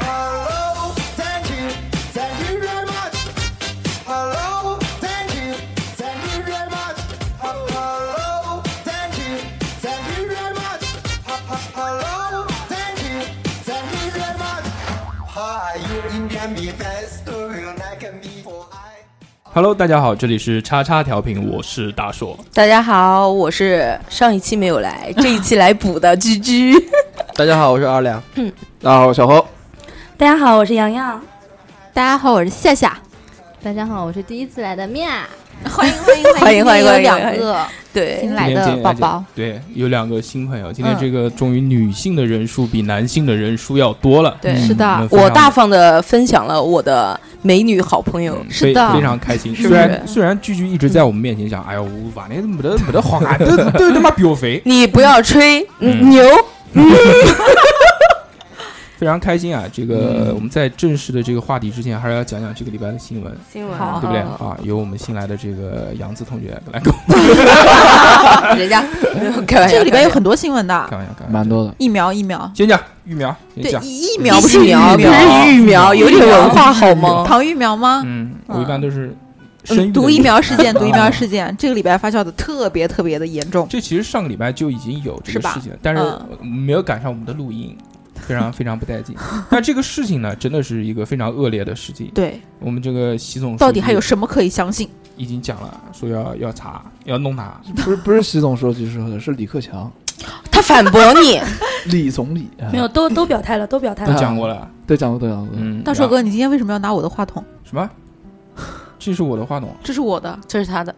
Hello, thank you, thank you very much. Hello, thank you, thank you very much. Hello, thank you, thank you very much. Hello, thank you, thank you very much. Hi, you Indian me fast, do you like me for I? Hello，大家好，这里是叉叉调频，我是大硕。大家好，我是上一期没有来，这一期来补的居居。大家好，我是二两。嗯，大家好，我小侯。大家好，我是洋洋。大家好，我是夏夏。大家好，我是第一次来的面，欢迎欢迎欢迎欢迎有欢迎两欢迎个 对新来的宝宝，对，有两个新朋友。今天这个终于女性的人数比男性的人数要多了。对嗯是的们非常我大方的分享了我的美女好朋友，所以是的非常开心。是不虽是然虽然句句一直在我们面前讲，哎呦，我晚年没得没得好看，都都他妈 比我肥，你不要吹嗯 牛，非常开心啊！这嗯个我们在正式的这个话题之前，还是要讲讲这个礼拜的新闻，新闻好对不对啊？由我们新来的这个杨子同学来跟我们 人家没有开哎玩笑，这个礼拜有很多新闻的，开玩笑，开玩笑蛮多的，疫苗疫苗，先讲育苗，先对讲。嗯疫疫苗不不是是疫苗，不苗，是育苗，有点文化好吗？糖育苗吗？嗯，我一般都是生育的嗯，毒疫。苗事 件，啊毒疫苗事件，这个礼拜发酵的特别特别的严重，这其实上个礼拜就已经有这是个吧事情了，但是嗯没有赶上我们的录音，非常非常不带劲。那这个事情呢，真的是一个非常恶劣的事情。对，我们这个习总书到底记还有什么可以相信？已经讲了，说要要查，要弄他。不是不是习总书记说的，是李克强，他反驳你，李总理啊没有，都都表态了，都表态都啊了。讲过了，对讲过对讲过，嗯，嗯大硕然后哥，你今天为什么要拿我的话筒？什么？这是我的话筒， 这是我的，这是他的，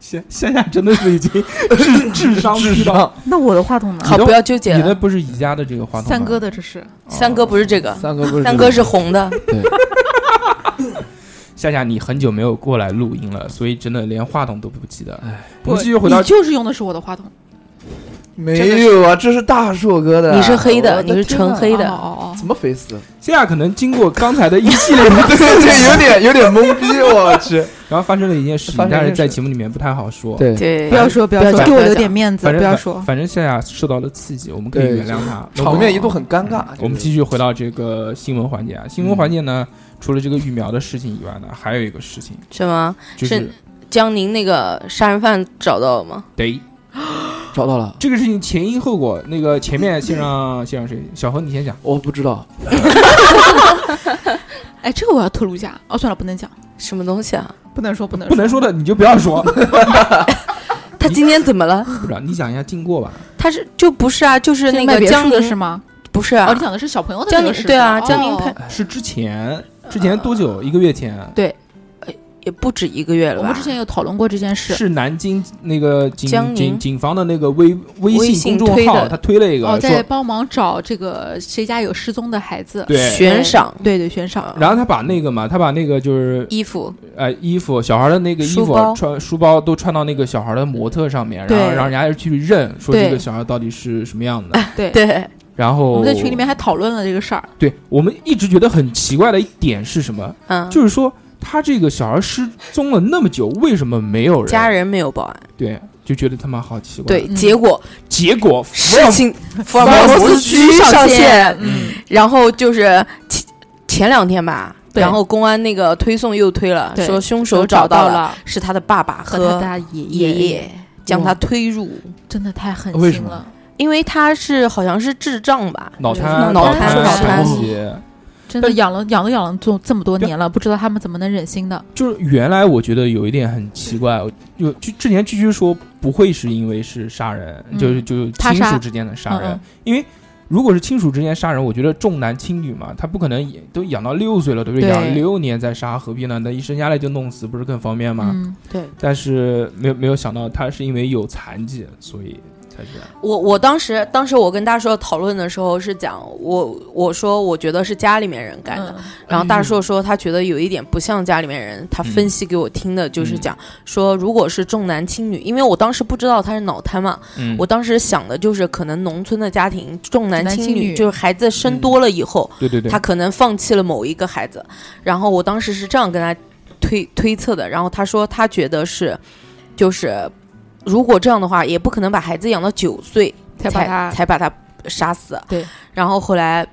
夏夏夏真的是已经 智智商智低到，商那我的话筒呢？好，你的不要纠结你的了。不是宜家的这个话筒吗？三哥的这是哦，三哥不是这个，三哥不是三哥是红的，夏夏，你很久没有过来录音了，所以真的连话筒都不记得唉。我们继续回到你就是用的是我的话筒，没有啊，这是大硕哥的，你是黑的，我你是天纯哪黑的。哦哦怎么肥死？夏夏，可能经过刚才的一系列的 对这有点有点懵逼，我去，然后发生了一件事发情，生了一但是件事在节目里面不太好说。，对，对哦，不要说不要不要说，讲给不我要留讲点面子，反正不要说反，反正夏夏受到了刺激，我们可以对原谅他。啊场面一度很尴尬。我们继续回到这个新闻环节啊，新闻环节呢，除了这个育苗的事情以外呢，还有一个事情什么？就是江宁那个杀人犯找到了吗？得找到了，这个事情前因后果。那个前面先让先让谁？小何你先讲。我不知道，哎，这个我要透露一下，哦，算了，不能讲，什么东西啊？不能说，不能不能说的你就不要说，嗯他今天怎么 了？不是你讲一下经过吧。他是就不是啊？就是那卖个别江墅的宁是吗？不是啊哦，你？讲的是小朋友的江那宁个事对啊，是吧江宁哦派是之前之前多久？一个月前也不止一个月了我们吧之？前有讨论过这件事。是南京那个警江宁警警方的那个微微微信信公推众号，的他推了一个哦，在说帮忙找这个谁家有失踪的孩子，对，悬赏对对，悬赏，然后他把那个嘛，他把那个就是衣服，呃衣服小孩的那个衣书服包穿书包都穿到那个小孩的模特上面，然对后然后人家就去认说这对个小孩到底是什么样的，对。对，然后我们在群里哦面还讨论了这个事儿，对我们一直觉得很奇怪的一点是什么？嗯，就是说他这个小孩失踪了那么久，为什么没有人？家人没有报案，对，就觉得他妈好奇怪。对，嗯结果结果事情福尔福摩尔斯摩区上上线，嗯，然后就是前前两天吧，对然后公安那个推送又推了，对说凶手手找到到了，了是他的爸爸和他和大爷爷爷，爷将他推入，真的太狠为心什么了，因为他是好像是智障吧，脑瘫，脑瘫，瘫脑瘫残疾真的养了养了养了这这么多对年了，不知道他们怎么能忍心的，就是原来我觉得有一点很奇怪，我就就之前居居说不会是因为是杀人，嗯就是就是他亲杀属之间的杀人，嗯嗯因为如果是亲属之间杀人，我觉得重男轻女嘛，他不可能也都养到六岁了，对不对？对养六年再杀，何必呢？那一生下来就弄死，不是更方便吗？嗯，对，但是没有没有想到他是因为有残疾，所以才是我我当时当时我跟大硕讨论的时候是讲我我说我觉得是家里面人干的，嗯然后大硕说他觉得有一点不像家里面人，他嗯分析给我听的就是讲、说如果是重男轻女，因为我当时不知道他是脑瘫嘛，嗯，我当时想的就是可能农村的家庭重男重男轻轻女，女就是孩子生多了以后，对嗯对对他，可能放弃了某一个孩子，然后我当时是这样跟他推推测的，然后他说他觉得是，就是如果这样的话，也不可能把孩子养到九岁才把才他才把他杀死。对，然后后来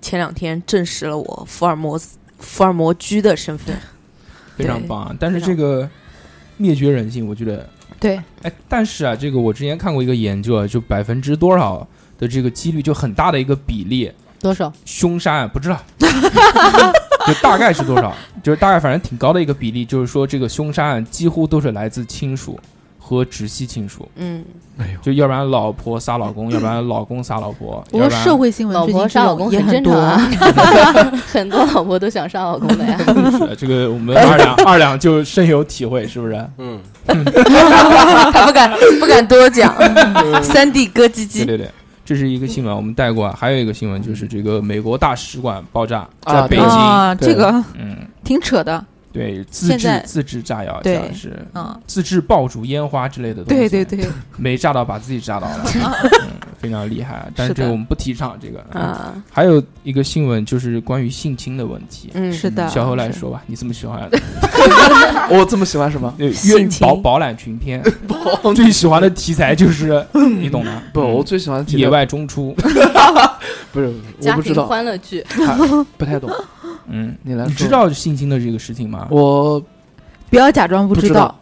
前两天证实了我福尔摩斯福尔摩居的身份，非常对棒啊！但是非常这个灭绝人性，我觉得对，哎，但是啊，这个我之前看过一个研究啊，就百分之多少的这个几率，就很大的一个比例，多少？凶杀案不知道，就大概是多少，就是大概反正挺高的一个比例，就是说这个凶杀案几乎都是来自亲属和直系亲属，嗯，就要不然老婆杀老公，要不然老公杀老婆，不要过不然社会新闻老嗯最婆近杀这老种公也很很正多常啊啊，，很多老婆都想杀老公的呀。是这个我们二两二两就深有体会，是不是？嗯， 他不敢不敢多 讲，三弟哥对唧唧，对对，这是一个新闻，我们带过啊。还有一个新闻就是这个美国大使馆爆炸在啊北对京，啊，对这个嗯，挺扯的，对，自现制在自制炸药，对像是嗯，自制爆竹、烟花之类的东西，对对，对，没炸到把自己炸到 了，嗯非常厉害。但是是这的个我们不提倡这个。嗯啊，还有一个新闻就是关于性侵的问题。嗯，是的，小何来是说吧，你这么喜 欢啊我这么喜欢 什么？对越性侵饱饱览群篇，最喜欢的题材 就是你懂的，不，嗯我最喜欢体野外中 出，不是，我家不知庭道，啊欢乐剧，不太懂。嗯，你来你说，知道性侵的这个事情吗？ 我不要假装不不知道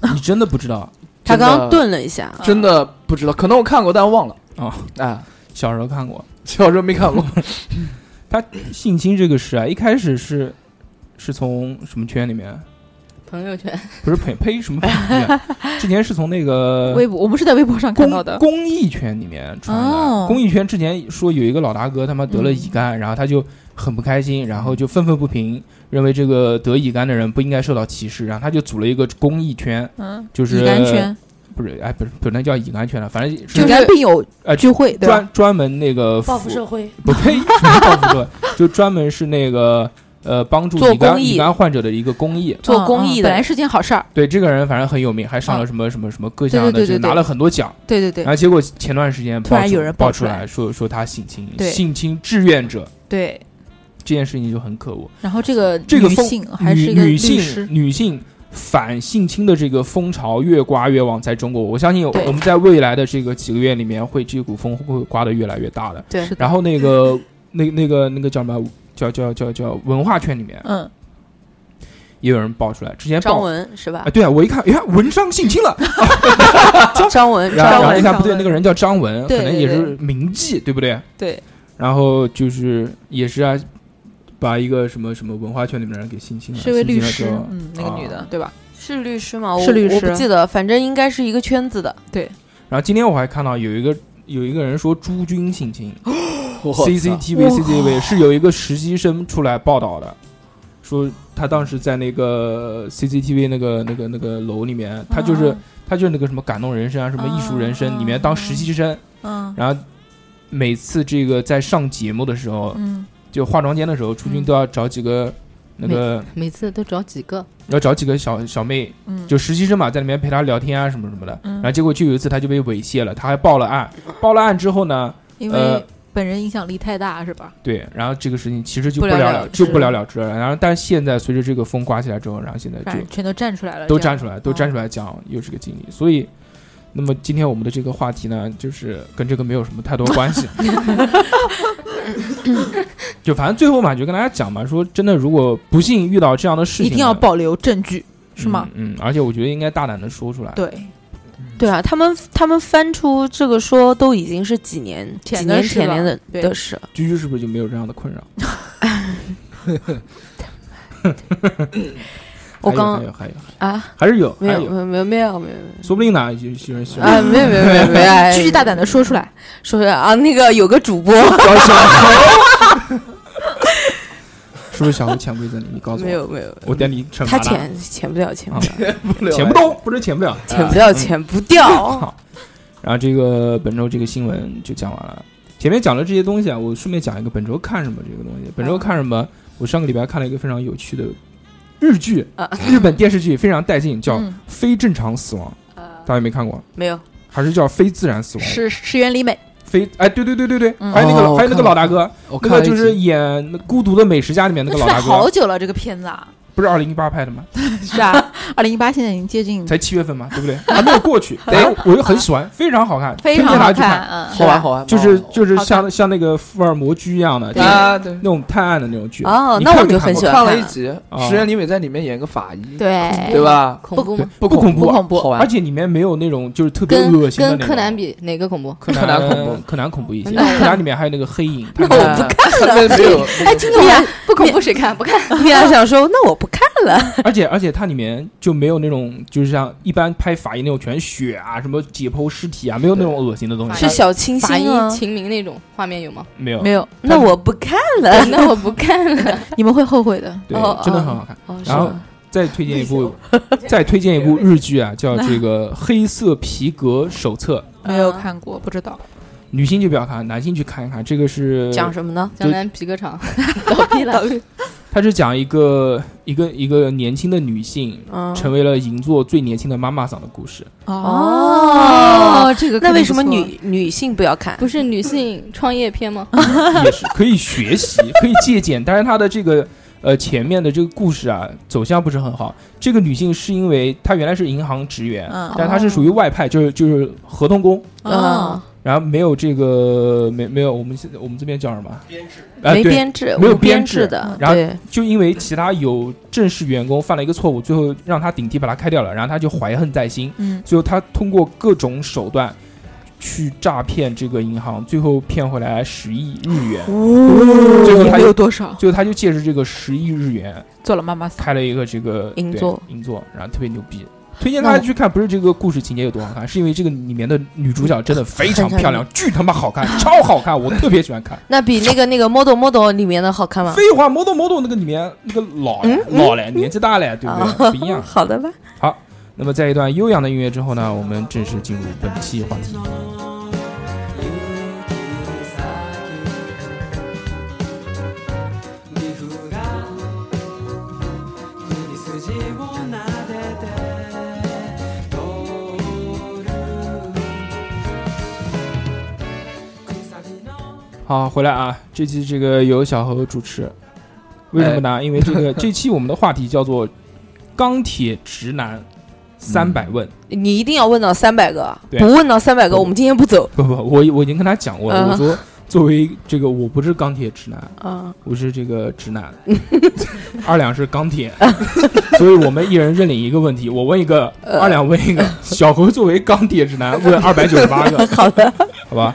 道， 你真的不知道？他真的刚刚顿了一下，真的不知道，可能我看过，但忘了。哦，啊，小时候看过小时候 没看过。性侵这个事啊，一开始是是从什么圈里面？朋友圈不是呸呸什么呸？ 之前是从那个微博我们是在微博上看嗯公到的，公益圈里面传的。哦公益圈之前说有一个老大哥他妈得了嗯乙肝，然后他就很不开心，然后就愤愤不平，认为这个得乙肝的人不应该受到歧视，然后他就组了一个公益圈，嗯，就是乙肝圈，不是哎不是不能叫乙肝圈了，反正乙是肝病友呃聚会对吧？专专门那个报服复社会，不呸，什么报复社会，就专门是那个 呃帮助做乙肝公益乙肝患者的一个公益。做公益嗯的嗯本来是件好事儿，对，这个人反正很有名，还上了啊什么什么什么各项的，对对对就对对拿了很多奖。对对对然后结果前段时间突然爆出有人爆爆出出来来说说他性侵，对性侵志愿者对。这件事情就很可恶。然后这个这个女风性哦还是一女个女律师性，女性反性侵的这个风潮越刮越往在中国，我相信对我们在未来的这个几个月里面会这股风会刮得越来越大的。对是的然后那 个那那个那个叫什么叫叫叫叫文化圈里面嗯，也有人爆出来，之前张爆文是吧啊，？对啊，我一看，哎呀，文商性 侵了，张文，啊然后张然后文一看不张对，文那个人叫张文，对可能对也对是名妓，对不对？对。然后就是也是啊，把一个什么什么文化圈里面的人给性侵了，是性位侵律了师之后，嗯，那个女的啊对吧？是律师吗？我是律我师不记得，反正应该是一个圈子的。然后今天我还看到有一个有一个人说朱军性 侵我操，CCTV CCTV 是有一个实习生出来报道的，说他当时在那个 CCTV 那个那个那个楼里面，他就是、啊他就是那个什么感动人生啊，什么艺术人生里面当实习生，嗯然后每次这个在上节目的时候，嗯，就化妆间的时候，出军都要找几个那个每次都找几个，要找几个小小妹，嗯就实习生嘛，在里面陪他聊天啊什么什么的。嗯然后结果就有一次他就被猥亵了，他还报了案，报了案之后呢，因呃为本人影响力太大是吧？对，然后这个事情其实就不了了了了就之不了了之了。然后但是现在随着这个风刮起来之后，然后现在反正就全都站出来了，都呃这样站出来，都站出来讲有这个经历，所以。那么今天我们的这个话题呢，就是跟这个没有什么太多关系，就反正最后嘛，就跟大家讲嘛，说真的，如果不幸遇到这样的事情一呢，定要保留证据是吗？嗯？嗯，而且我觉得应该大胆的说出来。对，嗯对啊，他们他们翻出这个说，都已经是几年前几的年事前年了的对的事了。居居是不是就没有这样的困扰？我还有刚还有还有啊，还是有没还有有，没有没有没有没有说不定哪有些人喜欢啊，没有没有没有没有，哎 继续大胆的说出来，说说啊，那个有个主播搞小猴，是不是小猴潜规则你？你告诉我，没，有没有，我带你惩罚他 潜潜不了，潜不了，潜不动，不是潜不了。哦潜不掉，潜不掉。好，啊然后这个本周这个新闻就讲完了。前面讲了这些东西啊，我顺便讲一个本周看什么这个东西。本啊周看什么？我上个礼拜看了一个非常有趣的日剧，啊日本电视剧非常带劲，叫《嗯非正常死亡》，呃， 大家有没有看过？没有，还是叫《非自然死亡》？石石原里美，非哎，对对对对对，嗯还有那个、哦还有那个我看了老大哥，我那看个了一就是集演《孤独的美食家》里面那那个出老大来好哥，久了，这个片子 啊，不是二零一八拍的 吗？是啊，二零一八现在已经接近，才七月份嘛，对不对？还没有过 去，但是我又很喜欢，非常好看，非推常荐大家好去看。嗯，好玩好玩，就是哦好玩就是好像像那个福尔摩剧一样的，就是啊，对，那种探案的那种剧。哦你那看我没就看很过喜我看欢了看一了集，哦石原里美在里面演个法医，对对吧？恐怖吗？不恐啊不恐好怖，而玩，且里面没有那种就是特别跟恶心的那跟种。柯南，比哪个恐怖？柯柯南恐恐怖，怖柯南恐怖一些。那我柯南里面还有那个黑影，他那们我不看 了，没有，哎，听懂对呀了。不恐怖谁看？不看。米娅啊想说，那我不看了。而且而且它里面就没有那种就是像一般拍法医那种全血啊，什么解剖尸体啊，没有那种恶心的东西。是小清法新啊医？秦明那种画面有吗？没有，没 有，那我不看了。那我不看了。你们会后悔的。对哦，真的哦很好看。哦，是然后吗再推荐一部，再推荐一部日剧啊，叫这个《黑色皮革手册》。没有看过，不知道。女性就不要看，男性去看一看。这个是讲什么呢？ 就江南皮革厂 倒闭了。它是讲一个一个一个年轻的女性嗯，成为了银座最年轻的妈妈桑的故 事。哦，这个那为什啊么女女性不要看？不是女性创业片吗？也是可以学习，可以借鉴，但是她的这个呃前面的这个故事啊走向不是很好。这个女性是因为她原来是银行职员，嗯但她是属于外派，就是就是合同工，啊啊，然后没有这个没没有我们现我们这边叫什么编制？哎、没对编制，没有无编编制的，然后对，就因为其他有正式员工犯了一个错误，最后让他顶替把他开掉了，然后他就怀恨在心，嗯最后他通过各种手段去诈骗这个银行，最后骗回来十亿日元，哦最后他没就有多少最后他就借着这个十亿日元做了妈妈桑，开了一个这个银对座银座，然后特别牛逼。推荐那大家我去看，不是这个故事情节有多好看，是因为这个里面的女主角真的非 常很漂亮，巨他妈好 看，超好看，我特别喜欢看。那比那个那个 model model 里面的好看吗？废话，某懂某懂那个里面那个老嗯嘞、老嘞，年纪大嘞，对不哦对？不一样。 好的吧。那么在一段悠扬的音乐之后呢，我们正式进入本期话题。好，回来啊！这期这个由小何主持，为什么呢？因为这个这期我们的话题叫做“钢铁直男三百问你一定要问到三百个，对不问到三百个，不我们今天不走”。。不不，我我已经跟他讲过了，嗯我说作为这个我不是钢铁直男，啊，我是这个直男， 二两是钢铁，所以我们一人认领一个问题，我问一个，呃二两问一个。小何作为钢铁直男问二百九十八个， 好的，好吧？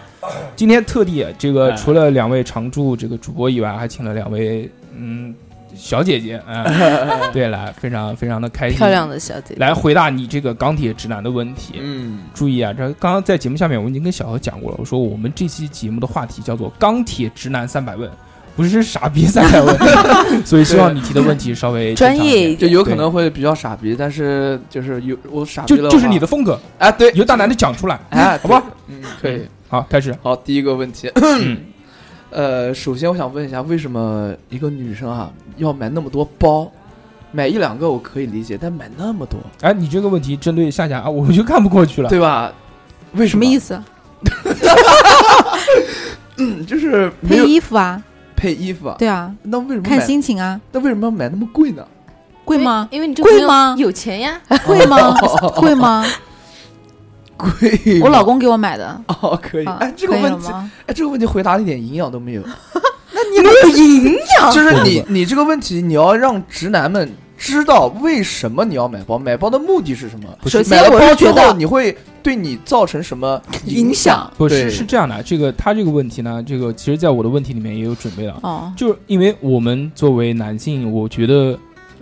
今天特地这个哎除了两位常驻这个主播以外，还请了两位嗯小姐姐， 嗯，对来，非常非常的开心，漂亮的小姐姐。哎来回答你这个钢铁直男的问题。嗯，注意啊，这刚刚在节目下面我已经跟小何讲过了，我说我们这期节目的话题叫做“钢铁直男三百问”，不是傻逼三百问， 所以希望你提的问题稍 微专业一正就点，有可能会比较傻逼，但是就是有我傻逼常一点，了就话，就是你的风格，哎，对，由大男的讲出来。哎，好吧对，嗯，可以，好，开始。好，第一个问题，嗯呃，首先我想问一下，为什么一个女生啊要买那么多包？买一两个我可以理解，但买那么多，哎，你这个问题针对夏夏啊，我就看不过去了。对吧？为什什么意思？思？嗯就是没配有衣服啊，配衣服啊？对啊，那为什么看买？心情啊，那为什么要买那么贵呢？贵吗？因为因为你这个贵朋友吗？有钱呀，贵 吗？哎贵吗？贵吗？我老公给我买的。 哦，可以。啊哎，这个可以了问题，吗哎，这个问题回答的一点营养都没有。 有营养。就是你，你这个问题，你要让直男们知道为什么你要买包，买包的目的是什么？不是首买先了我包是之觉后，得你会对你造成什么影响响？不是对是这样的，这个他这个问题呢，这个其实在我的啊问题里面也有准备了，哦，就是因为我们作为男性，我觉得，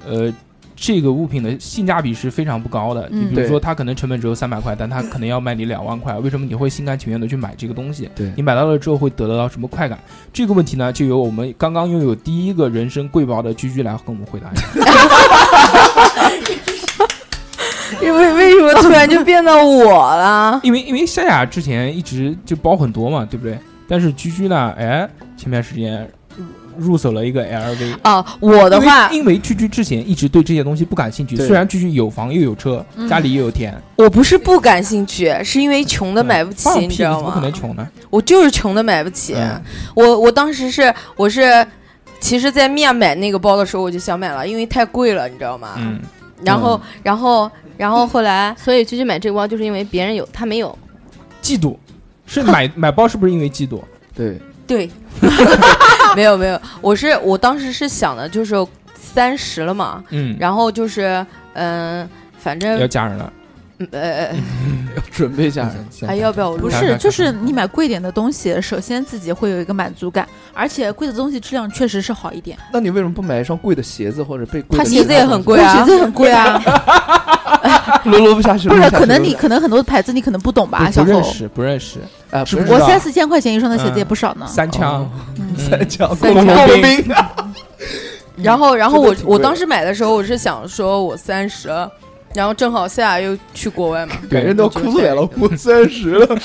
呃。这个物品的性价比是非常不高的，嗯你比如对说它可能成本只有三百块，但它可能要卖你两万块，为什么你会心甘情愿的去买这个东西？对你买到了之后会得到什么快感？这个问题呢，就由我们刚刚拥有第一个人生贵包的居居来 跟我们回答一下。因为为什么突然然就变到我了。因为因为夏夏之前一直就包很多嘛，对不对？但是居居呢，哎，前段时间入入手了一个 LV。啊，我的话，因为因为居居之前一直对这些东西不感兴趣，对虽然居居有房又有车，嗯家里又有田，我不是不感兴趣，是因为穷的对买不嗯起放，屁你知道怎么可吗能？穷呢？我就是穷的买不起。嗯我我当时是我是，其实，在米娅买那个包的时候我就想买了，因为太贵了，你知道吗？嗯，然后然后然后后来所以居居买这个包就是因为别人有，他没有。嫉妒是买买包是不是因为嫉妒？对，对， 没有没有，我是我当时是想的就是三十了嘛，嗯，然后就是嗯、反要正嫁人了，嗯嗯呃要准备一下。行哎哎还要不要我不录？看看是，看就是看你买贵点的东西，首先自己会有一个满足感，而且贵的东西质量确实是好一点。那你为什么不买一双贵的鞋子或者被贵的他鞋子也很贵我啊鞋子很贵 啊，撸撸不下去，不撸下是，去可能撸你不下可能很多牌子你可能不懂吧，不小不认侯。识不认识，去哎，是不不是知我道三四千块钱一双的鞋子也不少呢。三枪哦嗯三枪三龙枪龙兵，然后然后真的我挺贵我的当时买的时候我是想说我三十了，然后正好夏夏又去国外 嘛，感人都哭出来了，我三十了，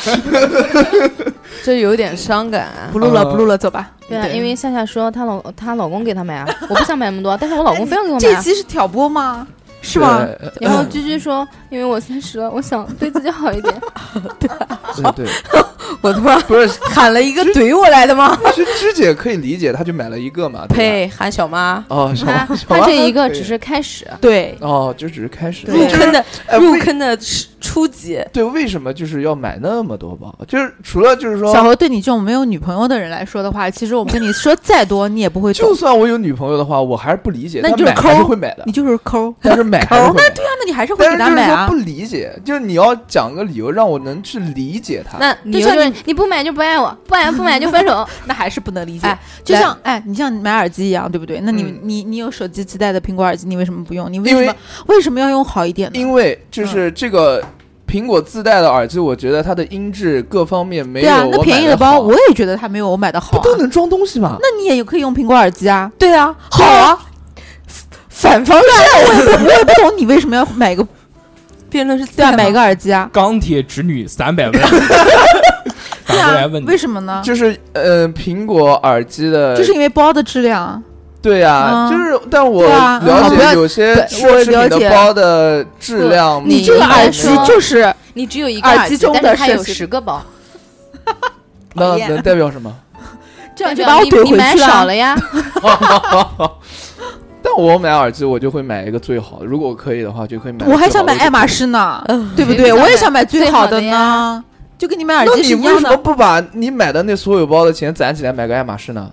这有点伤感、啊。不录了，不录了，走吧。对啊，因为夏夏说她老她老公给她买啊， 我不想买那么多，但是我老公非要给我买 这啊。期嗯是挑拨吗？是吗？对？然后居居说，因为我三十了，我 想对自己好 一点。对对，我他妈不是喊了一个怼我来的吗？ 芝芝姐可以理解，她就买了一个嘛。对吧！呸，喊小妈。哦，小她小她王这一个可以只是开始，对，哦，这只是开始。入对坑的哎入为坑的初级，对，为什么就是要买那么多包？就是除了就是小说，侯对你这种没有女朋友的人来说的话，其实我们跟你说再多，你也不会懂就，算我有女朋友的话，我还是不理解。那但你就是买还是抠会买的你，就是抠。 但是买还是会买的。哎那么你还是会但给是他就买是说啊不？理解，就是你要讲个理由让我能去理解他。那理你由就就是是你不买就不爱我，不爱不买就分 手。那还是不能理解哎。就来像哎，你像你买耳机一样，对不对？那你嗯你你有手机自带的苹果耳机，你为什么不用？你为因什为么为什么要用好一点的？因为嗯就是这个苹果自带的耳机，我觉得它的音质各方面没对有啊，那我便宜买的的包好我也觉得它没有我买的好不啊。都能装东西吗？那你也有可以用苹果耳机啊。对啊，好啊，反方 我也不懂你为什么要买一个辩论是对啊，在买一个耳机啊？钢铁直女三百问，反对过啊来问，你为，什么呢？就是呃，苹果耳机的，就是因为包的质量啊。对呀，嗯就是但我对啊了嗯不要解有些不奢我侈品了解的包的质量，你这个应该耳没机有就是你只有一个个耳机但但是是它它有有十十个包，那讨厌能代表什么？这样就把我你怼你回买去少了。了呀。 但我买耳机，我就会买一个最好的。如果可以的话，就可以买。我还想买爱马。仕呢，对不谁对？不想我也买哦想买最最好好的的呢，就跟你买耳那机你是一为样什么的。不把你买的那所有包的钱攒起来买个爱马仕呢？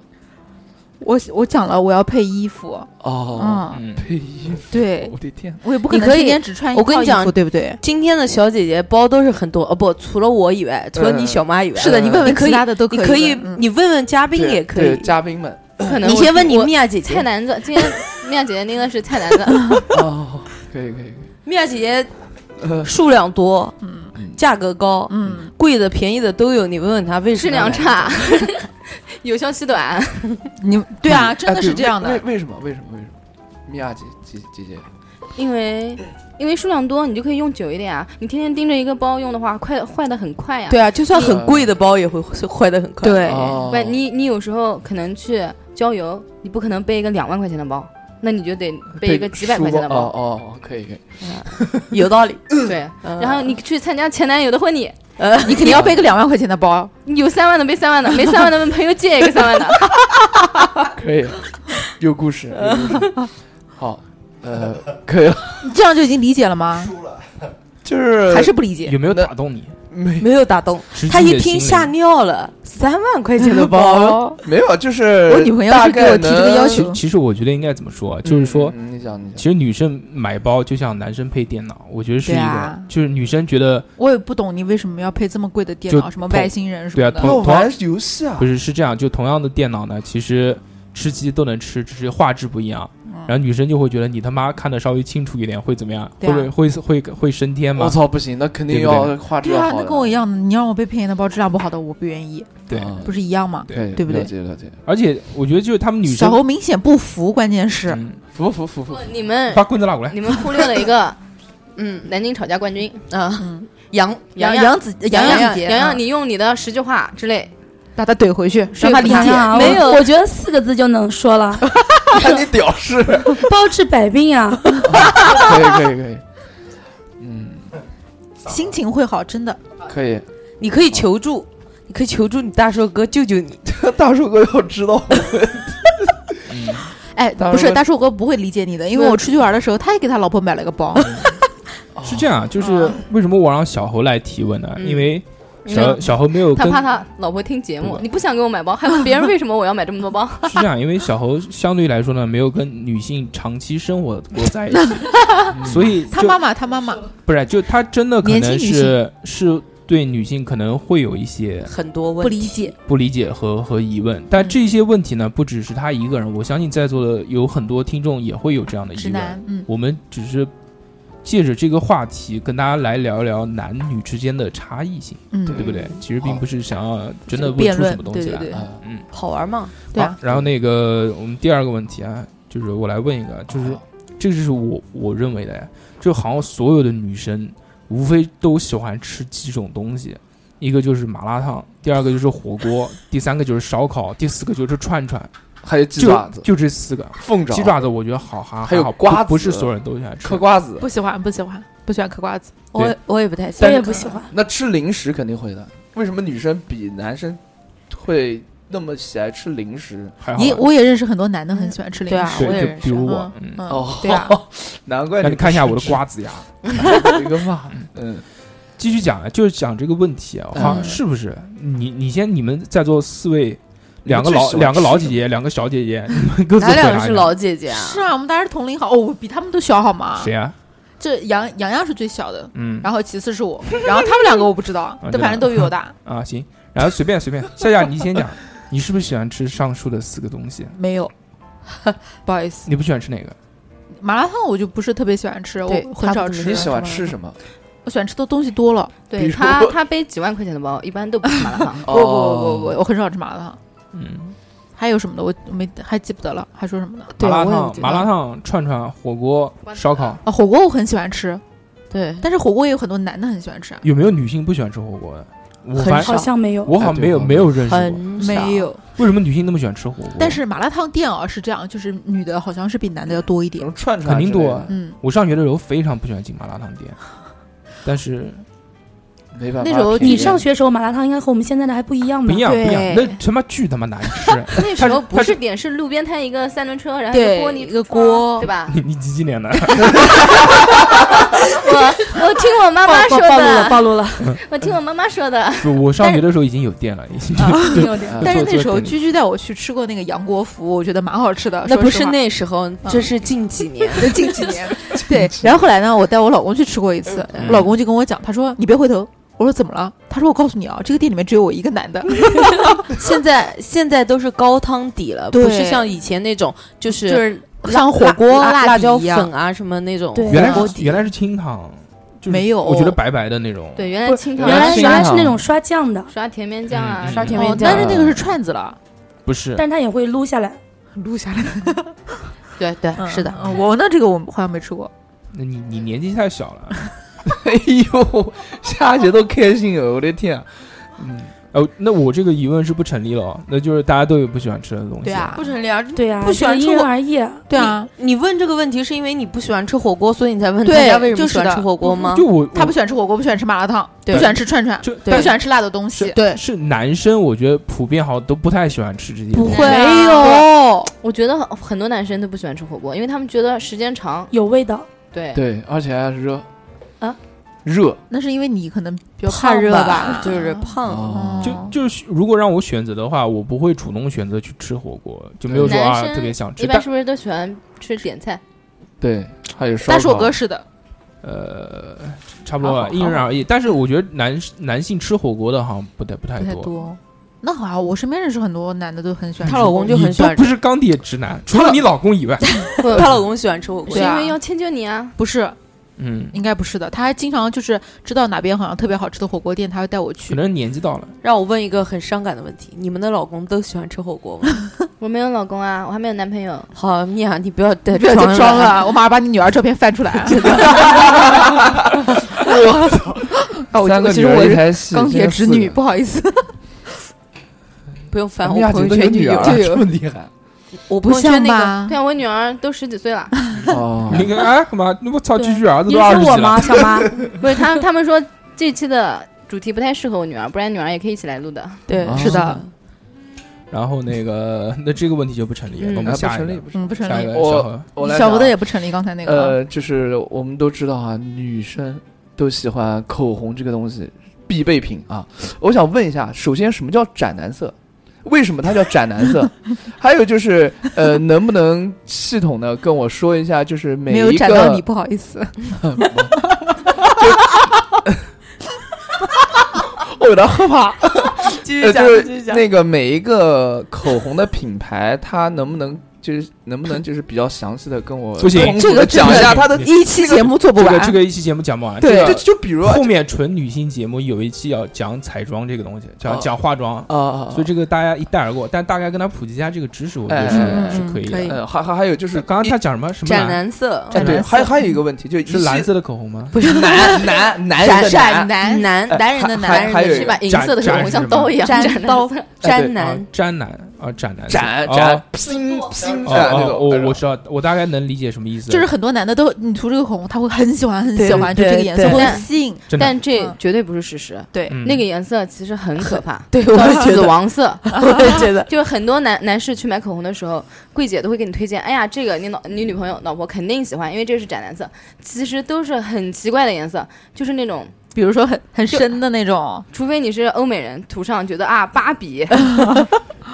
我我讲了，我要配衣服，哦，嗯，嗯，配衣服，对我的天！我也不可你能可天以天只穿一我跟套你衣讲服，对不对？今天的小姐姐包都是很多，哦不，除了我以外，除了嗯你小妈以外，是的，你问问可其以他的都你以可以问，嗯你问问嘉宾对也可对以。嘉宾们。可能你我先问你我米娅姐姐菜，篮子，今天米娅姐姐拎的是菜篮 子，哦，可以可以米娅姐姐可以。呃，数量多，嗯价格高，嗯，贵的便宜的都有，你问问她为什质么要买？量差， 有效期短。你对啊，真哎的对是这样为的。为为什么？为什么？为什么？米娅姐姐姐姐，因为因为数量多，你就可以用久一点啊。你天天盯着一个包用的话，快坏的很快呀、对啊，就算很呃贵的包也会坏的很快。对哦不然你你有时候可能去郊游，你不可能背一个两万块钱的包，那你就得背一个几百块钱的哦包。哦哦，可以可以。有道理。对，然后你去参加前男友的婚礼，呃，你肯定要背个两万块钱的包，你有三万的背三万的，没三万的问朋友借一个三万的。可以，有故事，有故 事。好，呃，可以了， 你这样就已经理解了吗？就是还是不理解？有没有打动你？没没有打动直击她，你一的听心吓灵尿了，三万块钱的包 包。 没有，就是我女朋友大是给我概提这个要能求，其实我觉得应该怎么说啊，就是说，嗯，嗯你讲你其讲，实女生买包就像男生配电脑，我觉得是一对个啊，就是女生觉得我也不懂你为什么要配这么贵的电就脑，什么同外星人什对啊么同的。要玩游戏啊不，是是这样，就同样的电脑呢，其实吃鸡都能吃，只是画质不一样。嗯然后女生就会觉得你他妈看的稍微清楚一点会怎么样？对啊会不会会会会升天我吗？操，不行，那肯定对不对要画质对要啊，好那的。跟我一样的，你让我背便宜的包，质量不好的我不愿意，对，嗯不是一样吗？对对不对了解了解，而且我觉得就是他们女小生侯明显不服，关键是嗯服服服服，你们把棍子拉过来，你们忽略了一个嗯南京吵架冠军，啊，嗯，杨杨洋杨子杨洋洋杨洋姐洋啊洋，你用你的十句话之类，把他怼回去，让说他服理他解。啊，没有我，我觉得四个字就能说了， 看你屌 丝，可包治百病啊！以可以可以，嗯，心情会好，真的。可以。你可以求助，你可以求助你大寿哥救救你。大树哥要知道，哎，大不叔是哥大树哥不会理解你的，因为我出去玩的时候，他也给他老婆买了个包。嗯是这样啊，就是为什么我让小猴来提问呢？嗯因为因为小小猴没有他跟怕他老婆听节目对，你不想给我买包，还问别人为什么我要买这么多包？是这样，因为小猴相对来说呢，没有跟女性长期生活过在一起， 所以他就妈妈，他妈妈，不是就他真的可年轻能女性是是对女性可能会有一些很多不问理题，解，不理解和和疑问，但这些问题呢，不只是他一个人，我相信在座的有很多听众也会有这样的直疑问。男，嗯，我们只是借着这个话题跟大家来聊一聊男女之间的差异性，嗯，对不对？其实并好不是想要真的问辩出论什么东西来。对对对啊嗯，好玩吗？对好啊，然后那个我们第二个问题啊，就是我来问一个，啊就是这个就是我我认为的，就好像所有的女生无非都喜欢吃几种东西，一个就是麻辣烫，第二个就是火 锅，第三个就是烧烤，第四个就是串串，还有鸡就爪子、就这四个。凤爪、鸡爪子我觉得好哈，还有好不瓜子不是所有人都喜欢吃嗑。瓜子。不喜欢，不喜欢，不喜欢嗑瓜子。我对也我也不太喜我欢，也不喜欢，那吃零食肯定会的。为什么女生比男生会那么喜爱吃零食？还哎好吧也，我也认识很多男的很喜欢吃零对啊食。我也对，认就比识如我嗯，嗯，嗯哦， 对啊， 难怪让你看一下我的瓜子，子牙。我的个妈！ 嗯，继续讲啊，就是讲这个问题啊，嗯好像是不是？你你先，你们在座四位，你两们个最老喜欢两个吃老什姐么姐，两个小姐姐，你们各自哪回答两一个下是老姐姐啊？是啊，我们当时同龄好，哦，我比他们都小好吗？谁啊？这杨洋洋是最小的，嗯然后其次是我，然后他们两个我不知道啊，都反正都比我大。啊，行，然后随便随便，夏夏你先讲，你是不是喜欢吃上述的四个东西？没有， 不好意思，你不喜欢吃哪个？麻辣烫我就不是特别喜欢吃，我对很他少不怎吃。么你喜欢吃什么？我喜欢吃的东西多了，比对如。他，他背几万块钱的包，一般都不是麻辣烫我我我哦我我很少吃麻辣烫。嗯，还有什么的，我我没还记不得了，还说什么呢？麻对辣我也烫、觉麻得辣烫、串串、火锅、烧烤，啊，火锅我很喜欢吃，对，但是火锅也有很多男的很喜欢吃啊，有没有女性不喜欢吃火锅的？我很反少正好像没有。我好哎像对没有好像没有认识过，很少没，有。为什么女性那么喜欢吃火锅？但是麻辣烫店啊是这样，就是女的好像是比男的要多一什点么。串串肯定之类多的啊嗯，我上学的时候非常不喜欢进麻辣烫店，但是没办法。那时候便宜你上学时候麻辣烫应该和我们现在的还不一样不吧一？样不一样，那对他妈巨他妈难吃。那时他候不是是点，是路边摊一个三轮车，然后一对个锅你一个锅 对吧？你你几几年的？我我听我妈妈说暴暴露了，的，暴露了。我听我妈妈说的。不我上学的时候已经有店了，已经。 没有的啊但是做那时候做店居居带我去吃过那个杨国福，我觉得蛮好吃的。那说不实是话那时候，这是 近几年。近几年。对，然后后来呢，我带我老公去吃过一次，我老公就跟我讲，他说你别回头。我说怎么了？他说我告诉你啊，这个店里面只有我一个男的。现在现在都是高汤底了，不对是像以前那种就是就是辣像火锅辣辣椒底一样粉啊什么那种。对原来火是原来是清汤，就是没有我觉得白白的那种。对，原不来是清原汤来是原来是那种刷酱的，刷甜面酱啊嗯，刷甜哦面酱但啊，是那个是串子了，不是，但是它也会撸下来。 录下来。对对，是的，嗯我那这个我好像没吃过。那你你年纪太小 了。 哎呦，下学都开心哦！我的天啊，哦，那我这个疑问是不成立了哦，那就是大家都有不喜欢吃的东西。对，啊，不成立啊！嗯对呀，不喜欢这吃个因人火而异。对啊，你问这个问题是因为你不喜欢吃火锅，所以你才问对大家为什就么是喜欢的吃火锅吗？就我他不我喜欢吃火锅，不喜欢吃麻辣烫，不对喜欢吃串串，就不但喜欢吃辣的东西。是是男生，我觉得普遍好像都不太喜欢吃这些东不西。会没有，我觉得很很多男生都不喜欢吃火锅，因为他们觉得时间长，有味道，对，对，而且还热啊，热那是因为你可能比较胖胖热吧嗯吧，，就是嗯胖。哦就就是如果让我选择的话，我不会主动选择去吃火锅，就没有说啊男生特别想吃。一般但是不是都喜欢吃点菜？对，还有烧但是我烤哥是的，呃，差不多吧好好因人而异。但是我觉得男男性吃火锅的好像不太不太不太多。多。那好啊像我身边认识很多男的都很喜欢吃她老公就很嗯你喜都欢不吃，是钢铁直男，除了你老公以外，她老公喜欢吃火锅是对。啊因为要迁就你啊。不是，嗯，应该不是的。他还经常就是知道哪边好像特别好吃的火锅店，他会带我可去。能年纪到了。让我问一个很伤感的问题：你们的老公都喜欢吃火锅吗？ 我没有老公啊，我还没有男朋友。好，米娅，你不要再不要再装装了，我马上把你女儿照片翻出来。啊 我操！啊，我三个其女实我儿一是台戏，钢铁直今天女，四个不好意思，不用翻咱我们亚朋锦友都有女儿啊了，圈就有，就有这么厉 害我朋不友圈像那个。吧对？啊，我女儿都十几岁了，哦你看，哎，干嘛？我操，对蛐蛐儿子你都是二十说几了我吗，，小妈？ 不是他他们说这期的主题不太适合我女儿，不然女儿也可以一起来录的。对，啊是的，然后那个，那这个问题就不成立了，嗯那我哎们不下一成立，个，不成立。嗯，不成下一立个。我小何，我来小讲啊吴的也不成立，刚才那个啊，呃，就是我们都知道啊，女生都喜欢口红这个东西，必备品啊。我想问一下，首先什么叫斩男色？为什么它叫斩男 色？还有就是，呃，能不能系统的跟我说一下，就是每没有一斩到个你，不好意思。我有点害怕。 继呃，就是那个每一个口红的品牌，它能不能就是能不能就是比较详细的跟我不行通这俗个的讲一下它的？一期节目做不这个完，这个一期节目讲不完，对这就个就比如啊后面纯女性节目有一期要讲彩妆这个东西，讲哦讲化妆，啊啊，所以这个大家一带而过，但大概跟他普及一下这个知识，我觉得哎哎哎是是可以可以的。呃，还还还有就是刚刚他讲什么什么斩蓝？男哦色，哎，斩对，男还还有一个问题，就一是系蓝色的口红吗？ 不是男男男人的斩男，哎男男哎男人的还男人还的有是你吧把？银色的斩口斩是红像吗刀一样斩斩刀男色哎对渣男啊，粘男啊，粘男色，斩哦斩，拼拼哦斩那哦，种。我我知道，我大概能理解什么意思，就是很多男的都，你涂这个口红，他会很喜欢很喜欢，就对这个对颜色对会但吸引。真的但这嗯绝对不是事实。对嗯那个颜色其实很可怕，对，我叫也觉死 得，亡色。我也觉得，就是很多男男士去买口红的时候，柜姐都会给你推荐，哎呀，这个你老你女朋友老婆肯定喜欢，因为这是斩男色。其实都是很奇怪的颜色，就是那种， 比如说很很深的那种，除非你是欧美人，涂上觉得啊芭比，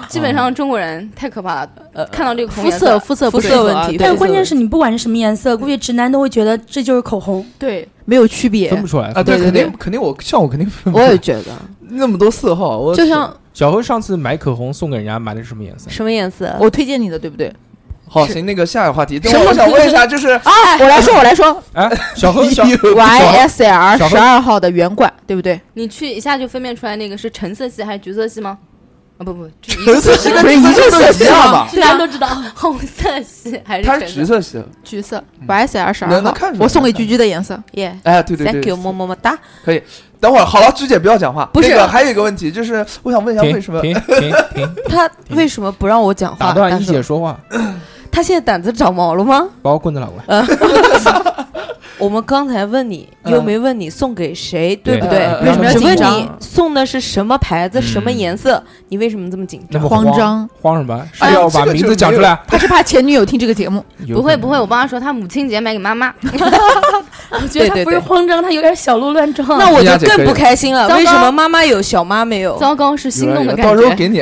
基本上中国人太可怕了，看到这个口红肤颜色肤色不肤适色合问题，但是肤色关键是你不管是什么颜色，估计直男都会觉得这就是口红。对，没有区别分。不出来啊，对，对肯对定肯定，我像我肯定 分不我也觉得，那么多色号，我就像小何上次买口红送给人家买的是什么 颜色？什么颜色？我推荐你的，对不对？好行，那个下一个话题，等什我么我想问一下，就是啊，我来说，我来说哎，小何小小，YSL 何十二号的圆管，对不对？你去一下就分辨出来那个是橙色系还是橘色系吗？啊不不，就橙一色系跟不是橘色系都一一个色样系吧？直男都知道，红色系还是它橙是色？橘色系，橘色嗯 YSL 十二能号能看出，来我送给菊菊的颜色。耶哎，对对，Thank 对 you，，么么么哒。等会儿好了，鞠姐不要讲话。不是那个还有一个问题，就是我想问一下，为停什么？停停停， 他为什么不让我讲话？打断但一是姐说话，他现在胆子长毛了吗？把我棍子拿过来。呃我们刚才问你，嗯又没问你送给谁，对不对对嗯嗯？嗯为什么要只问紧你张送的是什么牌子、嗯什么颜色，你为什么这么紧那张？么慌 张，慌什么？是哎呀要把这个名就字讲出来？他是怕前女友听这个节目，有不会可能不会，我帮他说，他母亲节买给 妈妈。我觉得他对对不是对慌张，他有点小鹿乱撞。那我丫就姐可更以不开心了。糟糕为什么妈妈有，小妈没有？糟糕，是心动的有感到时候觉。给你。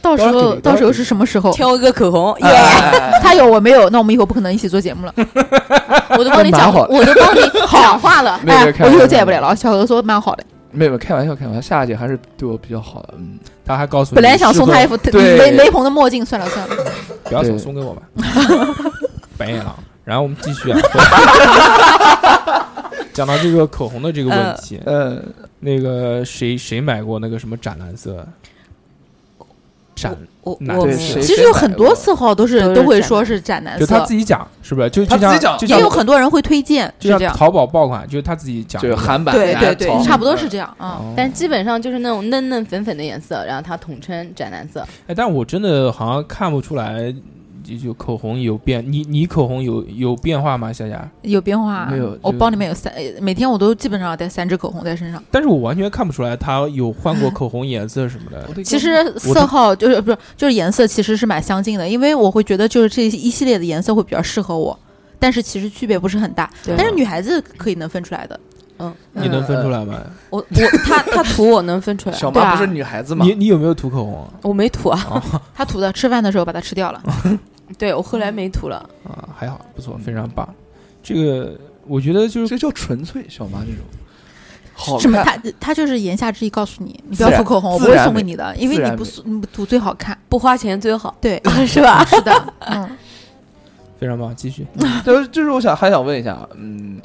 到时到时候候你到时候是什么时候？挑一个口红，哎耶！哎哎哎他有我没有，那我们以后不可能一起做节目了。 我都帮你蛮讲，好的我都帮你讲话了。没有哎没有，开我玩以笑后再也不来了。小何说蛮好的，没有没有，开玩笑开玩笑，夏姐还是对我比较好的，嗯。他还告诉你，本来想送他一副，副对雷雷朋的墨镜，算了算了，不要送，对送给我吧。 白眼狼。然后我们继续啊， 讲到这个口红的这个问题，呃，那个谁谁买过那个什么斩蓝色？斩我哪我对没谁有，其实有很多色号都都是是都会说是斩呃男就他色自，己讲是不是？就他就自像己讲就也有像很多人会推荐，是就这像样。淘宝爆款，就是他自己讲就的是那个，韩版，对对然对，后差不多是这样啊。哦。但基本上就是那种嫩嫩粉粉的颜色，然后它统称斩男色。哎，但我真的好像看不出来，就就口红有变，你你口红有有变化吗，夏夏？有变化，没有我就包里面有三，呃每天我都基本上带三支口红在身上。但是我完全看不出来他有换过口红颜色什么哦嗯的。其实色号就是不是就是颜色其实是蛮相近的，因为我会觉得就是这一系列的颜色会比较适合我，但是其实区别不是很大。对啊但是女孩子可以能分出来的，嗯，你能分出来吗？呃我我他他涂我能分出来，小对妈啊不是女孩子嘛你？你有没有涂口红我没涂啊，她涂的，吃饭的时候把它吃掉了。 对我后来没涂了。啊？还好，不错，嗯非常棒。这个我觉得就是这叫纯粹，小妈这种，好什么？看她她就是言下之意告诉你，你不自要然涂口红，我自不会然送给美你的，因为自然你不美送你不涂最好看。不花钱最好，对，是吧？是的，嗯，非常棒， 继续。就是就是，我想还想问一下，嗯，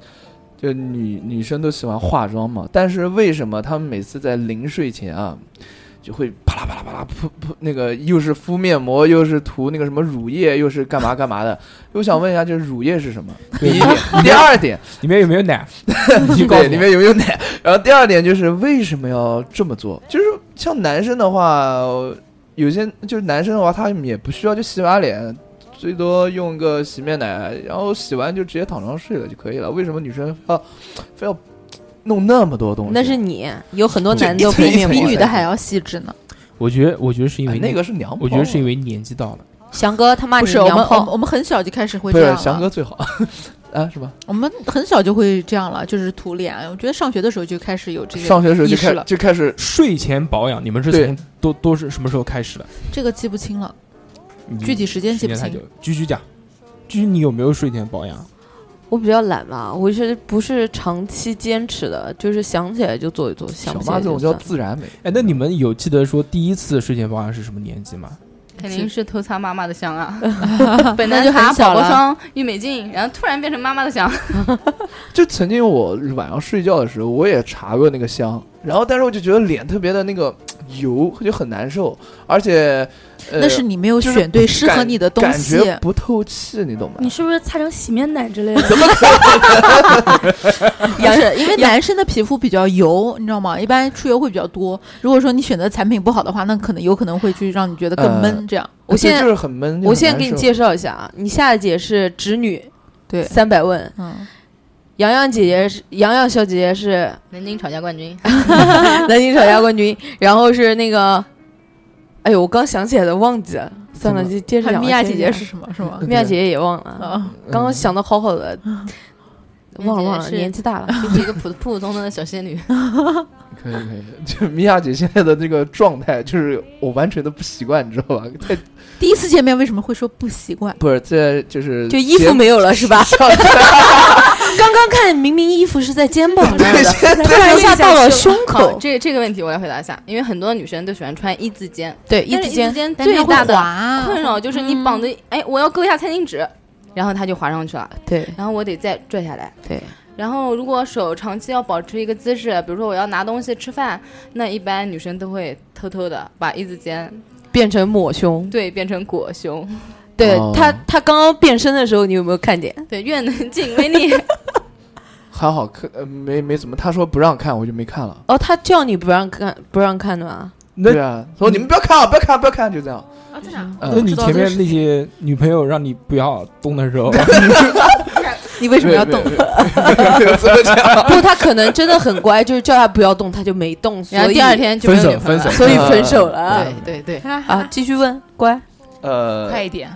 就女女生都喜欢化妆嘛，但是为什么她们每次在临睡前啊，就会啪啦啦啪啦啪啦扑扑，那个又是敷面膜，又是涂那个什么乳液，又是干嘛干嘛的。我想问一下，这乳液是什么？第一点，第二点，里面有没有 奶？你去告诉我对，里面有没有奶？ 然后第二点就是为什么要这么做？就是像男生的话，有些就是男生的话，他们也不需要就洗把脸，最多用个洗面奶，然后洗完就直接躺床上睡了就可以了。为什么女生要非要弄那么多东西？那是你有很多这男一的层敷一面层比膜女一的。的还要细致呢。我觉得，我觉得是因哎为那个是娘炮啊，我觉得是因为年纪到了，翔哥他骂不你是我娘们，我们炮，我们很小就开始会不这是样翔了。哥最好 啊，是吧？我们很小就会这样了，就是涂脸。我觉得上学的时候就开始有这个上学的时候意就识开了，就开始睡前保养，你们是对从都都是什么时候开始的？这个记不清了，你具体时间记不时太清久。居居讲，居居你有没有睡前保养？我比较懒嘛，我是不是长期坚持的，就是想起来就做一做，小想不起妈来这就种叫算。自然美。哎，那你们有记得说第一次睡前保养是什么年纪吗？肯定是偷擦妈妈的香啊，本那来就很擦小宝了宝霜、郁美净，然后突然变成妈妈的香，就曾经我晚上睡觉的时候，我也查过那个香，然后但是我就觉得脸特别的那个油，就很难受，而且呃，那是你没有就是选对适合感你的东感西。觉不透气，你懂吗你？是不是擦成洗面奶之类的？ 不 是因为男生的皮肤比较油，你知道吗？一般出油会比较多。如果说你选择产品不好的话，那可能有可能会去让你觉得更闷。呃这样我现就在是很闷。就我很现在难给你受介绍一下啊，你下一届是侄女对，三百问，嗯，洋洋姐姐是洋洋小姐 姐是 南京吵架冠军，南京吵架冠军，然后是那个，哎呦，我刚想起来的忘记了，算了，怎就接着还有讲。米娅啊姐姐是，什么？是 吗？米娅姐哦姐也忘了，啊，嗯刚刚想的好好的，忘了忘了，是嗯年纪大了。就是一个普普普通通的小仙女。可以可以， 就米娅姐现在的这个状态，就是我完全都不习惯，你知道吧？太第一次见面为什么会说不习惯？不是这就是就 衣服没有了是吧？ 刚刚看明明衣服是在肩膀那儿的， 突然一下到了胸好， 口，这这个问题我来回答一下，因为很多女生都喜欢穿一字肩，对，一但是字一字肩。肩但是最大的它会困滑扰就是你绑的，哎，我要勾一下餐巾纸，然后它就滑上去了，对然后我得再拽下来。对，然后如果手长期要保持一个姿势，比如说我要拿东西吃饭，那一般女生都会偷偷的把一字肩变成抹胸。对变成裹胸， 对哦他，他刚刚变身的时候，你有没有看见？对，愿能尽为力。 还好看，呃，没没怎么，他说不让看，我就没看了。哦，他叫你不让看，不让看的吗？那对啊，说你们不要看啊，不要看，不要看，就这样。啊，在哪？嗯那你前面那些女朋友让你不要动的时 候，你为什么要动？怎么 讲？不，他可能真的很乖，就是叫他不要动，他就没动，所 然后以第二，天就没有女朋友了。所嗯以分手了。呃对对对，啊，继续问， 乖，呃，快一点，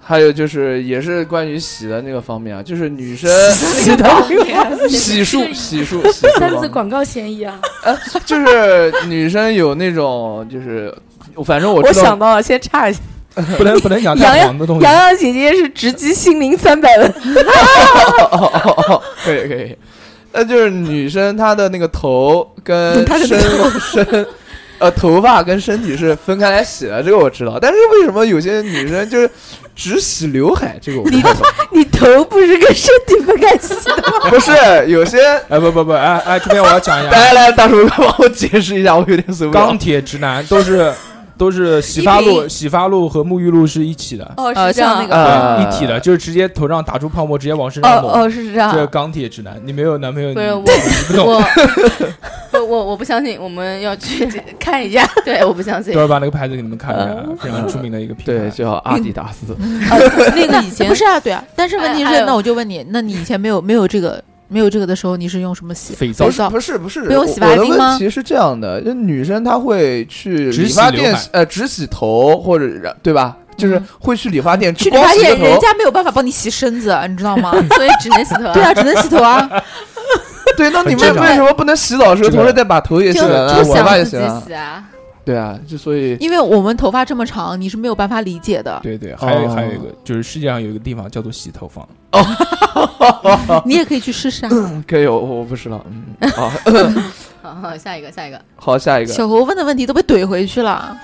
还有就是，也是关于洗的那个方面啊，就是女 生洗的洗漱、洗漱、洗漱三方次面广告嫌疑啊！就是女生有那种，就是反正我我知道想，到了，先岔一下，不能不能讲洋太洋黄的东西洋。洋姐姐是直击心灵三百问， 哦哦哦哦，可以可以，那就是女生她的那个头跟 她的身身。呃，头发跟身体是分开来洗的，这个我知道。但是为什么有些女生就是只洗刘海？这个我不 太懂。你头不是跟身体分开洗的？不是有些，哎不不不，哎哎，这边我要讲一 来下，来来，大叔帮我解释一下，我有点受不了钢。铁直男都是 都是洗发一露、瓶洗发露和沐浴露是一起的，哦呃，像那个，个啊，一体的，就是直接头上打出泡沫，直接往身上哦抹。哦是这样这，是钢铁直男，你没有男朋友，不是你我你不懂，我不我我不相信，我们要 去看一下。对，我不相信待会。儿把那个牌子给你们看一嗯下，非常著名的一个品对，牌。叫阿迪达斯。那个以前不是啊，对啊。但是问题哎还是，有那我就问你，那你以前没有没有这个没有这个的时候，你是用什么洗？肥皂不肥是皂不是不是，不用我洗发我的精吗问题是这样的，就女生她会去只理洗发刘店海，呃，只洗头或者对吧？就是嗯会去理发店去理光发洗个店，人头。家没有办法帮你洗身子，啊你知道 吗？ 所以只能洗头。对啊，只能洗头啊。对，那你很正们常为什么不能洗澡的时候这个同时再把头也洗就完了，就头发也想洗自完了？己洗啊！对啊，就所以因为我们头发这么长，你是没有办法理解的。对对，还有哦还有一个就是世界上有一个地方叫做洗头房，你也可以去试试啊。嗯可以，我我不知道。 嗯，好， 好好，下一个，下一个。好，下一个。小猴问的问题都被怼回去了。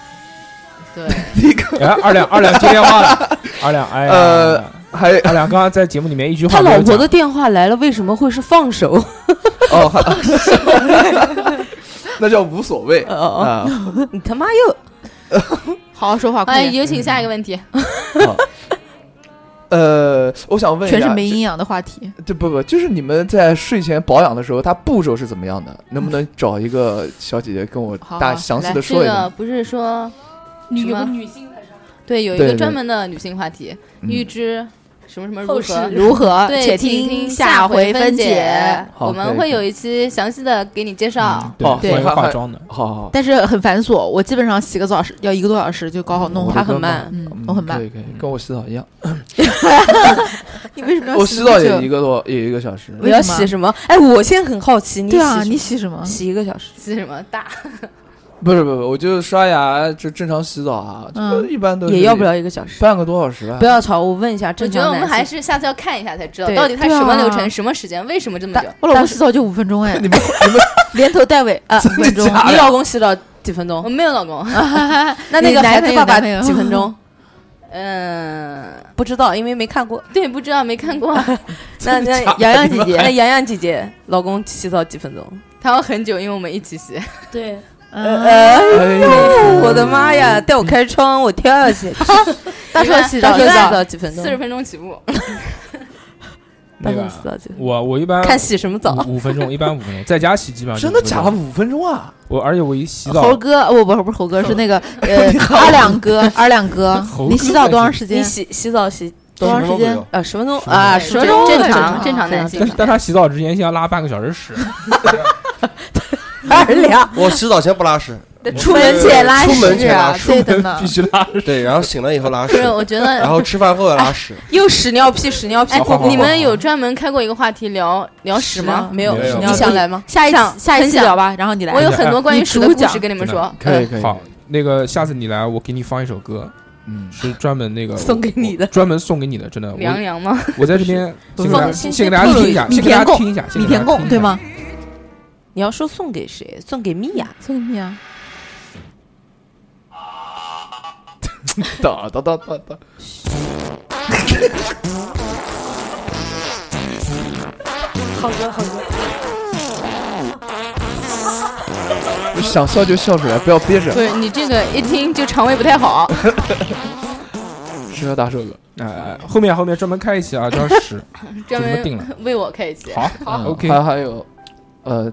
对， 哎，二两二两接电话了，二两哎呀，呃 还有二两刚刚在节目里面一句话他没有老讲，婆的电话来了，为什么会是放手？哦， 还那叫无所谓啊。哦哦你他妈又好好说话，快哎，点，有请下一个问啊题。呃，我想问一下，全是没营养的话题。这不不，就是你们在睡前保养的时候，它步骤是怎么样的？能不能找一个小姐姐跟我好大好详细来的这说一个下？不是说女什么有个女性的对有一对个对专门的女性话题，预嗯知什么什么如后世啊何。如何对，且请听下回分解。好我可们以可会以有一期详细的给你介绍。对，哦关于对化妆的，好好好，但是很繁琐，我基本上洗个澡是要一个多小时就搞好弄我好的他哥很们儿慢，嗯嗯，我很慢可。以可以，跟我洗澡一样，你为什么我洗澡那么也久一个多也一个小时。我为要什么洗什么？哎，我现在很好奇，你对啊，洗你什洗什么么？洗一个小时，洗什么大？不是不是，不是我就刷牙，就正常洗澡啊，嗯这一般都是啊也要不了一个小时。半个多小时吧不。要吵，我问一下，我正觉常得我们男还性是下次要看一下才知道，对到底它对啊什么流程、什么时间、为什么这么久但。我老公洗澡就五分钟哎，你们你们连头带 尾啊，真五的分钟。假你的？老公洗澡几分我钟？哦没有老公， 那你那个男孩朋子友爸爸男朋友几分钟？嗯，不知道，因为没看过。对，不知道没看过，那那假的洋洋姐你姐，们那洋洋姐姐老公洗澡几分钟？他要很久，因为我们一起洗。 对，呃，哎呦呃我的妈呀！带我开窗，我跳下去。大帅帅洗大澡哥洗洗澡，澡几分钟四？十分钟起步，大那哥个啊洗澡几分钟？我我一般看洗什么澡？五五分钟，一般五分钟，在家洗基本上就真的五分假钟的？？五分钟啊？我而且我一洗猴澡，啊哥，哦不不不是猴哥，是那 个呃二两哥， 二两哥猴，你哥洗澡多长还时间你？洗洗澡洗多长时间？呃十分钟啊？对十分钟正正常常正常男性 但是但他洗澡之前先要拉半个小时屎，二 两，我洗澡前不拉屎，出门前拉出门屎前拉啊屎，对的呢必，须拉屎。对，然后醒了以后拉不屎是，，我觉 然得。后吃饭后要拉屎，又屎尿屁屎尿屁哎好好好，你们有专门开过一个话题聊聊屎是吗啊？没有没有？你尿想屁来吗？下一很期下一期想聊吧，然后你来我。有很多关于你屎的主故事讲跟你们真的说，可以可以，好，那个下次你来，我给你放一首歌，哎嗯，是专门那个送给你的我专门送给你的，真的。凉我凉吗？我在这 边先给放大家心先给先大家透露听一一 下，米先给大家田共听一下，先米给大家田共听一对下？吗？你要说送给谁？送给米娅。送你啊！哒哒哒哒哒，好哥好哥，想笑就笑出来，不要憋着不。是，你这个一听就肠胃不太 好。适合大瘦哥。哎，哎后面后面专门开一期啊，叫 屎，专就这么定了门为我开一期。好嗯，OK，还还有，呃，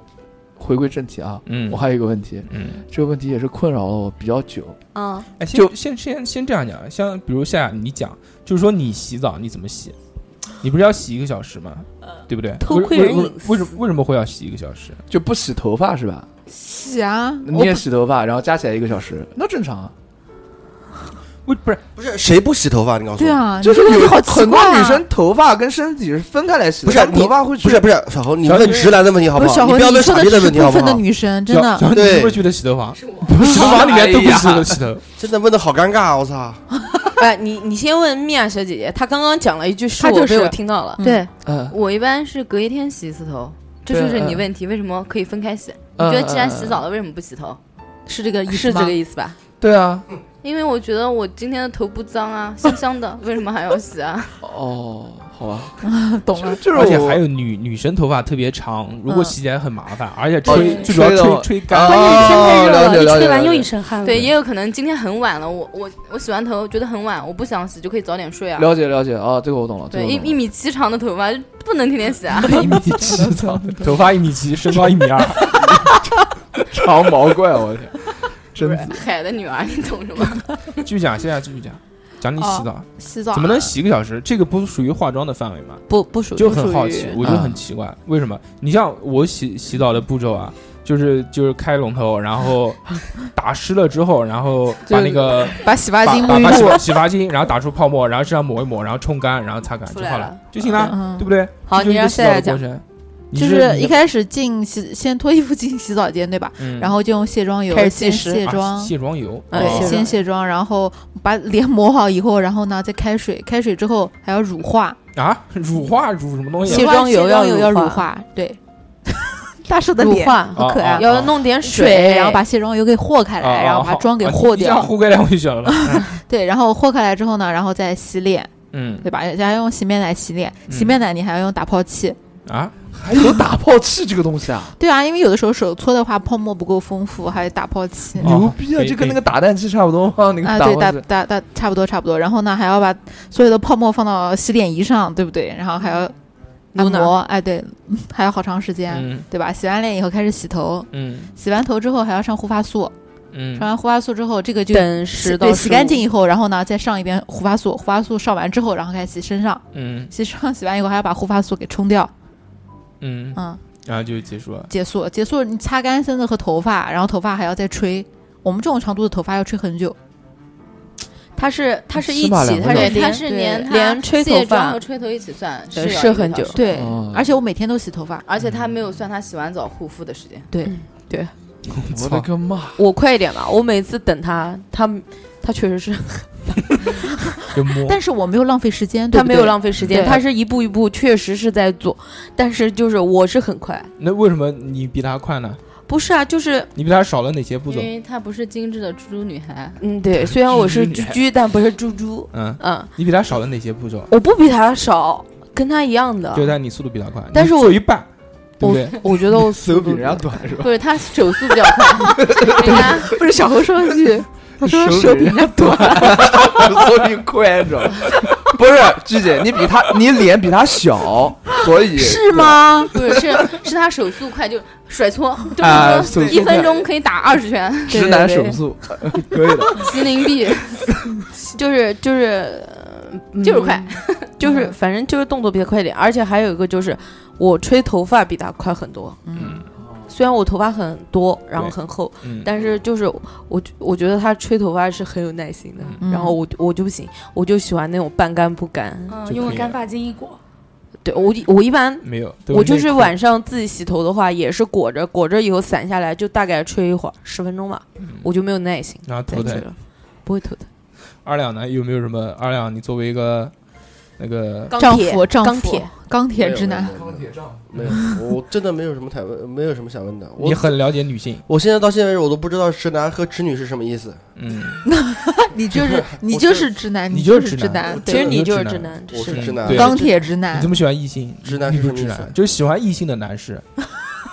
回归正题啊，嗯我还有一个问题，嗯，这个问题也是困扰了我比较久。嗯，哎，先就先先先这样讲，像比如夏夏你讲，就是说你洗澡你怎么洗？你不是要洗一个小时吗？对不对？呃偷为窥为人为隐私为什么为什么会要洗一个小时？就不洗头发是吧？洗啊！你也洗头发，然后加起来一个小时，那正常啊。为不是不是哎谁不洗头发？你告诉对我，啊，就是你这个问有题好奇很怪多啊女生头发跟身体是分开来洗的，不是她们你头发会不是不是小红，你小问红直男的问题好不不是小好？你红，不要问傻说逼的的是问题部好不分的好？女生，真小的小你是不对是觉得洗头发？洗头发里面都哎不是洗头，真的问的好尴啊尬，我操！哎，你你先问米娅小姐姐，她刚刚讲了一句，是她就我被是我听到了。对对嗯，我一般是隔一天洗一次头，这就是对你嗯问题，为什么可以分开洗？你嗯觉得既嗯然洗澡了，为什么不洗头？是这个意思是吗这呃个意思吧？对啊，因为我觉得我今天的头不 脏啊，香香的，为什么还要洗啊？哦，好吧， 懂了。就是而且还有有女女生头发特别长，如果嗯洗起来很麻烦，而且吹哦最主要吹啊到吹吹干。关键是天太了解热了解一吹完了又解一身哦汗了。对，也有可能今天很晚了，我我我洗完头觉得很晚，我不想洗，就可以早点睡啊。了解了解啊，这个我懂了。这对，个我一懂了一米七长的头发不能天天洗啊。 一米 七，操头发一米七，身高一米二，长毛怪，我的天，真子。海的女儿，你 懂什么？继续讲，现在继续讲，讲你洗澡洗澡怎么能？洗一个小时？这个不属于化妆的范围吗？不不属于，就不属很于好奇，我就嗯很奇怪，为什么？你像我洗洗澡的步骤啊，就是就是开龙头，然 后打湿了之后，然后把那个把洗发把精沐把浴把洗露发洗发精，然后打出泡沫，然后身上抹一抹，然后冲干，然后擦干出就来好了了，就行了，嗯对不对？这好就是你一让个洗澡夏夏的讲过程，你就是你一开始进洗，先脱衣服进洗澡间，对吧？嗯然后就用卸妆油开始先计时卸啊妆，卸妆油，嗯哦对，妆先卸妆，然后把脸抹好以后，然后呢再开水，开水之后还要乳化，啊，乳化乳什么东卸西？乳化妆油卸要妆油乳要乳化化，对， 大叔的乳脸化好可爱啊啊，要弄点水，然后把卸妆油给和开啊来，然后把妆给啊和你这样掉，和开来我就晓得 了。对，然后和开来之后呢，然后再洗脸，嗯，对吧？还要用洗面奶洗脸，洗嗯面奶你还要用打泡器，啊，还有打泡器这个东西啊，对啊，因为有的时候手搓的话，泡沫不够丰富，还有打泡器。哦 牛逼啊！可以这跟可以那个打蛋器差不多吗？那个啊，打对，泡打器，打打，差不多差不多。然后呢，还要把所有的泡沫放到洗脸仪上，对不对？然后还要按撸哪摩，哎，对， 还要好长时间，嗯对啊吧？洗完脸以后开始洗头，嗯洗完头之后还要上护发素，嗯上，完护发素之后，这个就等洗十到对洗干净15以后，然后呢再上一遍护发素，护发素上完之后，然后开始洗身上，嗯洗身上洗完以后还要把护发素给冲掉，嗯，嗯，然后就结束了。结束结束，你擦干身子和头发，然后头发还要再吹。我们这种长度的头发要吹很久，它是它是一起码两起，个它小时是连对，它是连它连吹头卸妆发和，吹头一起算，对要是一个很小久时对哦而且我每天都洗头发，而且它没有算它洗完澡护肤的时间。我的个妈！我快一点吧，我每次等它，它它确实是就 摸，但是我没有浪费时间，对它不没对有浪费时间，对它是一步一步，确实是在做，但是就是我是很快，那为什么你比他快呢？不是啊，就是你比他少了哪些步骤因？为她不是精致的猪猪女孩，嗯，对，虽然我是猪猪猪女孩猪，但不是猪猪，嗯，嗯，你比他少了哪些步骤？我不比他少，跟他一样的，就但你速度比他快，但是你我做一半，对不我对？我觉得我手比人家短是吧？不是她手速比 较快，人家不是小猴说一句，他说 手比人家短， 所以快着。 不是，鞠姐，你比他，你脸比他 小，所以是？吗？不是是是她手速快，就甩搓，就啊是说手速一分快钟可以打二十圈，对直男手速可以的，麒麟臂嗯就是就是、呃就是快，，嗯就是反正就是动作比他快一点，而且还有一个就是我吹头发比他快很多，嗯虽然我头发很多，然后对很厚，嗯，但是就是我我觉得他吹头发是很有耐心的，嗯然后我我就不行，我就喜欢那种半干不干，嗯就，用可个以干了发巾一裹，对我一我一般。没有，对吧我就是内裤晚上自己洗头的话，也是裹着，裹着以后散下来就大概吹一会儿，十分钟吧，我就没有耐心。然后嗯啊头对疼。了，不会头疼。二两呢？有没有什么二两？你作为一个那个钢丈铁夫，丈夫，钢铁，钢铁直男，没有，我真的没有什么谈问，没有什么想问的。我你很了解女性，我现在到现在为止，我都不知道直男和直女是什么意思。嗯， 你就是你就是直男，你就就是是直直男男，其实我就你就是直是直男男，我是是的直男，对钢铁直你男怎。么喜欢异性？啊直男你是不什是直么意思男，就是喜欢异性的男士。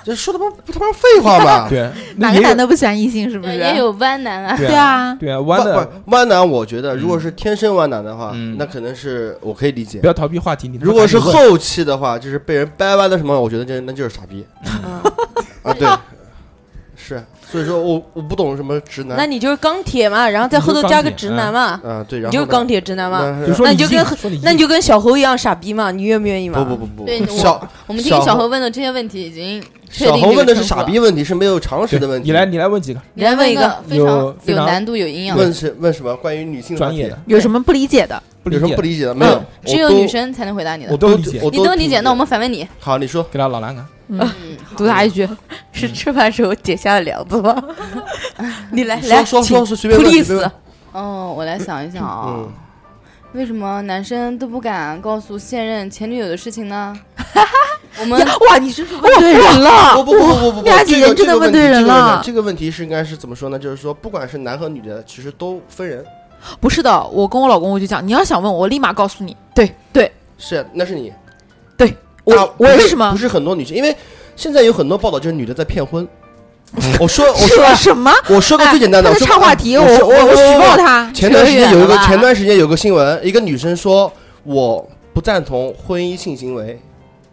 这说的不不他妈废话吗？ 对，那哪也个有男的不喜欢异性？是不是？也有弯男 啊。对对啊，啊，对啊，弯弯的不弯男，我觉得如果是天生弯男的话，嗯那可能是我可以理解不。要逃避话题。你他妈如果是敢问后期的话，就是被人掰弯的什么，我觉得这那就是傻逼嗯，啊！对，是，所以说我我不懂什么直男那你就是钢铁嘛，然后在后头加个直男嘛，啊，对，然你就后是呢钢铁直男嘛，那就说那你就硬跟说你那你硬就跟小猴一样傻逼嘛，你愿不愿意嘛？不不不不对我不，小我们听小小猴猴问的这些问题已经确小定猴这个问的是称呼傻了逼问题，是没有常识的问题。对你来，你来问几个你来问一个非有常非有常难度、有营养的问，是问什么关于女性话专题业的，有什么不理解的？不理有什么不解，理解的？没有嗯，只我有都女，生才能回答你我的。都理解。我你都理解，那我们反问你，好，你说给他老蓝看，嗯，毒打一句，是吃饭时候解下的梁子吗？ 你来来，说说请说说随便问随 please 便问，哦，我来想一想啊嗯，，为什么男生都不敢告诉现任前女友的事情呢？我们哇，你是问对人了，不不不不不不，哇这姐个姐真这的个问问题对这人个问题了这个问题是应该是怎么说呢？就是说，不管是男和女的，其实都分人。不是的，我跟我老公我就讲，你要想问我，我立马告诉你。是，那是你。对大，我不我是为什么不是很多女性？因为现在有很多报道，就是女的在骗婚。我说，我说，什么？我说个最简单的，他我说在哎岔话题，我我说我我举报他。前段时间有一个扯远了吧前段时间有个新闻，一个女生说我不赞同婚姻性行为，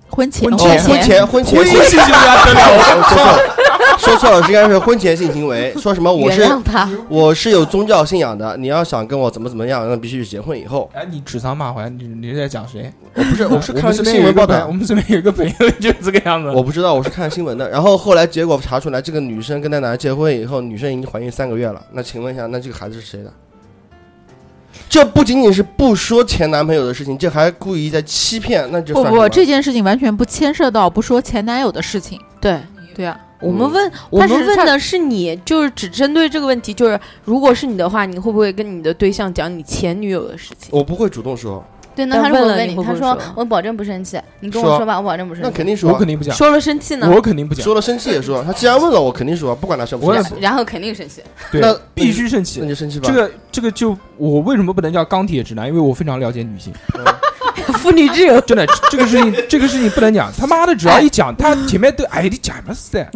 婚前哦，婚前婚前性行为得了，我说错了，说错了，是应该是婚前性行为，说什么我原是谅他，我是有宗教信仰的，你要想跟我怎么怎么样，那必须是结婚以后。 哎，你指桑骂槐，你你在讲谁？我不是， 我是 我们看了一个身新边有一闻个报朋友，道我，们身边有一个朋友 就是这个样子。我不知道，我是看新闻的。然后后来结果查出来，这个女生跟那男的结婚以后，女生已经怀孕三个月了。那请问一下，那这个孩子是谁的？这不仅仅是不说前男朋友的事情，这还故意在欺骗，那就不算不，这件事情完全不牵涉到不说前男友的事情。对。对啊，我们嗯问，我但们是问他的是你，就是只针对这个问题，就是如果是你的话，你会不会跟你的对象讲你前女友的事情？我不会主动说，对，那但他如果问了问你你，会他不会说说我保证不生气，你跟说我说吧，我保证不生那气。肯定说我啊，肯定不讲，说了生气呢？我肯定不讲，说了生气也说。啊他既然问了，我肯定说，不管他生不我也生不气，然后肯定生气。对那，嗯必须生气那。就生气吧。这嗯个这个就我为什么不能叫钢铁直男？因为我非常了解女性，妇女之友，真的，这个事情，这个事情不能讲。他妈的，只要一讲，他前面都哎，你讲什么 噻？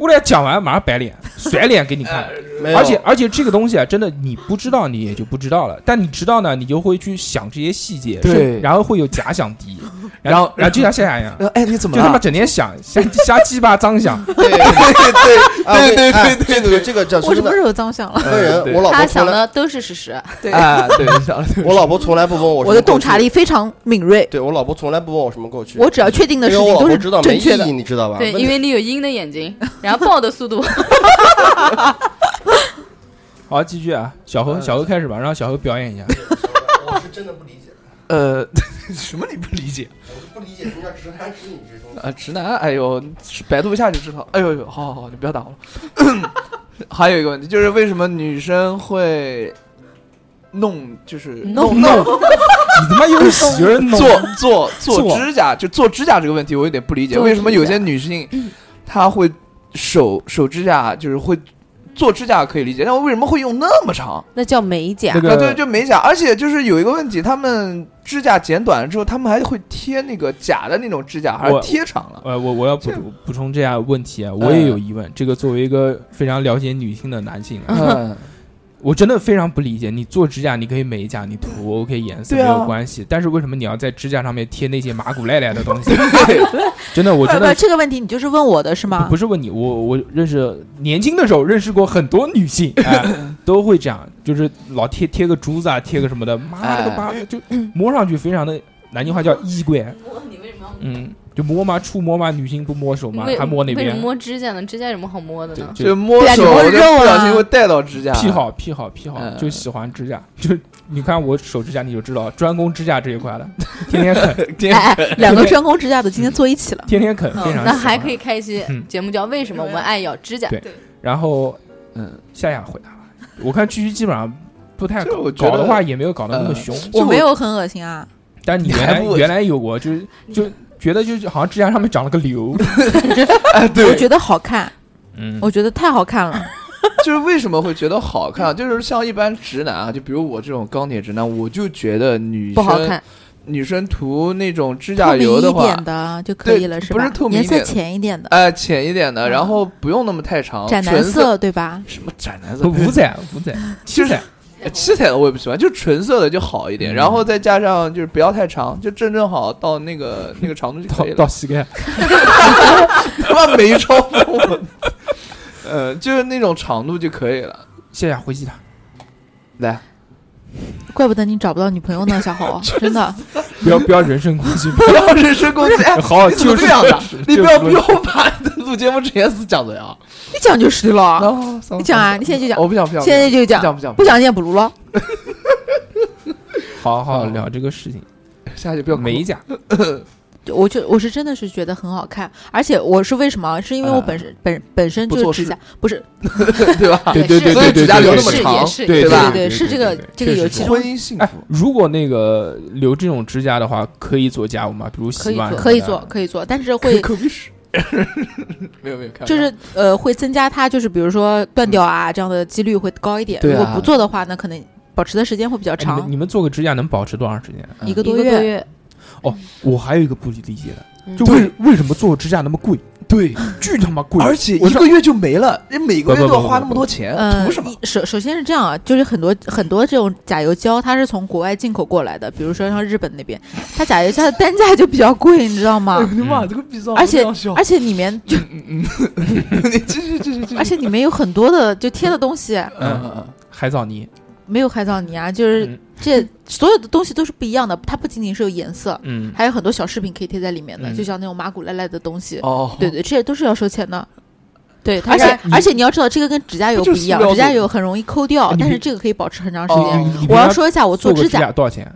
我俩讲完马上摆脸，甩脸给你看。哎没有而且而且这个东西啊，真的你不知道你也就不知道了，但你知道呢，你就会去想这些细节，对是然后会有假想 敌，然后然后就像夏夏一样，呃 哎，你怎么就他妈了？整天想 瞎瞎鸡巴脏 想，对 对对啊对对哎对这个这个讲我说什真么的，时候脏想了？分人，我老他婆从想来的都是事实，对啊，对，想了对我老婆从来不问我什我么的过洞去察，力非常敏锐，对我老婆从来不问我什么过去，我只要确定的事因为情哎我都老是婆知道没正意确的义，。你知道吧？对，问因题为你有鹰的眼睛，然后豹的速度，好，继续啊，小何嗯小何开始吧，让小何表演一下，我是真的不理解， 呃， 什么你不理解我是不理解什么叫直男直女这东西。啊？直男，哎呦，百度一下就知道。哎呦呦，好好好，你不要打我了。 还有一个问题就是，为什么女生会 弄，就是弄弄， 你他妈又是喜人弄，做做做做指甲，就做指甲这个问题，我有点不理解，做为什么有指甲些女性她会手手指甲就是会做指甲可以理解，但我为什么会用那么长？那叫美甲那啊，对，个就美甲，而且就是有一个问题，他们指甲剪短了之后，他们还会贴那个假的那种指甲，还是我贴长了？呃，我我要补充补充这样问题啊，我也有疑问。这个作为一个非常了解女性的男性啊，嗯，我真的非常不理解。你做指甲，你可以美甲，你 涂 OK 颜色没对啊有关系，但是为什么你要在指甲上面贴那些麻古赖赖的东西？ 对，真的，我不真呃是不是的这个问题，你就是问我的是啊吗？不是问你，我我认识年轻的时候认识过很多女 性，哎都会这样，就是老贴贴个珠子啊，贴个什么的，妈了个哎巴的，就摸上去非常的南京话叫衣柜，你为什么嗯，就摸嘛，触摸嘛，女性不摸手嘛，为还摸那为什边么，摸指甲呢？指甲有什么好摸的对 呢？就就摸对啊你手摸就肉不小啊心会带到指甲，癖好，癖好，癖好，嗯就喜欢指甲，就你看我手指甲你就知道，专攻指甲这一块的，天天啃，贴哎，哎两个专攻指甲的今天坐一起 了，天天啃，非常喜欢嗯那还可以。开一期嗯节目叫《为什么我们爱咬指甲》对然后嗯，夏夏回答吧，我看居居基本上不太就搞我觉得搞的 话，也没有搞得那么凶，就我我没有很恶心啊，但你原你还来不原来有过，就是就觉得就是好像指甲上面长了个瘤，哎，我对，觉得好看，嗯，我觉得太好看了。就是为什么会觉得好看？啊就是像一般直男啊，就比如我这种钢铁直男，我就觉得女不好生看，女生涂那种指透甲明油一的话点，的就可以对了，是不吧？是透明一颜色点的浅一点的，哎，浅一点的，嗯然后不用那么太长，斩哦纯男色对吧？什么斩男色？ 五仔五仔七仔，哎七彩的我也不喜欢，就纯色的就好一点，嗯然后再加上就是不要太长，就正正好到那个那个长度就可以到了到。膝盖，他妈没超过我， 呃，就是那种长度就可以了。夏夏回击他，来，怪不得你找不到女朋友呢，小猴，真的。不要不要人身攻击，不要人身攻击，哎，好，你怎么就是这样的？你不要就不是要把 你的录节目之前死讲的呀！你讲就是了，啊，你讲啊，你现在就讲，哦我不讲不讲，现在就不讲不讲不讲你也不录了。好好 聊这个事情，下去不要哭美甲，就我就我是真的是觉得很好看，而且我是为什么？是因为我本身、本本身不就做是指事甲，不是 对吧？啊对对对所对以对，指甲留对那么对是长也，是对对吧对对是这个这个有其其中婚姻幸哎福，，如果那个留这种指甲的话，可以做家务吗？比如洗碗什么的可以做可以做，但是可以会抠鼻屎， 没有没有，开玩笑就是呃会增加它就是比如说断掉啊、这样的几率会高一点。对啊啊如果不做的话，那可能保持的时间会比较哎你长们，你们做个指甲能保持多长时间？啊嗯一个一多个月。多月，我还有一个不理解的，嗯就为为什么做指甲那么贵？对，巨他妈贵！而且我一个月就没了，人每个不不月都不要不花那不么多钱，嗯哎图什，么你？首首先是这样啊，就是很多很多这种甲油胶，它是从国外进口过来的，比如说像日本那边，它甲油胶的单价就比较贵，你知 道吗？哎你妈这个逼造而且而且里面就你继续继续继续，而且里面有很多的就贴的东西，嗯嗯，海藻泥，没有海藻泥啊，就是嗯这所有的东西都是不一样的，它不仅仅是有颜色，嗯，还有很多小饰品可以贴在里面的，嗯就像那种马古赖赖的东西，哦，对对，这些都是要收钱的。对，它而且是而且你要知道，这个跟指甲油不就不是一样塑，料指甲做的油很容易抠掉哎，你但是别这个可以保持很长时哦间。你你我要平常说一下，我做做个指指甲甲多少钱？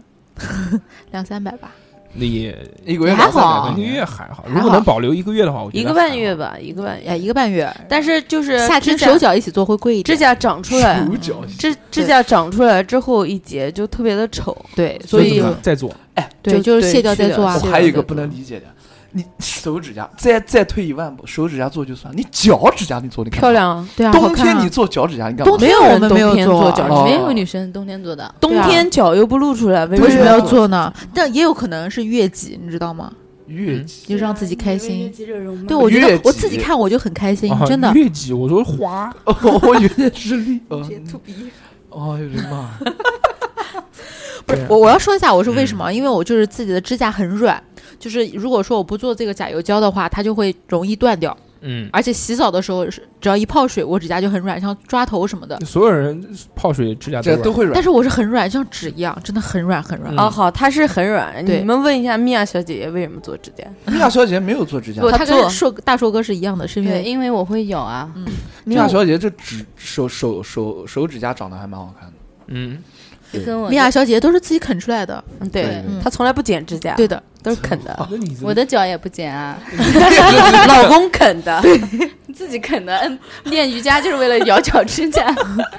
两三百吧，那也一个月还两三啊好百一块个钱月还好，如果能保留一个月的话，我觉得一个半月吧，一个半哎，月。一个半月。但是就是夏指天甲手脚一起做会贵一点指，甲长 出来，手脚指指甲长出来之后一截就特别的丑，对，所所以再做对就就是对卸掉再去掉做啊我。还有一个不能理解的，你手指甲再再退一万步，手指甲做就算，你脚指甲你做你干嘛漂。亮啊！对啊，冬好看天啊你做脚指甲你干嘛冬？天没有人人都没有冬天做做脚哦没有女生冬天做的，冬啊天脚又不露出来，为为什什么么要要做？做呢？但也有可能是悦己，你知道吗？月嗯就让自己开心。对，对我觉悦得己我自己看我就很开心啊，，真的。越挤，我说花，哦，我以为是力。哦，鼻。哎呦我的妈！啊不是我，我要说一下我是为什么，因为我就是自己的指甲很软，就是如果说我不做这个甲油胶的话，它就会容易断掉，嗯，而且洗澡的时候是只要一泡水，我指甲就很软，像抓头什么的。所有人泡水指甲这软都会软但。是我是很软，像纸一样，真的很软很软。嗯啊，好，它是很软。对你们问一下米娅小姐姐为什么做指甲？米娅小姐姐没有做指甲不，，她它做跟硕大硕哥是一样的，是嗯因对，为因为我会有啊，米娅小姐姐这指手手手手指甲长得还蛮好看的。嗯，就跟我米娅小姐姐都是自己啃出来的。嗯，对嗯她从来不剪指甲，对，的，都是啃 的，啊那你这我的脚也不剪啊，老公啃的。自己啃的。嗯，练瑜伽就是为了 咬脚指甲。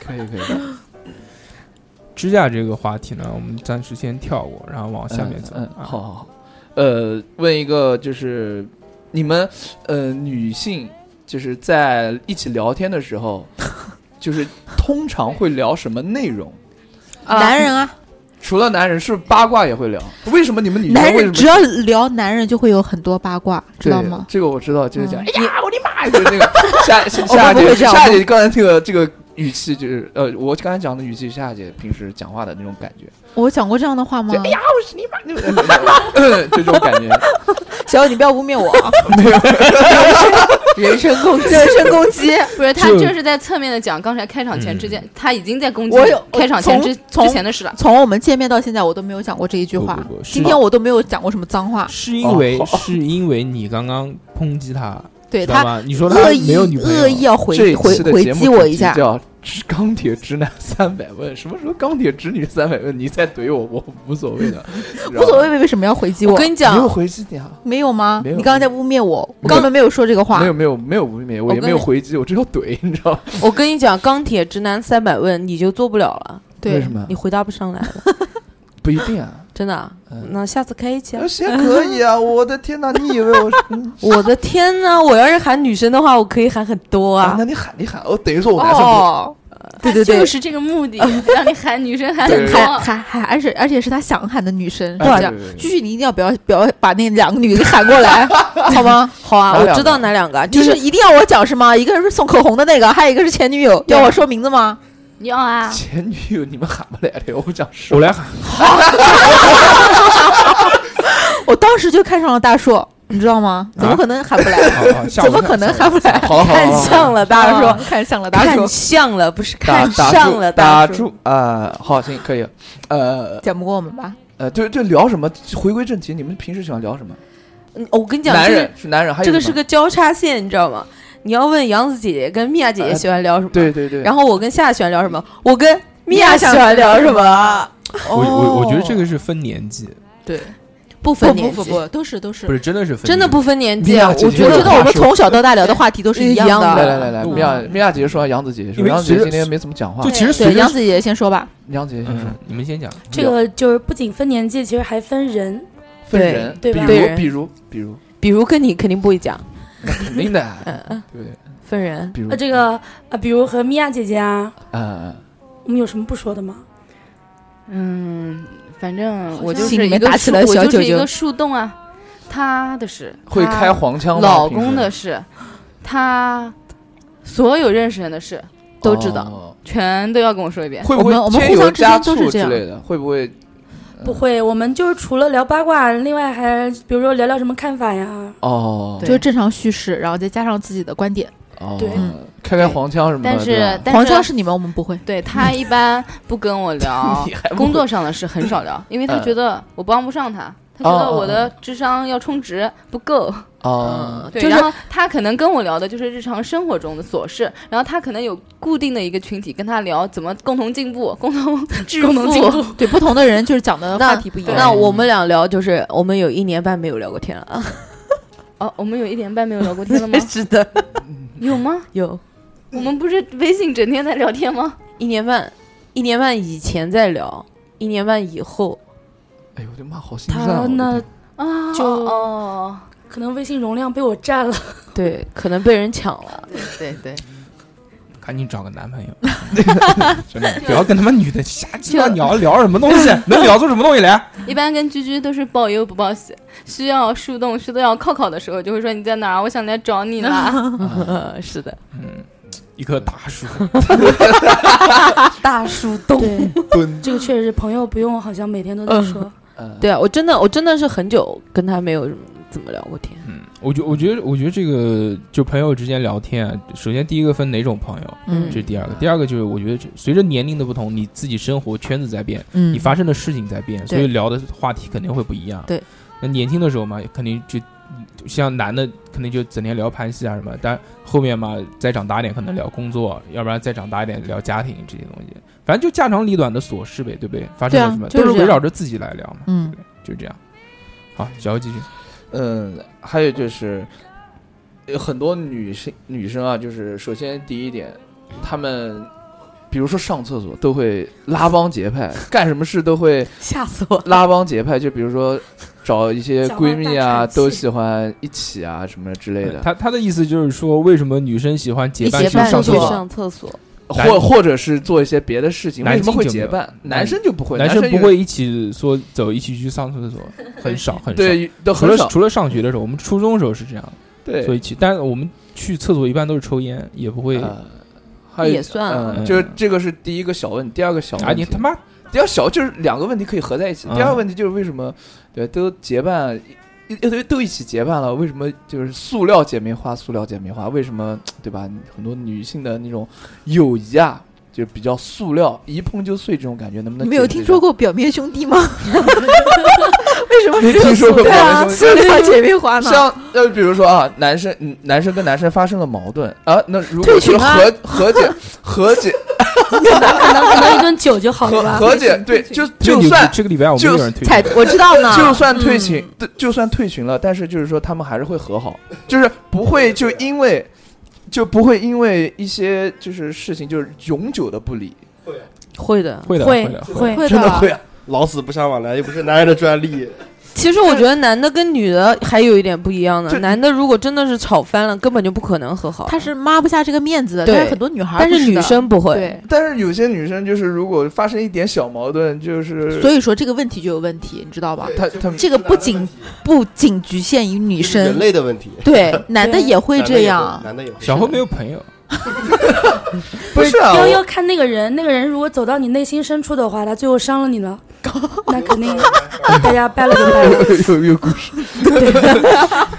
可以可以，指甲这个话题呢，我们暂时先跳过，然后往下面走。嗯，嗯啊好，好好。呃，问一个就是你们呃女性就是在一起聊天的 时候，就是通常会聊什么内容？男人啊，除了男人，是不是八卦也会聊？为什么你们女生男为人只什么？要聊男人就会有很多八卦，知道对吗？这个我知道，就是嗯讲， 哎呀，我的妈呀，就是那个夏夏夏我不姐，会这样夏我姐刚才这个这个语气就是，呃，我刚才讲的语气，是夏姐平时讲话的那种感觉，我讲过这样的话 吗就？哎呀，我是你妈， 就这种感觉，小友，你不要污蔑我 啊！人身攻击，人身攻击，不是，他就嗯这是在侧面的讲，刚才开场前之前，他已经在攻击我有开场前之从之前的事了。从我们见面到现在，我都没有讲过这一句话不。不不是今天我都没有讲过什么脏话。是因为哦好是因为你刚刚抨击他，对知道他吗？你说他恶意没有女朋恶意友，要这回一回期的回节目击我主一题下，叫《钢铁直男三百问》，什么时候钢铁直女三百问？你再怼我，我无所谓的，无所谓为什么要回击我我？跟你没有讲，回击你啊，没有吗？没有你刚刚在污蔑我，我我根本没有说这个话没。有没有没有污蔑，我也跟没有你回击，我只有怼，你知道吗？我跟你讲，钢铁直男三百问你就做不了了，为对什，么你？回答不上来了，不一定啊。真的啊嗯。那下次开一期啊那。谁可以啊！我的天哪，你以为我是？我的天呐，我要是喊女生的话，我可以喊很多啊啊那。你喊你喊，我等于说我男生不哦，对对就对，是这个目 的， 让你喊女生喊对很对还多。还还，而且而且是他想喊的女生，哎是对吧对对句句你一定要不要不要把那两个女的喊过来，好吗？好啊，哪两我个知道哪两个，就就是是一定要我讲是吗？一个是送口红的那个，还有一个是前女友，对要我说名字吗？要啊，前女友你们喊不来的，我讲实我 话。来喊，我当时就看上了大硕，你知道吗？啊怎么可能喊不来？好 好下午怎么可能喊不来？好好啊看好好，像了大硕叔，看上了大看硕，像了，不是打看打上住了，打叔。住啊！好，行，可以。呃讲不过我们吧？呃，对对，聊什么？回归正题，你们平时喜欢聊什么？嗯我跟你讲，男这人个是男人，还有这个什是么个交叉线，你知道吗？你要问杨子姐姐跟米娅姐姐呃喜欢聊什么，对对对。然后我跟夏喜欢聊什么，我跟米米娅娅喜想欢聊什么，我我我哦觉得这个是分年纪，对，不不分不年不纪，不，都是都是不。是真的是分真的年纪不分年米纪娅啊。我姐觉姐我得觉得我话们说从小到大聊的话题都是一一样的。来来的来来，嗯米娅米娅姐姐说完，杨子姐姐因说，为杨子姐其姐实今天没怎么讲话就。其实随对，着杨子姐姐先说吧。杨姐姐先说嗯，，你们先讲，这个就是不仅分年纪，其实还分人。分对人，比对吧如对比如比如，比如跟你肯定不会讲，那肯定的 嗯啊，嗯，对不对？分人。比如呃，这个呃，比如和米娅姐姐啊，啊，我们有什么不说的吗？嗯，反正我就心是里一面个打树，起了我小就是九一个九树洞啊。他的事，会他开黄腔吗？啊老平时哦公的事，他所有认识人的事都知道，哦全都要跟我说一遍。会不会我们我们添互油相之加间都醋是这之样类的？会不会嗯不会，我们就是除了聊八卦，另外还比如说聊聊什么看法呀，哦？就是正常叙事，然后再加上自己的观点。哦对嗯开开黄腔什么的。但对是吧，但黄腔是你们，我们不会。对他一般不跟我聊 你还不工作上的事，很少聊，因为他嗯觉得我帮不上他，他觉哦得哦我的智商要充值不够。哦，对，就是然后他可能跟我聊的就是日常生活中的琐事，然后他可能有固定的一个群体跟他聊怎么共同进步、 共同致富。功能进步。对，不同的人就是讲的那话题不一样。那我们俩聊就是，我们有一年半没有聊过天了啊。？哦，我们有一点半没有聊过天了吗 是的，有吗？有我们不是微信整天在聊天吗？一年半，一年半以前在聊，一年半以后哎呦我的妈，好心酸啊！他我的呢天啊，就哦，可能微信容量被我占了。对，可能被人抢了。对对，赶紧找个男朋友， 真的不要跟他们女的瞎鸡巴聊聊什么东 西，能聊出什么东西来？一般跟居居都是报忧不报喜，需要树洞、需要靠靠的时候，就会说你在哪儿，啊我想来找你啦。啊 是的，嗯，一棵大树，大树洞。对，蹲这个确实是朋友不用，好像每天都在 说。嗯，对啊，我真的我真的是很久跟他没有怎么聊过天。嗯，我觉我觉得我觉得这个就朋友之间聊天啊，首先第一个分哪种朋友，嗯这是第二个，第二个就是我觉得这随着年龄的不同，你自己生活圈子在变，嗯，你发生的事情在变，所以聊的话题肯定会不一样。对，那年轻的时候嘛，肯定就像男的肯定就整天聊盘戏啊什么，但后面嘛再长大一点可能聊工作，要不然再长大一点聊家庭这些东西，反正就家长里短的琐事呗，对不对？发生对啊了什么、就是都是这围样绕着自己来聊嘛，嗯对不对？就是这样。好，小欧继续。嗯，还有就是，有很多女性女生啊，就是首先第一点，她们比如说上厕所都会拉帮结派，干什么事都 会吓死我！拉帮结派，就比如说找一些闺蜜讲话啊，大喘气都喜欢一起啊什么之类的，他他的意思就是说，为什么女生喜欢结一伴结嗯去伴上去厕所？上厕 所，或或者是做一些别的事情，为男什么会性就没结有伴？男生就不会，男生生不有会一起说走一起去上厕所，很 少很少。对，都除很了少除了上学的时候，我们初中的时候是这样的。对，所以去，但我们去厕所一般都是抽烟，也不会。呃还有也算啊嗯，就是这个是第一个小问题，第二个小啊，问题，你他妈比较小，就是两个问题可以合在一起。嗯第二个问题就是为什么对都结伴一一堆都一起结伴了，为什么就是塑料姐妹花？塑料姐妹花为什么对吧？很多女性的那种友谊啊，就比较塑料，一碰就碎这种感觉，能不能？你们有听说？过表面兄 弟吗？为什么没只有听说过对啊表面兄弟塑料姐妹花呢？像呃，比如说啊，男生嗯男生跟男生发生了矛盾啊，那如果退是群啊和和解和 解 可能可能一顿酒就好和了吧。和解，对，就这就个算有这个礼拜我们就有人退彩群， 我知道 呢，就算退群，对就算退群了，但是就是说他们还是会和好，就是不会就因为就不会因为一些就是事情就是永久的不理，会的。会的会的会会的。会真的吧会啊，老死不相往来，又不是男人的专利。其实我觉得男的跟女的还有一点不一样这的，男的如果真的是吵翻了，根本就不可能和好。他是抹不下这个面子的，对但是很多女孩儿但不是的女生不会。对，但是有些女生就是如果发生一点小矛盾，就是所以说这个问题就有问题，你知道吧？她她这个不仅不仅局限于女是人生，类的问题，对男的也会男的这也样。男的也会。小侯没有朋友，不是啊，要要我看那个人，那个人如果走到你内心深处的话，他最后伤了你了，那肯定大家掰了就 掰了。有有故事，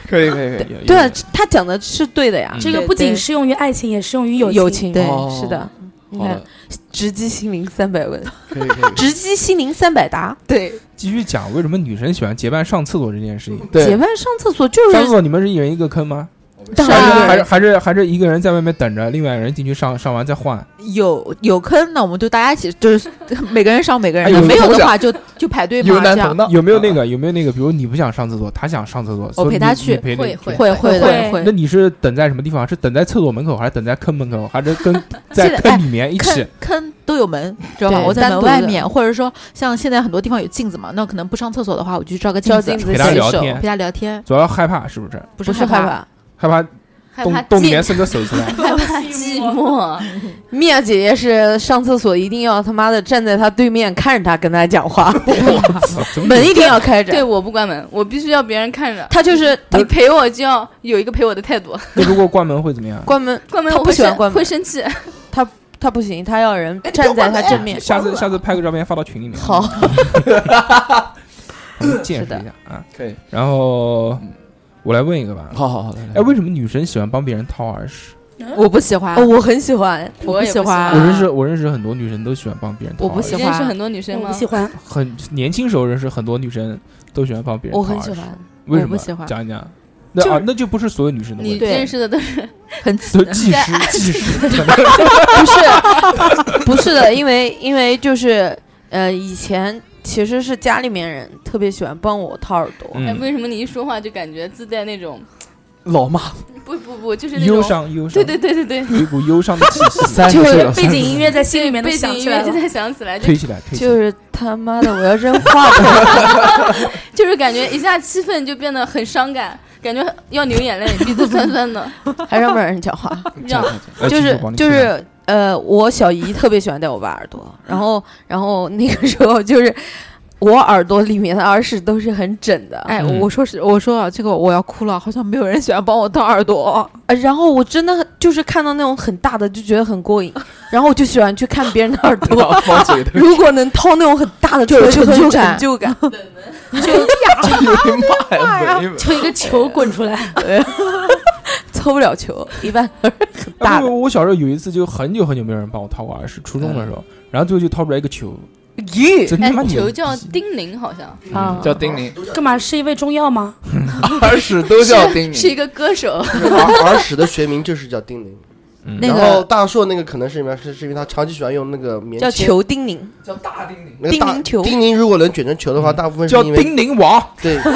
可以可以可以，有对啊，他讲的是对的呀嗯，这个对不仅对适用于爱情，也适用于友友情。情，对哦是的。你好看的，，直击心灵三百问，可以可以，直击心灵三百答。对， 继续讲为什么女生喜欢结伴上厕所这件事情。结对，伴上厕所就上厕是所你们是一人一个坑吗？当是啊还然是还是还是一个人在外面等着，另外一个人进去上上完再换？有有坑，那我们就大家一起，就是每个人上每个人哎的，有没有头的奖话就就排队有嘛，这男同样的有没有那个有没有那个？比如你不想上厕所，他想上厕所，所以哦陪你他去你陪着会你会会会会会那你是等在什么地方？是等在厕所门口，还是等在坑门口，还是跟在现在哎坑里面一起坑？坑都有门，知道吧？对我在单门独外的面，或者说像现在很多地方有镜子嘛，那我可能不上厕所的话，我就去照个照子镜，子陪他洗聊手，天陪他聊天，主要害怕是不是？不不是是害害怕。害怕害洞怕洞里寂面伸个手出 来？害怕寂寞，米娅姐姐是上厕所一定要他妈的站在她对面看着她跟她讲话，哦怎么门一定要开对，着。我不关门，我必须要别人看着。她就是哎她你陪我就要有一个陪我的态度，那如果关门会怎么样？关门，关门他我不会喜欢生关门会生气。她不行，她要人哎站在她正面。下次下次拍个照片发到群里面，好，我们见识是的一下啊。可以，然后我来问一个吧，好好好，哎，为什么女生喜欢帮别人掏耳屎？我不喜欢哦，，我很喜欢，不也喜欢啊我认识我认识很多女生都喜欢帮别人掏我不耳喜屎，你欢认识很多女生我吗不？喜欢，很年轻时候认识很多女生都喜欢帮别人我掏耳很屎，喜欢。为什我么？不喜欢讲一讲。那啊，那就不是所有女生的你问题，对认识的都是很都技 师技师，不是，不是 的，因为因为就是呃，以前其实是家里面人特别喜欢帮我掏耳朵，哎，嗯，为什么你一说话就感觉自带那种老骂不不不，就是那忧种伤忧伤，对对对对对，有一股忧伤的气 息，啊三十岁了，背景音乐在心里面都背景响音起乐来现了。在想起来，就推起来推起来就。是他妈的我要扔话筒，就是感觉一下气氛就变得很伤感，感觉要流 眼泪，鼻子酸酸的。还让不让人讲话？让 哎就继续是宝你就继续是呃，我小姨特别喜欢戴我爸耳朵，然后然后那个时候就是我耳朵里面的耳屎都是很整的，哎，嗯我说是我说啊，这个我要哭了，好像没有人喜欢帮我掏耳朵。呃然后我真的很就是看到那种很大的就觉得很过瘾，然后我就喜欢去看别人的耳朵。放嘴的，如果能掏那种很大的出就来，有就成很就有成就感感。妈 呀，文艺 就一个球滚出来， 凑不了球，一般都是很大啊不的。不我小时候有一次，就很久很久没有人帮我掏过耳屎，初中的时候，然后最后就掏出来一个球，咦真他妈嗯哎，牛球逼！叫丁玲，好像啊！嗯叫丁宁，干嘛是一味中药吗？耳屎都叫嗯丁是一宁，个歌 手。儿儿屎的学名就是叫丁玲。嗯那然个后大硕那个可能是因为是是因为他长期喜欢用那个棉叫签，球丁宁，叫大丁宁，那个大叮咛球叮咛如果能卷成球的话，大部分是嗯叫因为叮咛啊王，对，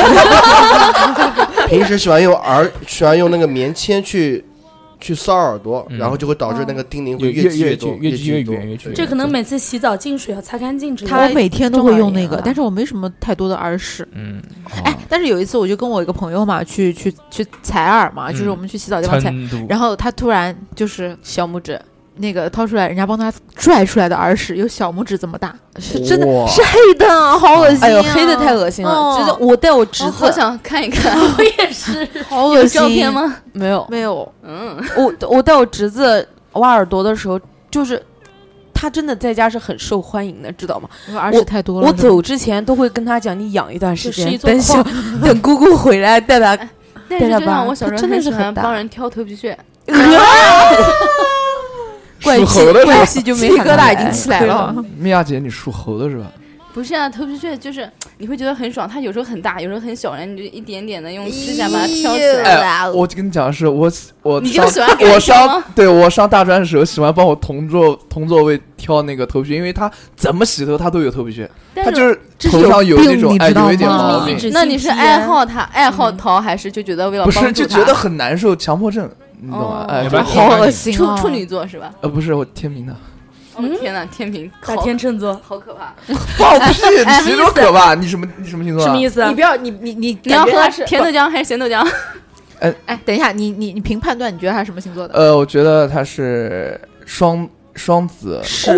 平时喜欢用耳喜欢用那个棉签去去搔耳朵，嗯然后就会导致那个叮咛越会积越越多，越积积越多远越积越这远可能每次洗澡进水要擦干净之类 我的。每天都会中用那耳炎个啊，但是我没什么太多的耳屎。嗯，啊哎，但是有一次我就跟我一个朋友嘛，去去去采耳嘛，就是嗯我们去洗澡地方采，成都，然后他突然就是小拇指那个掏出来，人家帮他拽出来的耳屎有小拇指这么大，是真的，哇是黑的啊，好恶心、啊！哎呦，黑的太恶心了。哦真的，嗯我带我侄我好子想看一看，好恶有心。照片？吗？没有，没有，嗯，我我带我侄子挖耳朵的时候，就是他真的在家是很受欢迎的，知道吗？因为耳屎太多了。我是吧走之前都会跟他讲，你养一段时这是一间，座等小 等姑姑回来带他。但是对了就吧像我小时候真的喜是欢很大帮人挑头皮屑，哎 怪属气猴的是吧怪气就没鸡皮喊疙瘩来已经起来了。哦蜜娅姐，你属猴的是吧？不是啊，头皮屑就是你会觉得很爽，它有时候很大，有时候很小，然后你就一点点的用指甲把它挑起来。哎，呃我跟你讲的是，我我你就上喜欢给人我挑上吗对我上大专的时候，喜欢帮我同座同座位挑那个头皮屑，因为他怎么洗头他都有头皮屑，但他是就是这是头上有有那病种你哎知道有一点吗毛病一，直那你是爱好它，爱好它，还是就觉得为了不帮是助就它觉得很难受，强迫症，你懂吗哦？要哎，不就然好恶心、处啊！处女座是吧？呃不是我天平的，哦天哪，天平，大好天秤座好可怕！ 放屁，你谁说可怕？你什么你什么星座什啊么？意思啊你？不要你你你，你要感觉喝他是甜豆浆还是咸豆浆？哎，等一下，你你你凭判断，你觉得他是什么星座的？呃，我觉得他是双双子，我是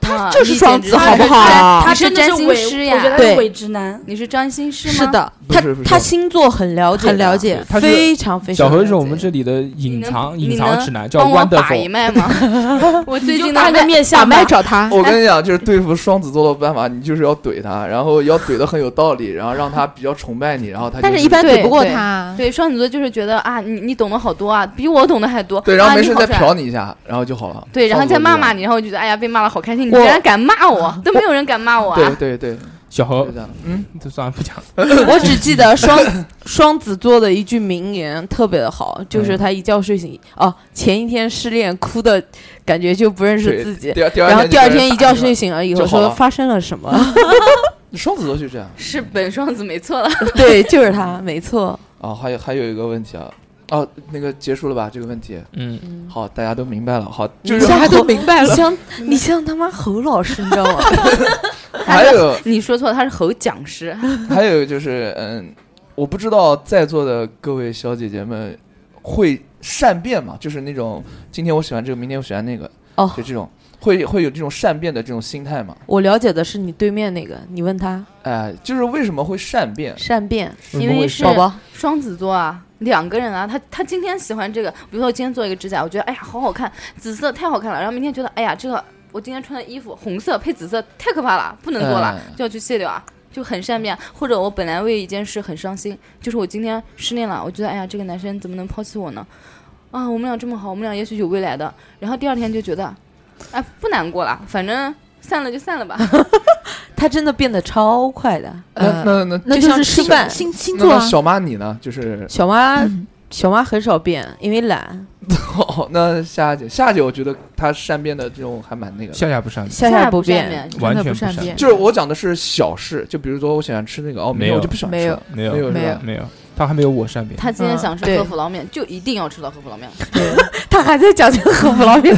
他就是双子，好不好？啊他是真的占是星伪，师我觉得呀他是对伪直男。你是占星师吗？是，的，不他是不是他星座很了解，很了。解。他是非常非常小了解。何是我们这里的隐藏你能隐藏指南，叫帮我把一 Wonderful。脉吗？ 我最近打大个概面打相吧麦，找 他，我跟你讲，就是对付双子座的办法，你就是要怼他，然后要怼的很有道理，然后让他比较崇拜你，然后他、但是是一般对怼不过他。对双子座就是觉得啊，你你懂得好多啊，比我懂得还多。对，然后啊没事再。你好瞟帅你一下，然后就好了。对，然后双子再座骂这样骂你，然后我就觉得哎呀，被骂的好开心，你我居然敢骂我，都没有人敢骂我啊！对对对，小何就这，样。嗯，就算了，不讲了。我只记得双 双子座的一句名言特别的好，就是嗯他一觉睡醒，哦，前一天失恋哭的感觉就不认识对自己，第二第二然后天第二天一觉睡睡醒了以就后好说了发生了什么？ 双子座就这样 是本双子没错了。对，就是他，没错。啊。还有还有一个问题啊，哦，那个结束了吧？这个问题，嗯，好，大家都明白了。好，你就是像大家侯都明白你了，像你像他妈侯老师，你知道吗？ 还有你说错，他是侯讲师。 还有就是，嗯，我不知道在座的各位小姐姐们会善变嘛，就是那种今天我喜欢这个，明天我喜欢那个，哦就这种会会有这种善变的这种心态嘛？我了解的是你对面那个，你问他哎，就是为什么会善变？善变为因什么为会是宝宝，双子座啊，两个人啊，他他今天喜欢这个，比如说我今天做一个指甲，我觉得哎呀好好看，紫色太好看了，然后明天觉得哎呀这个我今天穿的衣服红色配紫色太可怕了，不能做了，嗯就要去卸掉啊。就很善变，或者我本来为一件事很伤心，就是我今天失恋了，我觉得哎呀，这个男生怎么能抛弃我呢？啊，我们俩这么好，我们俩也许有未来的。然后第二天就觉得，哎，不难过了，反正散了就散了吧。他真的变得超快的。那那那呃那就就像是吃星饭星星那座那啊。小妈你呢？ 就是小妈，小妈很少变，因为懒。哦，那夏姐，夏姐，我觉得她善变的这种还蛮那个的。夏夏不善，夏夏夏不善变，变，完全真的不善善变就是我讲的是小事，就比如说我喜欢吃那个，哦，没明天有我就不想吃没有了，没没有有是没吧有没有，他还没有我善变。他今天嗯想吃对和府捞面，就一定要吃到和府捞面。 他还在讲这个和府捞面。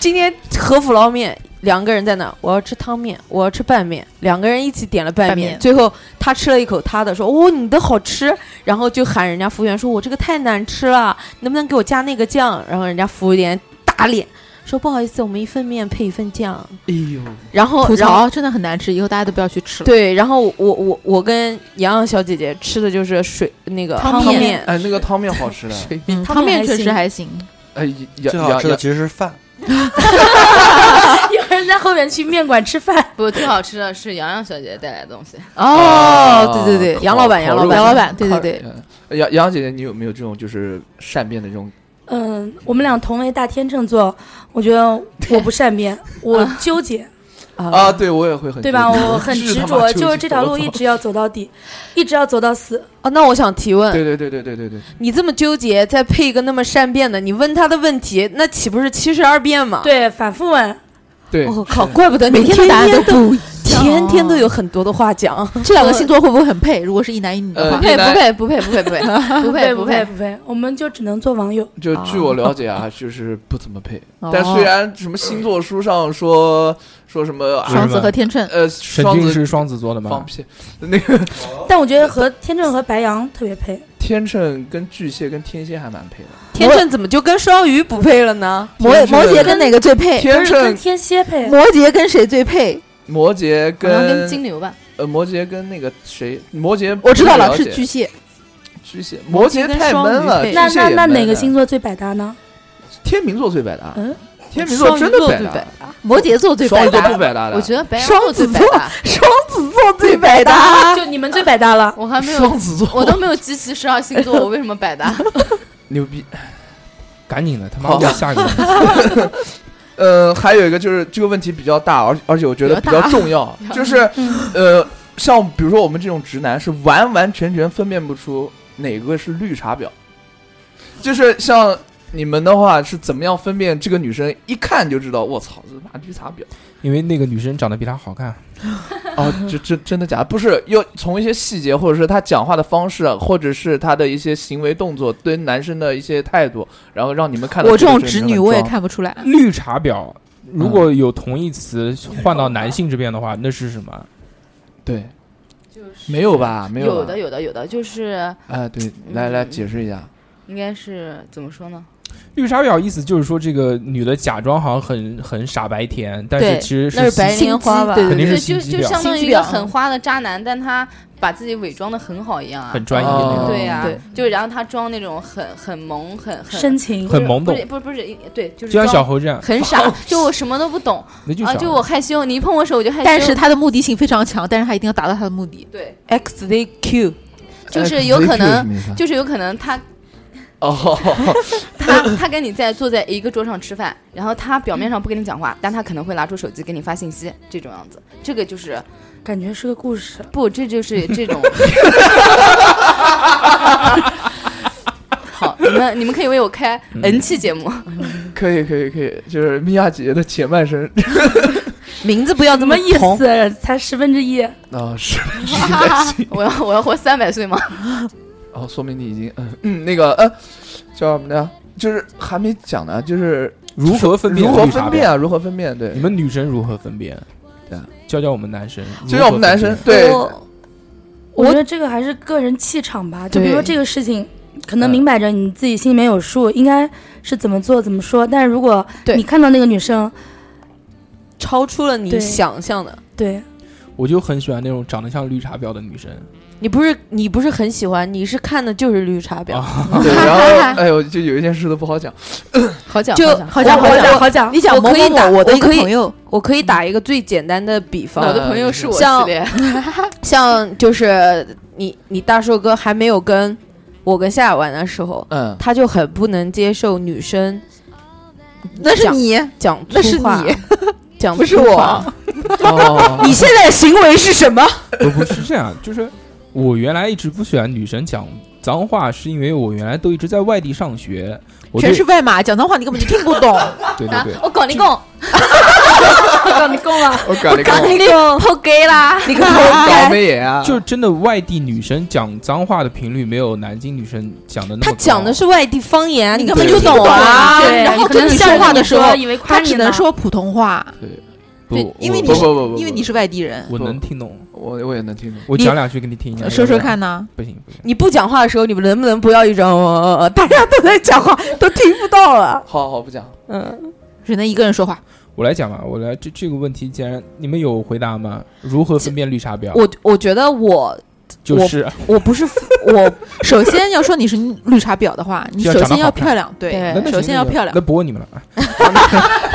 今天和府捞面两个人在那儿，我要吃汤面，我要吃拌面，两个人一起点了拌拌面，面最后他吃了一口他的，说：“哦，你的好吃。”然后就喊人家服务员说：“我这个太难吃了，能不能给我加那个酱？”然后人家服务员打脸说：“不好意思，我们一份面配一份酱。哎呦，”然后吐然后槽真的很难吃，以后大家都不要去吃了。对，然后我我我跟洋洋小姐姐吃的就是水那个汤面，面哎，那个汤面好吃的，水嗯汤汤面面确还实行还行，哎，最好杨吃的杨其实是饭， 有人在后面去面馆吃饭，不，最好吃的是洋洋小姐姐带来的东西。哦，对对烤对，杨老板烤杨老肉板杨老板，对对对，对，呃杨杨姐姐，你有没有这种就是善变的这种？嗯，我们俩同为大天秤座，我觉得我不善变，我纠结，啊，对我也会很嗯 对吧？纠结我很是执他妈着，纠就是结这条我路操一直要走到底，一直要走到死。哦，那我想提 问，对对对对对对对，你这么纠结，再配一个那么善变的，你问他的问题，那岂不是七十二变吗？，对，反复问， 对我、靠，怪不得你每天天的答案都天都不一样，天天都有很多的话讲。啊这两个星座会不会很配？如果是一男一女的呃话不，配不配不配不配不配不对 不配不配，我们就只能做网友。就据啊我了解啊，就是不怎么配。哦但虽然什么星座书上说说什么是啊双子和天秤，呃沈双俊子是双子座的放吗？屁，那 个但我觉得和天秤和白羊特别配，天秤跟巨蟹跟天蝎还蛮配的。天秤怎么就跟双鱼不配了呢？摩天秤摩羯跟哪个最配？哎不天是跟秤天蝎配。摩羯跟谁最配？摩羯好像跟跟金牛吧，呃摩羯跟那个谁摩羯我知道了，据是我巨解蟹。巨蟹，摩羯太闷了。跟那巨蟹那也那闷哪的个星？座最百搭呢？天秤座最啊百搭，嗯，天秤座真的百搭，摩羯座最双百鱼座不搭，百搭的。我觉得白羊双座最子百座搭，双子座最百搭。 就你们最百搭了。我还没有，双子座我都没有集齐十二星座，我为什么百搭？牛逼。赶紧的，他妈好问 下一个问题。呃，还有一个就是这个问题比较大，而而且我觉得比比较大较重 要，就是嗯 呃，像比如说我们这种直男是完完全全分辨不出哪个是绿茶婊，就是像你们的话是怎么样分辨这个女生一看就知道，我操，这妈绿 茶婊因为那个女生长得比他好看，啊！这这真的假的？不是，要从一些细节，或者是她讲话的方式，啊或者是她的一些行为动作，对男生的一些态度，然后让你们看到我这种个直人女很我也装看不出来，绿茶婊。如果有同义词嗯换到男性这边的话，那是什么？对，没有吧？没有吧的有的有的，就是啊，对，来来解释一下。应该是怎么说呢？绿茶婊意思就是说，这个女的假装好像很很傻白甜，但是对其实那是白心莲花吧？心机对肯定就是就心机就婊，相当于心一机婊个很花的渣男，但他把自己伪装的很好一样啊很。专一的那哦种。对呀、对就然后他装那种很很萌、很深很情很懵不懂是不是不是一对，就是就像装小猴这样，很傻，就我什么都不懂那就啊，小就我猴。害羞，你一碰我手我就害羞。但是他的目的性非常强，但是他一定要达到他的目的。对， X D Q，哎就是有可能，能就是有可能他哦，他他跟你在坐在一个桌上吃饭，然后他表面上不跟你讲话，但他可能会拿出手机给你发信息，这种样子，这个就是感觉是个故事。不，这就是这种。好，你们你们可以为我开 N 期节目， 可以可以可以，就是米娅姐姐的前半 生名字不要这什么意同思？才十分之一，哦啊，是是在 心我要我要活三百岁吗？哦，说明你已经嗯嗯那个呃叫什么呢？就是还没讲呢，就是如何分辨如何绿茶分婊辨啊？如何分辨？对你，们女生如何分辨？对啊教教我们男生，就像我们男如生何分辨对我我觉得这个还是个人气场吧。就比如说对这个事情，可能明摆着你自己心里面有数，应该是怎么做怎么说。但是如果对你看到那个女生，超出了你对想象的。对，我就很喜欢那种长得像绿茶婊的女生。你不是你不是很喜欢，你是看的就是绿茶婊。啊哦对， 然后哎呦，就有一件事都不好讲，好讲就好讲，好讲讲好我讲，好讲，你讲我某可以某打某，我的一个我可以朋友，我可以打一个最简单的比方，我的朋友是我像系列，像就是你你大硕哥还没有跟我跟夏夏玩的时候，嗯，他就很不能接受女生那是讲你，啊讲那是粗话你， 讲不是粗我话。 哦，你现在的行为是什么？不不是这样，就是我原来一直不喜欢女生讲脏话，是因为我原来都一直在外地上学，我对全是外码，讲脏话你根本就听不懂。对对对，我搞你搞，你够了。我搞了一个那个抛给啦，那个抛倒给。霉眼啊，就真的外地女生讲脏话的频率没有南京女生讲的那么他高。讲的是外地方言，你你根本就听不懂啊 啊！对然后你可能跟你是说跟话你的时候说以为 夸他你只呢能说普通话，不对，因为我你不是不不不，因为不你是外地人，我能听懂，我我也能听懂。我讲两句给你听一下，说说看呢？不行不行，你不讲话的时候，你们能不能不要一种、呃大家都在讲话，都听不到啊了？好好不讲，嗯，只能一个人说话。我来讲吧，我来这这个问题，既然你们有回答吗？如何分辨绿茶婊？我我觉得我就是我不是 我首先要说你是绿茶婊 的话，你就要首长得先好要看漂亮，对对，那那首行先那要行漂亮那。不问你们了，啊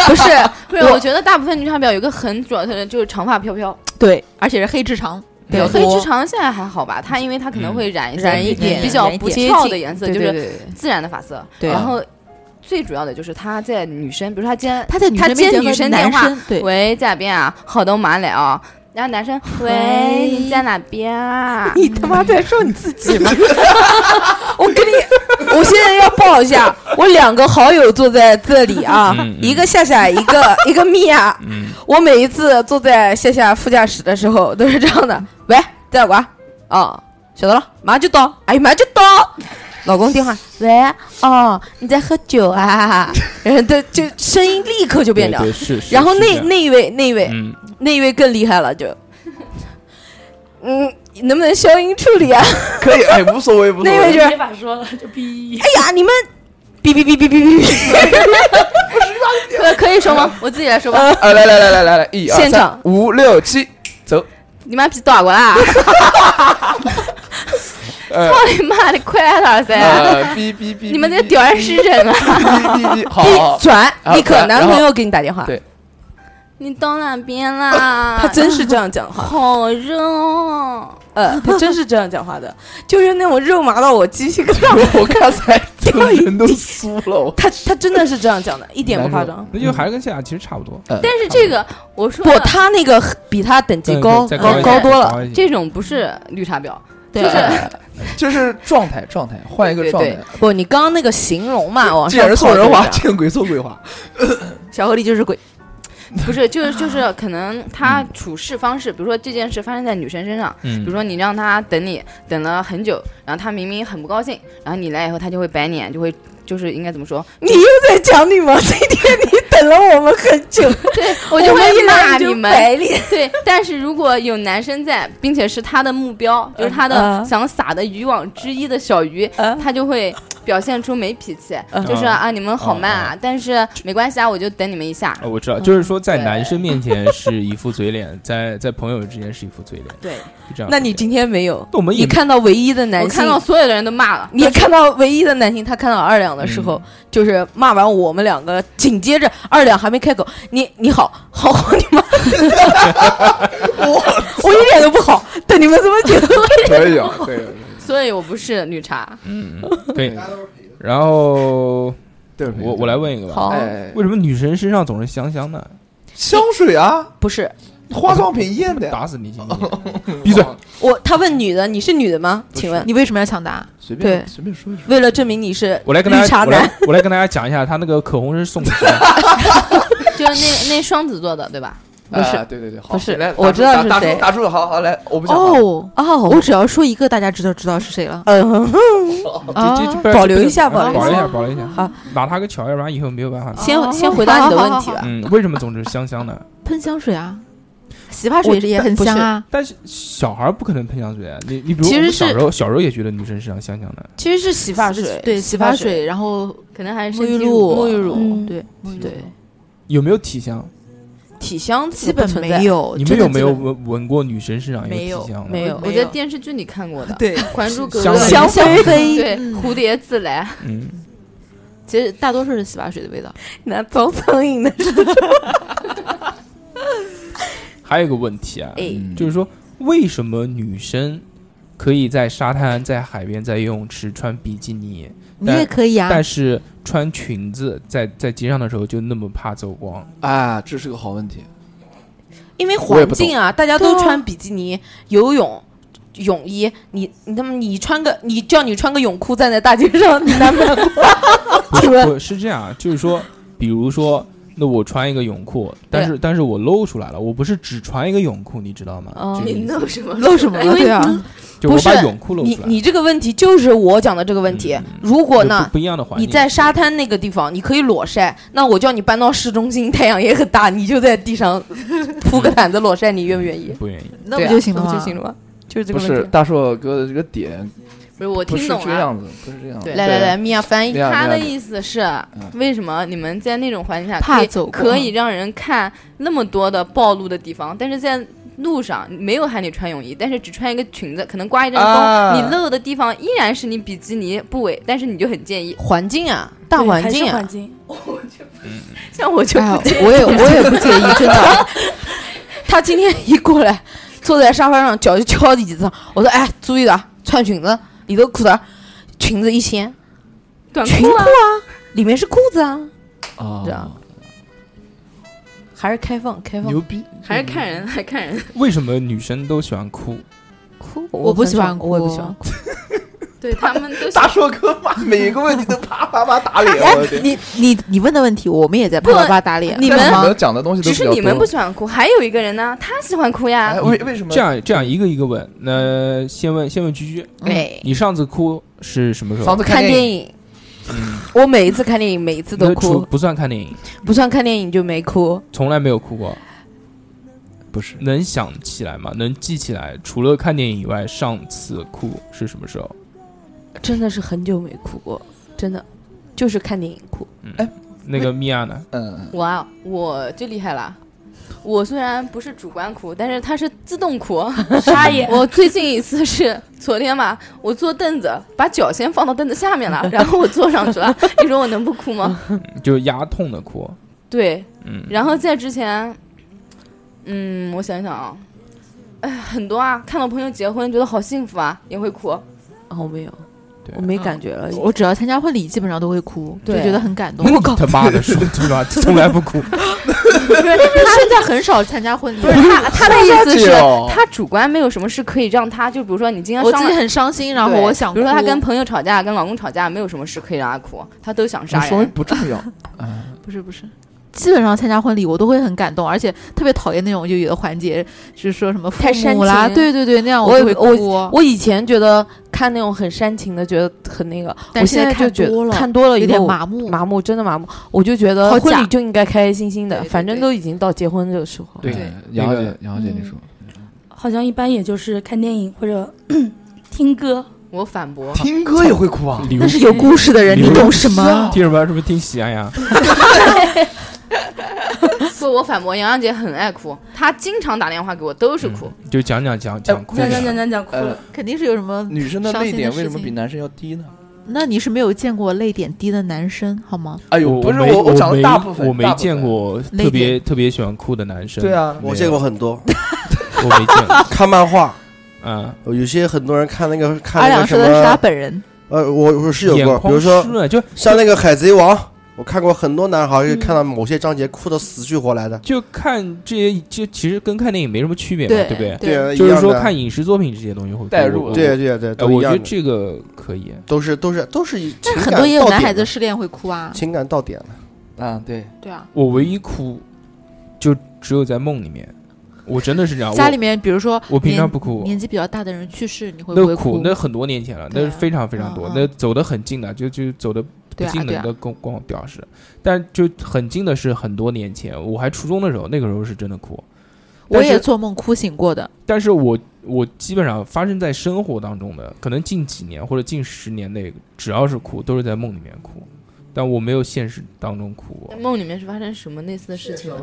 不是不是，我啊我觉得大部分女茶婊有一个很主要的特点，就是长发飘飘。对，而且是黑直肠比较对，黑多直长现在还好吧？她因为她可能会染一些染一点比较哎嗯染一不点俏的颜色，就是是自然的发色。对啊然后最主要的就是她在女生，比如她今天他在女他生面接前女和生男电话生对，喂在边啊，好都麻了啊。然后男生喂你在哪边啊？ 你他妈在说你自己吗？ 我跟你，我现在要报一下，我两个好友坐在这里啊，嗯嗯一个夏夏，一 个一个米娅。嗯，我每一次坐在夏夏副驾驶的时候都是这样的， 喂，在哪玩？哦，晓得了，马上就到，哎，马上就到。 老公电话，喂，哦，你在喝酒啊？ 然后对，就声音立刻就变掉对。对是，是然后是这那样那一位那一位，嗯，那一位更厉害了，就，嗯，能不能消音处理啊？可以，哎，无所谓，无所那位谓。就是，没法说了，就逼。哎呀，你们，哔哔哔哔哔哔，可 可以说 吗？我自己来说吧。啊，来来来来来来，一二现三场五六七，你妈逼倒过啊 来！呃操你妈的，快点儿噻！ 呃，哔哔哔，你们这哔屌人是人啊！哔哔哔，好哔好，好转然，后立刻转男然后朋友给你打电话对，你到哪边 啦？他真是这样 讲话，好热哦！呃，他真是这样讲话的，就是那种肉麻到我鸡皮疙瘩，我刚才整个人都酥了，我他他真的是这样讲的，一点不夸张。那就还是跟夏夏其实差不多，但但是这个，我说不的，他那个比他等级再高再高一高点多了，一点这种不是绿 茶婊，对就是哎就是状态，状态，换一个对状对态。不，你刚刚那个形容嘛，往见上人靠说人话，这个见鬼说鬼 话。小狐狸就是鬼，不是，就是就是可能他处事方式，比如说这件事发生在女生身上，嗯，比如说你让他等你等了很久，然后他明明很不高兴，然后你来以后他就会白脸，就会就是应该怎么 说？你又在讲你们，这天你等了我们很久，对 我我就会一骂来你就们。白脸。 对，但是如果有男生在，并且是他的目标，就是他的嗯想撒的渔网之一的小鱼，嗯他就会表现出没脾气，嗯就是啊你们好慢啊啊，但是没关系啊，我就等你们一下。哦，我知道，就是说在男生面前是一副嘴脸，在在朋友之间是一副嘴脸，对，就这样。那你今天没有？那我们也你看到唯一的我男性看，到所有的人都骂了，你看到唯一的男性，他看到二两的时候，就是骂完我们两个，紧接着二两还没开口，你你好，好好你 妈，我我一点都不好，等你们这么久，可 以啊，可以啊， 所以我不是绿茶。嗯，嗯可以。然 后对，我我来问一个吧，好哎，为什么女神身上总是香香的？香水啊，不是化妆品验啊的 呀，打死你信不信？ 闭嘴！我，他问女的，你是女的吗？请问，呃你为什么要抢答？随便对随便说一说。为了证明你是我来跟绿大茶家，我男来，我来跟大家讲一下，他那个口红是送的，就是那那双子座的，对吧？不是啊对对对，好，不是来，我知道是打住谁打住，打住了，好好来，我不讲话了。哦，我哦，只要说一个，大家知道知道是谁了嗯，啊这这这不保留一下，保啊保留留一一下。下，保留一下。好，拿他个桥，要不然以后没有办法了。先哦先回答你的问题吧。嗯，为什么总是香香的？喷香水啊，洗发水也很香啊。但是小孩不可能喷香水啊！你你比如我其实们是小时候，小时候也觉得女生身上香香的。其实是洗发水，对，洗发，水，然后可能还是沐身浴体露、沐浴露嗯对对，有没有体香？体香基本没有，有。你们真的有没有基本闻闻过女生身上没有体香啊的？没有我在电视剧里看过的，《对还珠格格香》里香香妃对嗯蝴蝶自来，嗯，其实大多数是洗发水的味道。那早餐饮的还有一个问题啊，哎嗯就是说为什么女生可以在沙滩、在海边、在游泳池穿比基尼，你也可以啊，但是穿裙子在在街上的时候就那么怕走 光？啊，这是个好问题。因为我也环不懂境啊，大家对都啊穿比基尼、游泳、泳衣，你你他妈你穿个你叫你穿个泳 裤站在大街上，你难不难过？不是请问不是是这样啊，就是说，比如说那我穿一个泳裤，但是但是我露出来了，我不是只穿一个泳裤，你知道吗？哦就你是弄什么？露什么因了？为对啊，就我不是把泳裤露你出来。你这个问题就是我讲的这个问题嗯嗯。如有果呢不，不一样的环你境，在沙滩那个地方，你可以裸晒，那我叫你搬到市中心，太阳也很大，你就在地上 铺个毯子裸晒，你愿不 愿意？不愿意，那对不啊就行了那吗？不就行了吗？就是这不个是问题。大硕哥的这个点，不是我不是听懂这个了。样子，不是这样子。对来来来，米娅翻译对，啊他那的样子意思是，嗯为什么你们在那种环境下怕可以走光可以让人看那么多的暴露的地方，但是在路上没有喊你穿泳衣，但是只穿一个裙子，可能刮一阵风，啊你露的地方依然是你比基尼部位，但是你就很介意。环境啊，大对环还是境啊环，境，像我就哎哦呀不介，意，我也我也不介意，真 的。他今天一过来，坐在沙发上，脚就敲在椅子上。我说：“哎，注意了啊，穿裙子，里头裤子，裙子一掀，短裙裤裤啊，啊，里面是裤子啊，这啊样，还是开放开放牛逼！还是看人，还看 人。为什么女生都喜欢哭？哭，我不很喜欢少我也不哭喜欢哭。对他们都大硕哥妈每个问题都啪啪啪打脸，哎啊我的天！你你你问的问题，我们也在啪啪啪打脸。你们但是讲的东西都只比 是较你们多不喜欢哭，还有一个人呢，他喜欢哭呀哎。为为什么这样这样一个一个问，那先问先问居居，哎，你上次哭是什么时房候？子看电电影，我每一次看电影，每一次都那除哭，不算看电影，不算看电影就没哭。从来没有哭过。 不是能想起来吗？能记起来？除了看电影以外，上次哭是什么时候？真的是很久没哭过，真的就是看电影哭。那个米娅呢？嗯，我啊，我就厉害了。我虽然不是主观哭，但是它是自动哭。沙 眼，我最近一次是昨天吧，我坐凳子，把脚先放到凳子下面了，然后我坐上去了。你说我能不哭吗？就牙痛的哭。对，嗯，然后在之前，嗯，我想想啊，哎，很多啊，看到朋友结婚，觉得好幸福啊，也会哭。哦，我没有，对我嗯没感觉了。我只要参加婚礼，基本上都会哭，就对觉得很感动。你他妈的说句 话，从来不哭。他现在很少参加婚礼，不是他，他的意思是这哦，他主观没有什么事可以让他，就比如说你今天我伤自己了。很伤心，然后对我想比哭，如说他跟朋友吵架，跟老公吵架，没有什么事可以让他哭，他都想杀说明人。不重 要。哎不是不是，基本上参加婚礼我都会很感动，而且特别讨厌那种就有的环节就是说什么父太煽母啦，情对对对，那样我就会我哭。我以前觉得看那种很煽情的，觉得很那个，但我现在就看觉多得了看多了以有后点我麻木，麻木，真的麻木。我就觉得好婚假礼就应该开开心心的，对对反正对都已经到结婚的时候。对哎那杨个姐，杨姐，嗯你说好像一般也就是看电影或者听歌。我反驳，听歌也会哭啊？礼物那是有故事的人，你你们懂什么？听什么？是不是听喜羊羊？所以我反驳，洋洋姐很爱哭，她经常打电话给我，都是哭。嗯就讲讲呃讲讲哭讲讲讲的。讲讲哭呃了，，肯定是有什么？女生的伤泪心的点事为什么比情男生要低呢？那你是没有见过泪点低的男生好吗？哎呦，我不是没我我讲的没大部分我没大部分见过特别特别喜欢哭的男生。对，啊，没有我见过很多，我没见过。看漫画， 嗯，有些很多人看那个阿看那良个什说的是他么，本人，呃，我我是有眼过，比眶如说湿润，就像那个《海贼王》，我看过很多男孩嗯儿看到某些章节哭得死去活来的，就看这些，就其实跟看电影没什么区别嘛，对不对？对，一就是样说的看影视作品这些东西会代入我对对对，哎，都我一觉样得的，这个可以。都是都是都是一情但很感多也有到男点孩子了失恋会哭啊。情感到点了，啊，对，对啊，我唯一哭，就只有在梦里面。啊我真的是这样，家里面比如说我我平常年不哭，年纪比较大的人去世，你会不那会苦那很多年前了，那对啊是非常非常多嗯，嗯那走得很近的，就就走得不对啊近的对啊都跟跟我表示，但就很近的是很多年前，我还初中的时候，那个时候是真的哭，我但也是做梦哭醒过的。但是我我基本上发生在生活当中的，可能近几年或者近十年内，只要是哭都是在梦里面哭，但我没有现实当中哭过在，梦里面是发生什么类似的事情呢？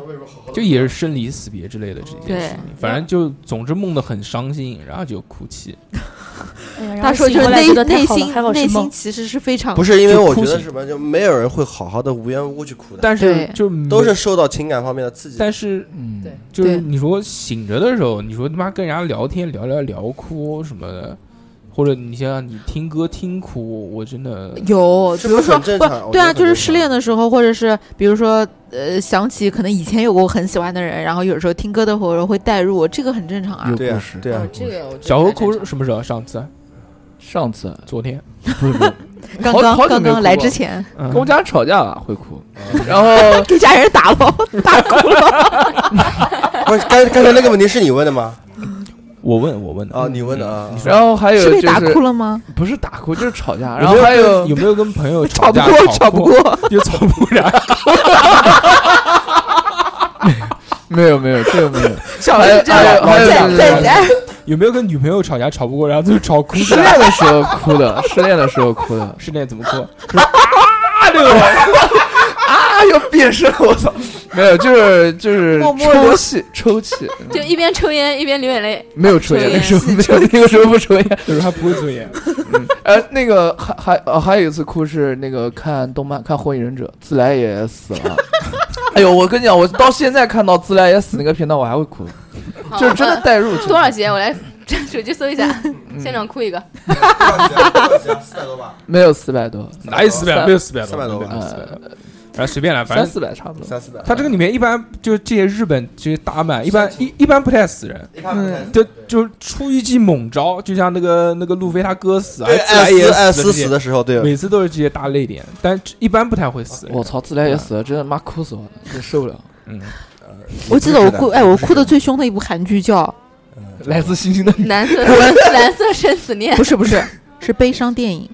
就也是生离死别之类的这些对事情，反正就总之梦得很伤心，然后就哭泣，哎呀然后他说醒就是过来内觉得太内好了心还好是内梦心。其实是非常不是因为就我哭觉得醒什么，就没有人会好好的无缘无故去哭的，但是对就没都是，受到情感方面的刺激。但是嗯，对就是对你说醒着的时候，你说他妈跟人家聊天聊聊聊哭什么的，或者你想想你听歌听哭，我真的有，比是不如是说很正常我觉对得啊，很就是正失常恋的时候，或者是比如说呃，想起可能以前有过很喜欢的人，然后有时候听歌的时候会带入，这个很正常啊有。对啊故事，对啊哦，这个我觉得小不何太正哭常什么时候？上次啊？上次昨天？不是不是刚好刚好久刚没有刚哭来过之前，嗯跟我家人吵架了会哭，啊然后给家人 打了，打哭了。不是，刚刚才那个问题是你问的吗？我问我问的啊，你问的嗯啊。然后哎还有是被就打哭是了吗？不是打哭 就是吵架，然有后没还有有跟有没有跟朋 友吵不架过，吵吵不，过。 就吵不了。没有没有这个没 有，哎小还有哎是这样还有的，还有在就是在在有没有跟女朋友吵架吵不过，然后就吵哭哎失 的？恋的时候哭的， 失恋的时候哭的，失恋怎么哭？啊要变身，我操，没有就是就是默默抽流泣抽泣，就一边抽烟一边流眼泪。没有抽烟那时候没有那个时候不抽烟，就是他不会 尊严。呃，那个还还呃还有一次哭是那个看动漫看《火影忍者》，自来也死了。 哎呦，我跟你讲，我到现在看到自来也死那个片段，我还会哭，好就是真的代入进去。 多少节？我来手机搜一下，嗯现场哭 一个。啊四百多吧，没有四百多，哪有四百？没有四百四百多吧没有四百呃多，反正随便来，反三正四百差不多。三四百。他这个里面一般就这些日本这些打满，一般一一般不太死人，一看不太就就是出一记猛招，就像那个那个路飞他哥死啊，对，自来艾也斯艾死斯了这死些，的时候，对，每次都是这些大泪点，但一般不太会死人。我操，自来也死了，真的妈哭死我了，真受不了。 嗯，我记得我哭，哎，我哭的最凶的一部韩剧叫来自星星的你蓝 色蓝色生死恋不是不是是悲伤电影，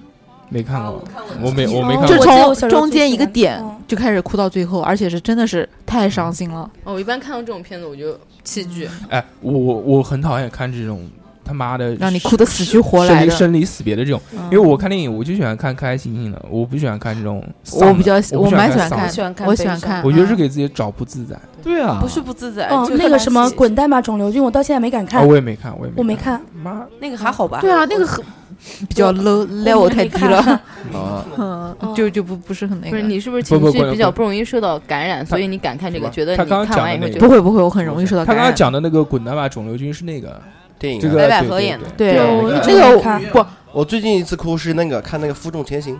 没看过，我没我没看哦嗯过就我。记得我从小时候中最间喜一个欢点嗯就开始哭到最后，而且是真的是太伤心了。哦，我一般看到这种片子我就弃剧。哎，我我我很讨厌看这种他妈的让你哭得死去活生来离的。生离死别的这种，因为我看电影我就喜欢看开开心心的，我不喜欢看这种丧的。我比较喜我不我蛮喜欢丧的看喜欢看，我喜欢看，我觉得是给自己找不自在。 对啊，不是不自在，哦，就那很个难什么洗《滚蛋吧肿瘤君》，我到现在没敢啊，看，我也没看，我也我没没。看。妈，那个还好吧？对啊，那个很比较 low 我 level 没太低看了，啊， 嗯哦，就就不不是很那不是个。你是不是不情不不绪比较不不容易受到感染，所以你敢看这个，是吧觉得他你刚刚看讲完的以后那个觉不得会不会，我很容易受到他感刚染。刚讲的那个《滚蛋吧，肿瘤君》是那个电影。啊这个白百对合对演的对对对我那一直没个看不哦我最近一次哭是那个看那个《负重前行》，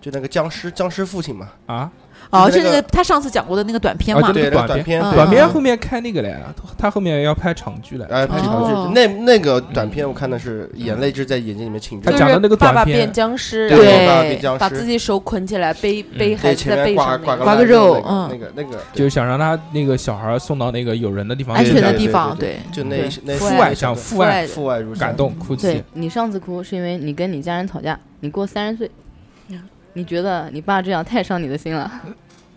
就那个僵尸僵尸父亲嘛，啊，哦，就是是那那个个他上次讲过的那个短片啊嘛，对对，那个短短片，嗯对短片嗯后面开那个来了，他后面要拍长剧来。哎，拍长哦剧，那那个短片我看的是眼泪就在眼睛里面噙他着，讲的那个爸爸短变片，僵尸，对然后爸爸变把僵自尸，己手捆起来，背嗯背对，孩子前在面背挂上那挂个。嗯挂个个肉那个那个那个，就是想让他那个小孩送到那个有人的地方安去，全的对地对方，对对，就那对那父父爱爱想父爱爱父爱如感山，动哭对泣，你上次哭是因为你跟你家人吵架，你过三十岁，你觉得你爸这样太伤你的心了。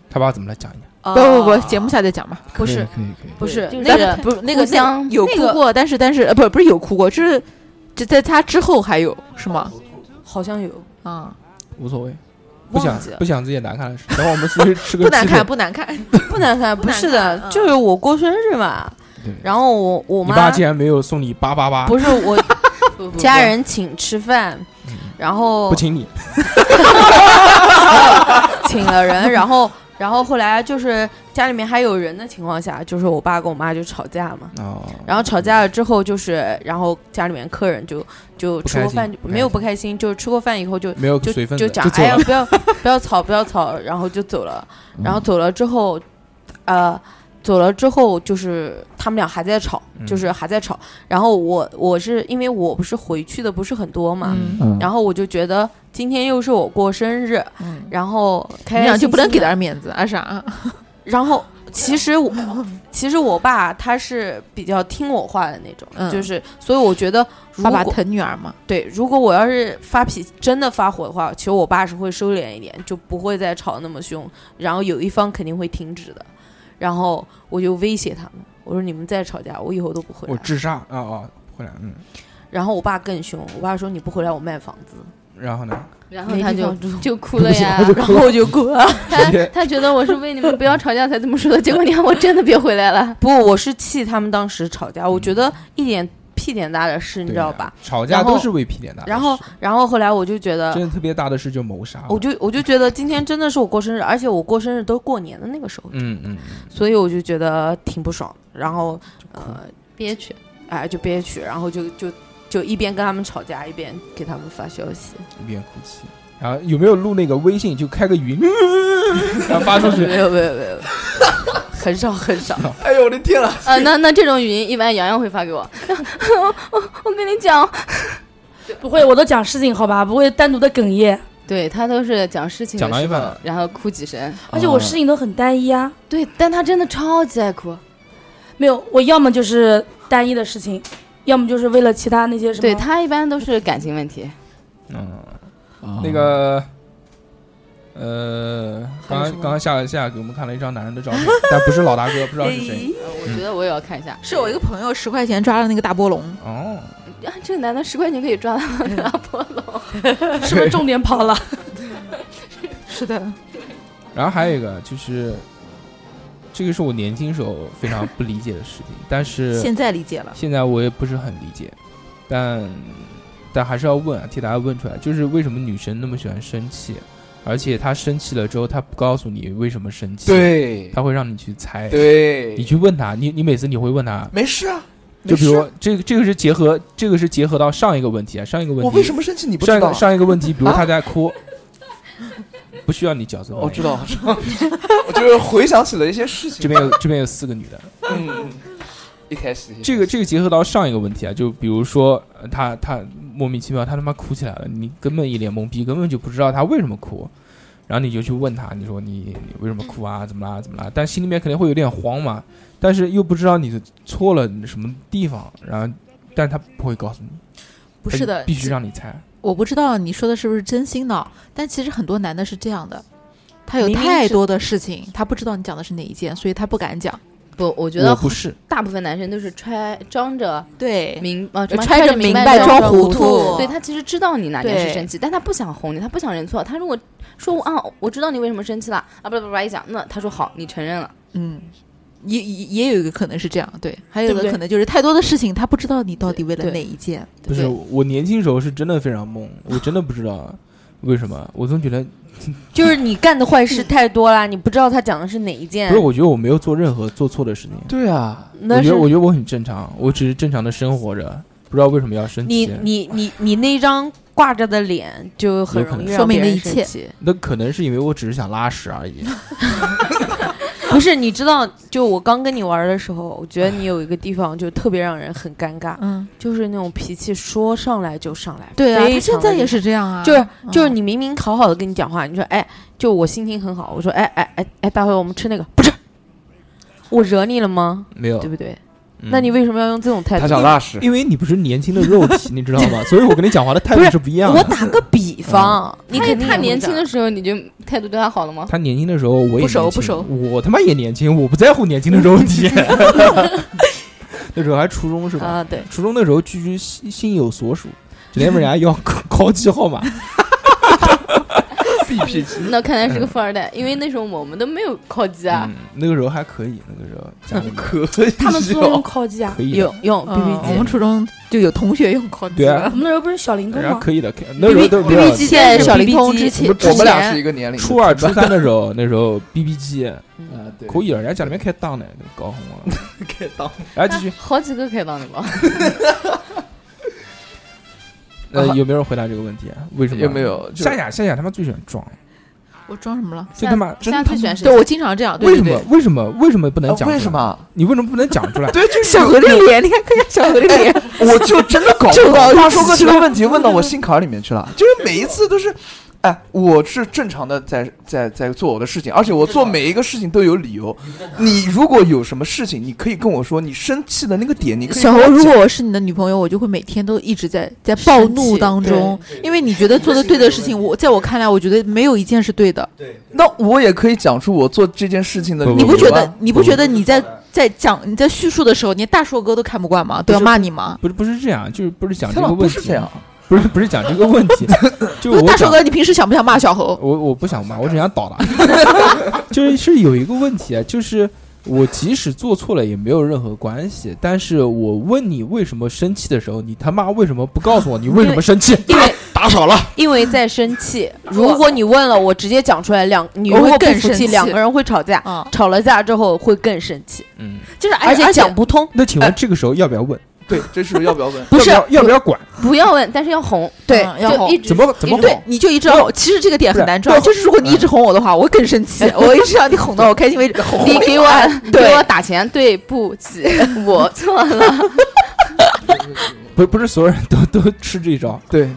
他爸怎么来讲一讲？不不哦不哦不，节目下再讲吧。不是可以可以不嗯是就是那这个个 不是那个互相那有那哭个过，但是但是呃，不不是有哭过，就是就在他之后还有是吗？好像有啊，无所谓，不想忘记了不，想自己难看的事。等会我嗯们出去吃个不难鸡腿看，不难看，不难看，不不难是的看，嗯就是我过生日嘛，对然后我我你爸妈竟然没有送你八八八，不是我不不家人请吃饭，然后嗯不请你，请了人，然后然后后来就是家里面还有人的情况下，就是我爸跟我妈就吵架嘛。哦，然后吵架了之后，就是然后家里面客人就就不吃过开心饭就不开没有心不开心，就是吃过饭以后就没有就随份就子讲走哎呀了。嗯不要不要吵不要吵，然后就走了，然后走了之后，呃。走了之后，就是他们俩还在吵，就是嗯还在吵。然后我我是因为我不是回去的不是很多嘛，嗯嗯然后我就觉得今天又是我过生日，嗯，然后开开你俩就心不能心给的点面子啊啥？然后其实 我，其实我爸他是比较听我话的那种，嗯就是所以我觉得如爸果爸疼女儿嘛，对，如果我要是发脾气真的发火的话，其实我爸是会收敛一点，就不会再吵那么凶，然后有一方肯定会停止的，然后我就威胁他们，我说你们再吵架，我以后都不回我来。自杀啊啊，回来嗯，然后我爸更凶，我爸说你不回来我卖房子，然后呢？然后他没地就方住就哭了呀，然后我就哭了。他他觉得我是为你们不要吵架才这么说的，结果你看我真的别回来了。不，我是气他们当时吵架，我觉得一点屁点大的事，你嗯知对道呀吧？？吵架然后都是为屁点大的事，然后，哦然后后来我就觉得，真的特啊别大的事就谋杀了。我就我就觉得今天真的是我过生日，而且我过生日都是过年的那个时候，嗯嗯，嗯所以我就觉得挺不爽。然后呃， 憋屈，哎，就憋屈，然后就就就一边跟他们吵架，一边给他们发消息。嗯一边哭泣。然后有没有录那个微信？就开个语音， 然后发出去。没有没有没有， 很少很 少。哎呦我的天呐！啊，那那这种语音一般洋洋会发给我。 我我我跟你讲，不会，我都讲事情好吧，不会单独的哽咽。对他都是讲事情的讲到一时候半然后哭几声。而且我事情都很单一啊，对，但他真的超级爱哭。没有，我要么就是单一的事情，要么就是为了其他那些什么。对他一般都是感情问题。嗯，啊那个，呃，还刚有刚什么刚刚夏夏给我们看了一张男人的照片，但不是老大哥，不知道是谁。呃我觉得我也要看一下。是我一个朋友十块钱抓了那个大波龙，哦，啊，这个男的十块钱可以抓 到拿破仑。是不是重点跑了？是的， 然后还有一个就是，这个是我年轻时候非常不理解的事情，但是现在理解了，现在我也不是很理解，但但还是要问啊，替大家问出来，就是为什么女生那么喜欢生气，而且她生气了之后，她不告诉你为什么生气，，对她会让你去猜，对你去问她，你你每次你会问她，没事啊，就比如没说这个这个是结合这个是结合到上一个问题啊，上一个问事题我为什么生气你不上知一道个？上一个问题，比如啊她在哭，不需要你角色扮演，我哦知道，我知道，我就是回想起了一些事这情。边有这边有四个女的，嗯，一开始这个这个结合到上一个问题啊，就比如说呃他他莫名其妙他他妈哭起来了，你根本一脸懵逼，根本就不知道他为什么哭，然后你就去问他，你说你你为什么哭啊？怎么啦？怎么啦？但心里面肯定会有点慌嘛，但是又不知道你错了什么地方，然后但他不会告诉你，不是他的，就必须让你猜。我不知道你说的是不是真心的，但其实很多男的是这样的，他有明明太是多的事情，他不知道你讲的是哪一件，所以他不敢讲。不，我觉我得不是，大部分男生都是揣装着对明啊，什呃么揣着着明白白装糊涂涂对他其实知道你哪件对事生气，但他不想哄你，他不想认错。他如果说我啊，我知道你为什么生气了啊，不不不，一讲，那他说好，你承认了。嗯，也也也有一个可能是这样，对，还有一对不个对可能就是太多的事情，他不知道你到底为了对哪一件。不是对我年轻时候是真的非常 懵，我真的不知道为什么，我总觉得就是你干的坏事太多了，你不知道他讲的是哪一件嗯不是，。我觉得我没有做任何做错的事情。对啊，那我觉是得我觉得我很正常，我只是正常的生活着，不知道为什么要生你气。你你你那张挂着的脸就很有可容易能让说明别人了一生切气那可能是因为我只是想拉屎而 已。不是，你知道，就我刚跟你玩儿的时候，我觉得你有一个地方就特别让人很尴尬，嗯，就是那种脾气说上来就上来。对啊，非他现常在的也是这样啊，就是就是嗯你明明好好的跟你讲话，你说哎，就我心情很好，我说哎哎哎哎，大辉我们吃那个不吃，我惹你了吗？没有对，不对？嗯那你为什么要用这种态他度想？拉屎，因为你不是年轻的肉体，你知道 吗？所以我跟你讲话的态度不是是不一样嗯我的。打个比方，你他肯定他也会年这轻的样时候你就态度对他好了吗？他年轻的时候我也不熟年轻不熟我他妈也年轻，我不在乎年轻的肉 体。 那时候还初中是吧？啊，对，初中那时候居居心心有所属，整天问人家要高高级 号码。那看来是个富二代，因为那时候我们都没有考级啊嗯，，那个时候还可以，那个时候家里面可以他 们初中用烤鸡啊，可以的用用嗯 BB 我们机，初中就有同学用考级对啊我们那时候不是小灵通然后吗？可以的，可以那时候都没有 BB 机在小灵通之前，我们俩是一个年龄，初二、初三的时候，那时候 BB 机啊，对，可以了，人家家里面开档的，搞红了。 开啊当然后继续，好几个开裆的吧？ 呃，啊有没有人回答这个问题啊？为什么有没有就夏夏，夏夏他妈最喜欢装，我装什么了？就他啊妈现在最喜欢谁对？我经常这样，对为对什么对。为什么为什么不能讲？啊为什？么？你为什么不能讲 出来？对，就是小何的脸，你看看看小何的脸， 我就真的搞不就懂搞不大叔哥起这个问题问到我心坎儿里面去了，就是每一次都是，哎，我是正常的在在在做我的事情，而且我做每一个事情都有理由。你如果有什么事情，你可以跟我说你生气的那个点，你可以小跟侯，我如讲果我是你的女朋友，我就会每天都一直在在暴怒当中，因为你觉得做的对的事情，我在我看来，我觉得没有一件是对的。那我也可以讲出我做这件事情的理由啊。你不觉得？你不觉得你在在讲你在叙述的时候，连大硕哥都看不惯吗？都要骂你吗？不是不是这样，就是不是讲他这俩个不问是题，这样，不是不是讲这个问 题，就是不是我大硕讲哥，你平时想不想骂小侯？我我不想骂，我只想倒打。 就是是有一个问题啊，就是我即使做错了也没有任何关系，但是我问你为什么生气的时候，你他妈为什么不告诉我你为什么生气？ 因为打少了，因为在生气。 如果你问了我，直接讲出来，两你我如会果不更服生气，气两个人会吵架，啊，吵了架之后会更生气，嗯，就是嗯而且讲不通。那请问这个时候要不要问？对，这是要不要 问？不是要不要要不要管？不要问，但是要哄，啊对就嗯要一哄。直怎么怎么一直哄哄？你就一直要，其实这个点很难抓。对就是如果你一直哄我的话，我更生 气，我一直让你哄到我开心为止。你给我给啊对我打钱，对不起，我错了。不不是所有人都都吃这一招，对，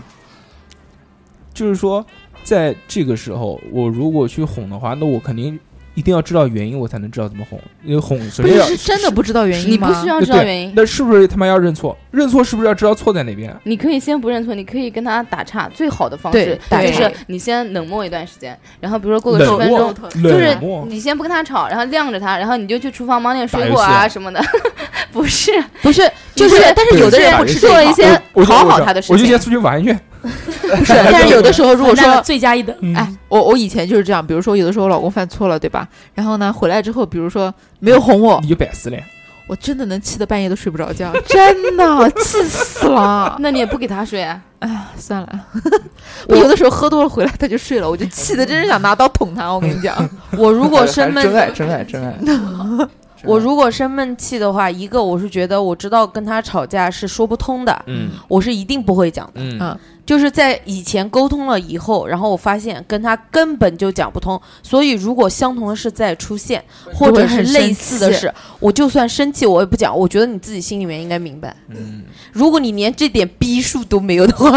就是说在这个时候，我如果去哄的话，那我肯定一定要知道原因，我才能知道怎么哄。因为哄首不先是要 是真的不知道原你因吗？不需要知道原因，那是不是他妈要认错？认错是不是要知道错在哪边？你可以先不认错，你可以跟他打岔。最好的方式对打就岔是你先冷漠一段时间，然后比如说过个十冷分漠钟，就冷是漠，你先不跟他吵，然后晾着他，然后你就去厨房忙点打水游果戏啊啊什么的。 不是，不是，就就是是但是有的人不吃这做了一套，些啊我我就讨好我他的事我就情先。出去玩一圈。不是， 但是有的时候如果完蛋了说罪加一等，嗯哎，我我以前就是这样，比如说有的时候我老公犯错了，对吧？然后呢，回来之后，比如说没有哄我你，就摆死脸。我真的能气得半夜都睡不着觉， 真的气死了。那你也不给他水啊？哎呀，算 了，我有的时候喝多了回来他就睡了，我就气得真是想拿刀捅他。我跟你讲，我如果 还是生闷真爱，真爱，真爱。真爱 我如果生闷气的话，一个我是觉得我知道跟他吵架是说不通的，嗯我是一定不会讲的。嗯就是在以前沟通了以后，然后我发现跟他根本就讲不通，所以如果相同的事再出现，或者是类似的事，我就算生气我也不讲，我觉得你自己心里面应该明白。嗯，如果你连这点逼数都没有的 话，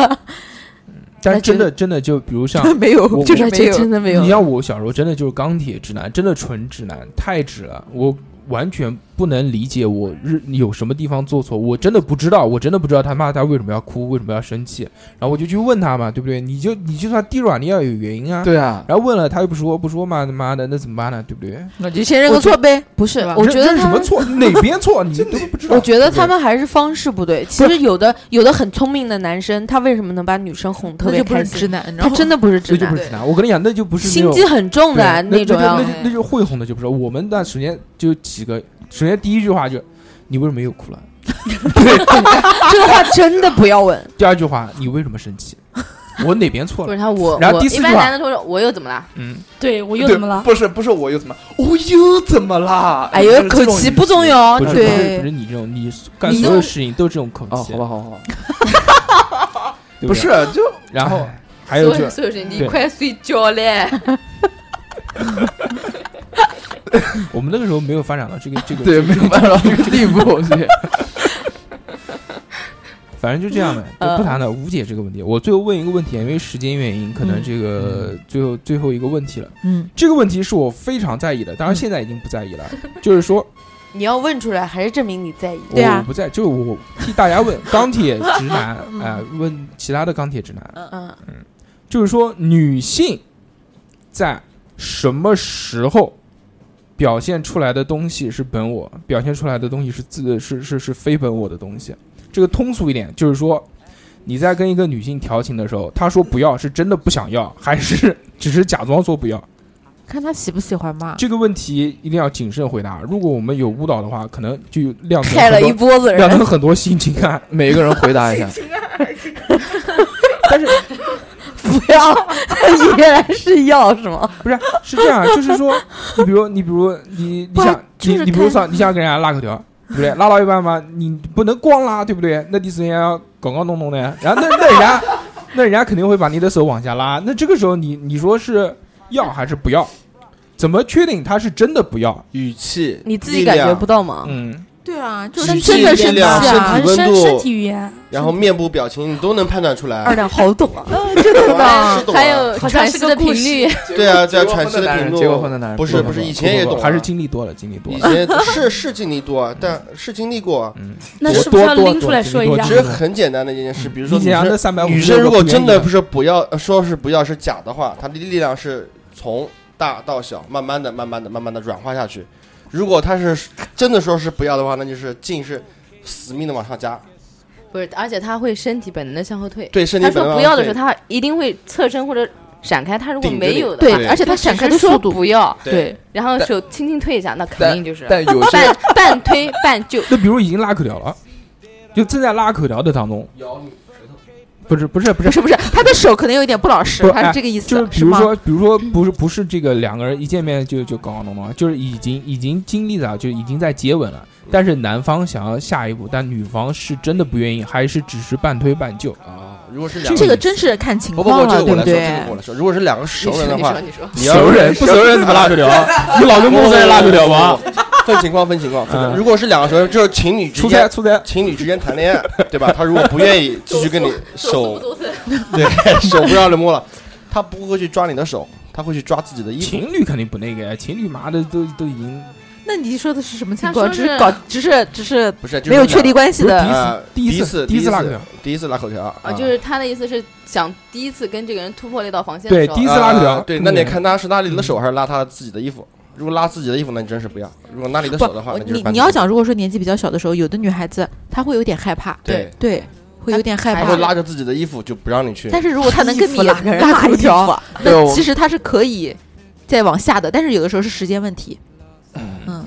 但那是真就的真的就比如像 没有我，就是那没就有。真的没有你。要我小时候真的就是钢铁直男，真的纯直男，太直了，我完全不能理解我日有什么地方做错，我真的不知道，我真的不知道他妈他为什么要哭，为什么要生气，然后我就去问他嘛，对不对？你就你就算低软，你要有原因啊。对啊，然后问了他又不说，不说嘛，他妈的那怎么办呢？对不对？那就先认个错呗。不是是吧，我觉得这是什他么们，错？哪边错？你都不知道。我觉得对不对他们还是方式不对。其实有的有的很聪明的男生，他为什么能把女生哄特那别就不开是心直？男，你知他道吗真的不是这直就男不，是直男。我跟你讲，那就不是那心种机很重的啊对那种那要就那。就那就会哄的就不是。我们那首先就几个，首先第一句话就你为什么又哭了？这个话真的不 要问。第二句话你为什么生气？我哪边错不了？ 是他，我然后我第四一般句话男的都说我又怎么了？嗯，对我又对怎么了？不是不是我又怎么？我又怎么啦？哎就是呦，这口种气语不气重要，不是不对是不是你这种，你干你所有都事情都是这种口哦，气好，吧，好吧，好吧，对不对是。就然后哎还有所就有所有事情，你对快睡觉嘞！ 我们那个时候没有发展到这个这个对，没有办 法到这个地步，我去。反正就这样呗，就不谈了，无解这个问题。我最后问一个问题，因为时间原因，可能嗯这个最后最后一个问题了。嗯，这个问题是我非常在意的，当然现在已经不在意了。就是说，你要问出来，还是证明你在意。我对啊我不在，就是我替大家问钢铁直男啊、嗯问其他的钢铁直男，嗯，就是说女性在什么时候表现出来的东西是本我，表现出来的东西是自是是是非本我的东西。这个通俗一点，就是说你在跟一个女性调情的时候，她说不要是真的不想要，还是只是假装说不要？看他喜不喜欢嘛。这个问题一定要谨慎回答。如果我们有误导的话，可能就亮出害了一波子让人。人很多心情啊。每一个人回答 一下，但是不要， 原来是要是吗？不是是这样啊，就是说，你比如你比如你你不想就你是你比如看说你想给人家拉个条，对不对？拉到一半嘛，你不能光拉，对不对？那你首先要搞搞弄弄的，然后那那人家那人家肯定会把你的手往下拉，那这个时候你你说是要还是不要？怎么确定他是真的不要？语气，你自己感觉不到，到吗？嗯，对啊，就就是是真的生力气量啊啊身体，温身度身体语言，然后面部表情你都能判断出二来。两好懂 啊，真的哇吧是？懂啊还有好像喘息是个的故频事率，对啊，结在过婚喘的息的男人评论，结过婚的男人不是不是，以前也不不懂不啊，还是经历多了，经历多以了。前是是经历多，啊但是经历过。啊嗯，那多是不是要多拎出来说一下其实很简单的一件事，比如说你女想生嗯啊那三百女生如果真的不是不要呃说是不要是假的话，她的力量是从大到小，慢慢的、慢慢的、慢慢的软化下去。如果她是真的说是不要的话，那就是劲是死命的往上加，不是，而且他会身体本能的向后退。对身体他本说能不要的时候，对他一定会侧身或者闪开。他如果顶着没你有的话，对，而且他闪开的速度不要，对，然后但手轻轻推一下，那肯定就是但有些半 半推半就。那比如已经拉口条了，就正在拉口条的当中，不是不是不不是，是不是，他的手可能有点不老实不，他哎是这个意思，就是比如吗？说比如说不是不是这个两个人一见面就就搞搞弄弄，就是已经已经经历了，就已经在接吻了，但是男方想要下一步，但女方是真的不愿意，还是只是半推半就？啊。如果是两这个个真是看情不不不，况这了，个我对不来说，对这个？我来说，如果是两个熟人的你话说，，你说，你要不熟人怎么拉口条？ 你老公公在拉口条吗？？分情况分情况，分情嗯况如果是两个熟人，就是情侣之出差间。出差，情侣之间谈恋 爱，对吧？他如果不愿意继续跟你手作死对，手不让人摸了。他不会去抓你的手，他会去抓自己的衣服。情侣肯定不那个呀，情侣妈的都都已经那你说的是什么情他况？说只是是搞，只是只是不是，就是没有你俩确立关系的，啊第一次次第一次第一次拉口条，第一次拉口条呃啊，就是他的意思是想第一次跟这个人突破那道防线的对时第候 一，次拉口条啊对，嗯那你看他是拉你的手还是拉他自己的衣服？如果拉自己的衣服，那你真是不要；如果拉你的不手的话，我那就是你搬你走要讲，如果说年纪比较小的时候，有的女孩子她会有点害怕，对，对，会有点害他怕会。拉着自己的衣服就不让你去。但是如果她能跟你衣服拉个人拉拉口衣服啊条，对那我其实她是可以再往下的，但是有的时候是时间问题。嗯，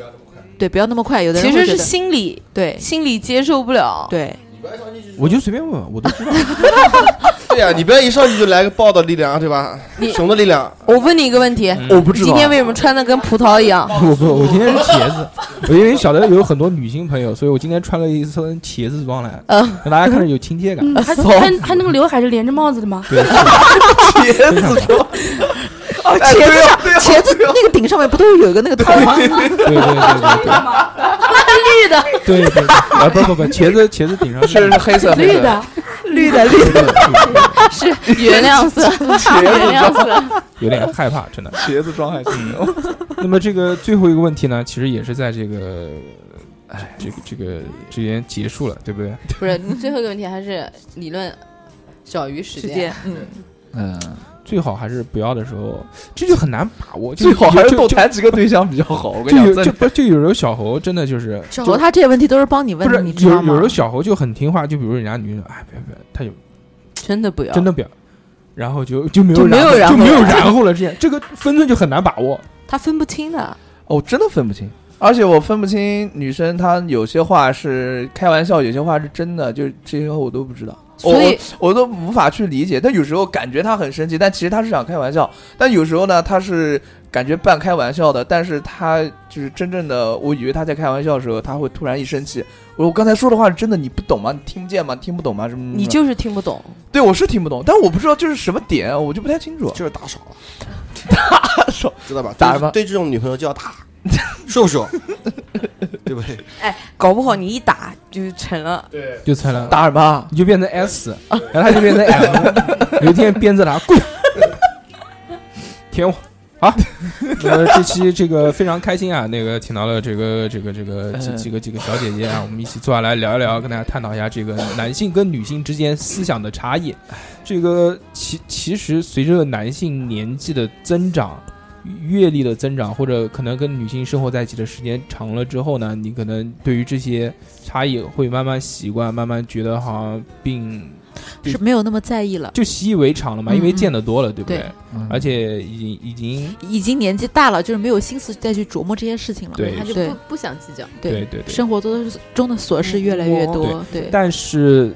对，不要那么快。有的人其会实觉是得心理对心理接受不了，对，我就随便问问，我都知 道。对呀，你不要一上去就来个抱的力量，啊对吧？熊的力量，我问你一个问题，嗯我不知道今天为什么穿的跟葡萄一样？我不，我今天是茄子，我因为晓得有很多女性朋友，所以我今天穿了一身茄子装来，嗯让大家看着有亲切感。嗯，他他他那个刘海是连着帽子的吗？对， 茄子说，哦，哎茄对子哦上对哦茄子那个顶上面不都有一个那个套吗？对对对绿的， 对对对对，啊不不不，茄子茄子顶上是是黑色绿黑色的，绿的绿有点是原谅色，原谅色，有点害怕，真的。茄子装还行。那么这个最后一个问题呢，其实也是在这个，哎，这个这个之间结束了，对不对？不是最后一个问题还是理论小于实时践。间，嗯，嗯，最好还是不要的时候，这就很难把握。就最好还是就多谈几个对象比较好。我跟就你有讲，就真不就有时候小猴真的就是小罗他这些问题都是帮你不问是的，你知有道有吗时候？小猴就很听话，就比如人家女生，哎，不要不要，他就真的不要真的不要，然后就就没有就没有然然后后就没有了然后了，这样这个分寸就很难把握。他分不清的，哦，我真的分不清，而且我分不清女生她有些话是开玩笑，有些话是真的，就是这些话我都不知道，我所以我我都无法去理解。但有时候感觉她很生气，但其实她是想开玩笑；但有时候呢，她是感觉半开玩笑的，但是她就是真正的，我以为她在开玩笑的时候，她会突然一生气，我我刚才说的话是真的，你不懂吗？你听不见吗？听不懂吗？什么什么？你就是听不懂。对我是听不懂，但我不知道这是什么点，我就不太清楚。就是打赏了，手知道吧？打对吧对这种女朋友就要打， 受不受？对不对？搞不好你一打就成了，就猜了，打什么？你就变成 S，然后他就变成 M，有一天鞭子他滚，舔我。好，那么这期这个非常开心啊，那个请到了这个这个这个几嗯几个几个小姐姐啊，我们一起坐下来聊一聊，跟大家探讨一下这个男性跟女性之间思想的差异。这个其其实随着男性年纪的增长。阅历的增长，或者可能跟女性生活在一起的时间长了之后呢，你可能对于这些差异会慢慢习惯，慢慢觉得好像并是没有那么在意了，就习以为常了嘛，因为嗯嗯见得多了，对不对？对而且已经已经已经年纪大了，就是没有心思再去琢磨这些事情了。对他就对不不想计较。对对对。生活中的中的琐事越来越多我，对但是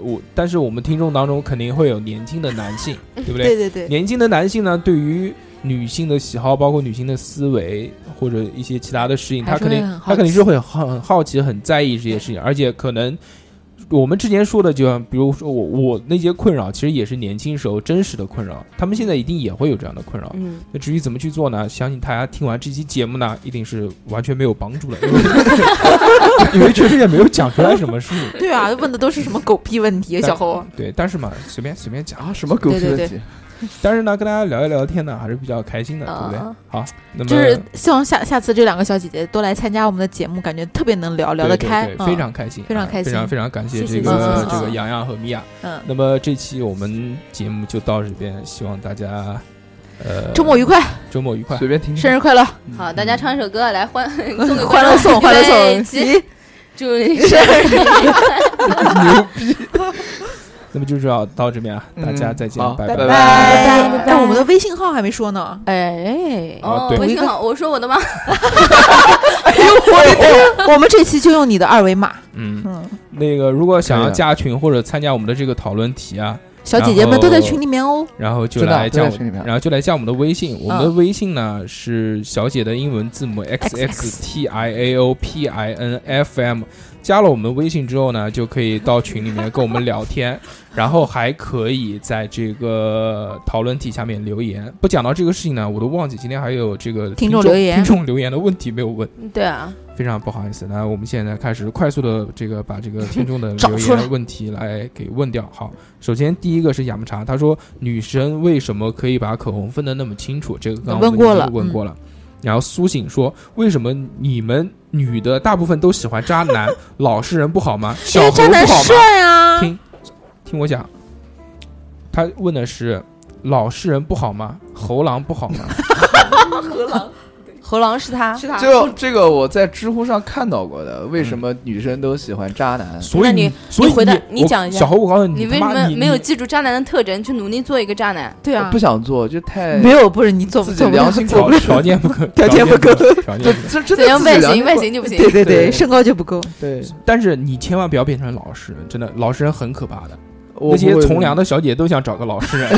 我但是我们听众当中肯定会有年轻的男性，对不对？ 对对，年轻的男性呢，对于女性的喜好，包括女性的思维或者一些其他的事情，还他是肯定会很好他肯定奇是会很好很好奇、很在意这些事情，而且可能我们之前说的，就像比如说我我那些困扰，其实也是年轻时候真实的困扰，他们现在一定也会有这样的困扰。嗯，那至于怎么去做呢？相信大家听完这期节目呢，一定是完全没有帮助的， 因为因为确实也没有讲出来什么事。对啊，问的都是什么狗屁问题，小啊侯。对，但是嘛，随便随便讲。啊，什么狗屁对对问对题？但是呢，跟大家聊一聊天呢，还是比较开心的，对啊不对？好，那么就是希望下下次这两个小姐姐多来参加我们的节目，感觉特别能聊，聊得对对开对，嗯非常开心，非常啊开非常心非常感谢谢这谢个谢谢这个嗯洋洋和米娅。嗯，那么这期我们节目就到这边，希望大家呃周末愉快，周末愉快随。便听听。生日快乐，好，大家唱一首歌来欢 送给欢乐颂，欢乐对 颂，齐咦祝你生日快乐。那么就是要到这边啊，大家嗯再见好，拜拜拜拜拜拜拜哎但我们的微信号还没说呢，哎，啊哦，对微信好，我说我的吗？哎我们这期就用你的二维码，嗯。嗯，那个，如果想可要以的加群或者参加我们的这个讨论题啊，小姐姐们都在群里面哦，然后就真的啊来加都在我群里面啊然后就来加我们的微信。我们的嗯微信呢是小写的英文字母 x x XX t i a o p i n f m，加了我们微信之后呢，就可以到群里面跟我们聊天，然后还可以在这个讨论题下面留言。不讲到这个事情呢，我都忘记今天还有这个听众留言听众留言的问题没有问，对啊，非常不好意思。那我们现在开始快速的这个把这个听 众的找留出来言问题来哎给问掉。好，首先第一个是雅木茶，他说女生为什么可以把口红分得那么清楚？这个刚刚问我们过已经了问过了。嗯然后苏醒说：“为什么你们女的大部分都喜欢渣男？老实人不 好吗？因小为猴渣男不好吗？”帅啊，听，听我讲，他问的是老实人不好吗？猴狼 不好吗？何狼是他， 是他就这个我在知乎上看到过的，为什么嗯女生都喜欢渣男？所以那你所以你回答你你我讲一下小猴，我告诉你，你他为什妈么你没有你记住渣男的特征，去努力做一个渣男？对啊不，想做，就太没有不是你做不自己做不良了，心 做过条不条了。件不够，条件不够条件这不够。 这 真怎的样自己外良形心哎外过形就不行 对。对对对，身高就不够。对，但是你千万不要变成老实人，真的，老实人很可怕的。我那些不会从良的小姐都想找个老啊实人。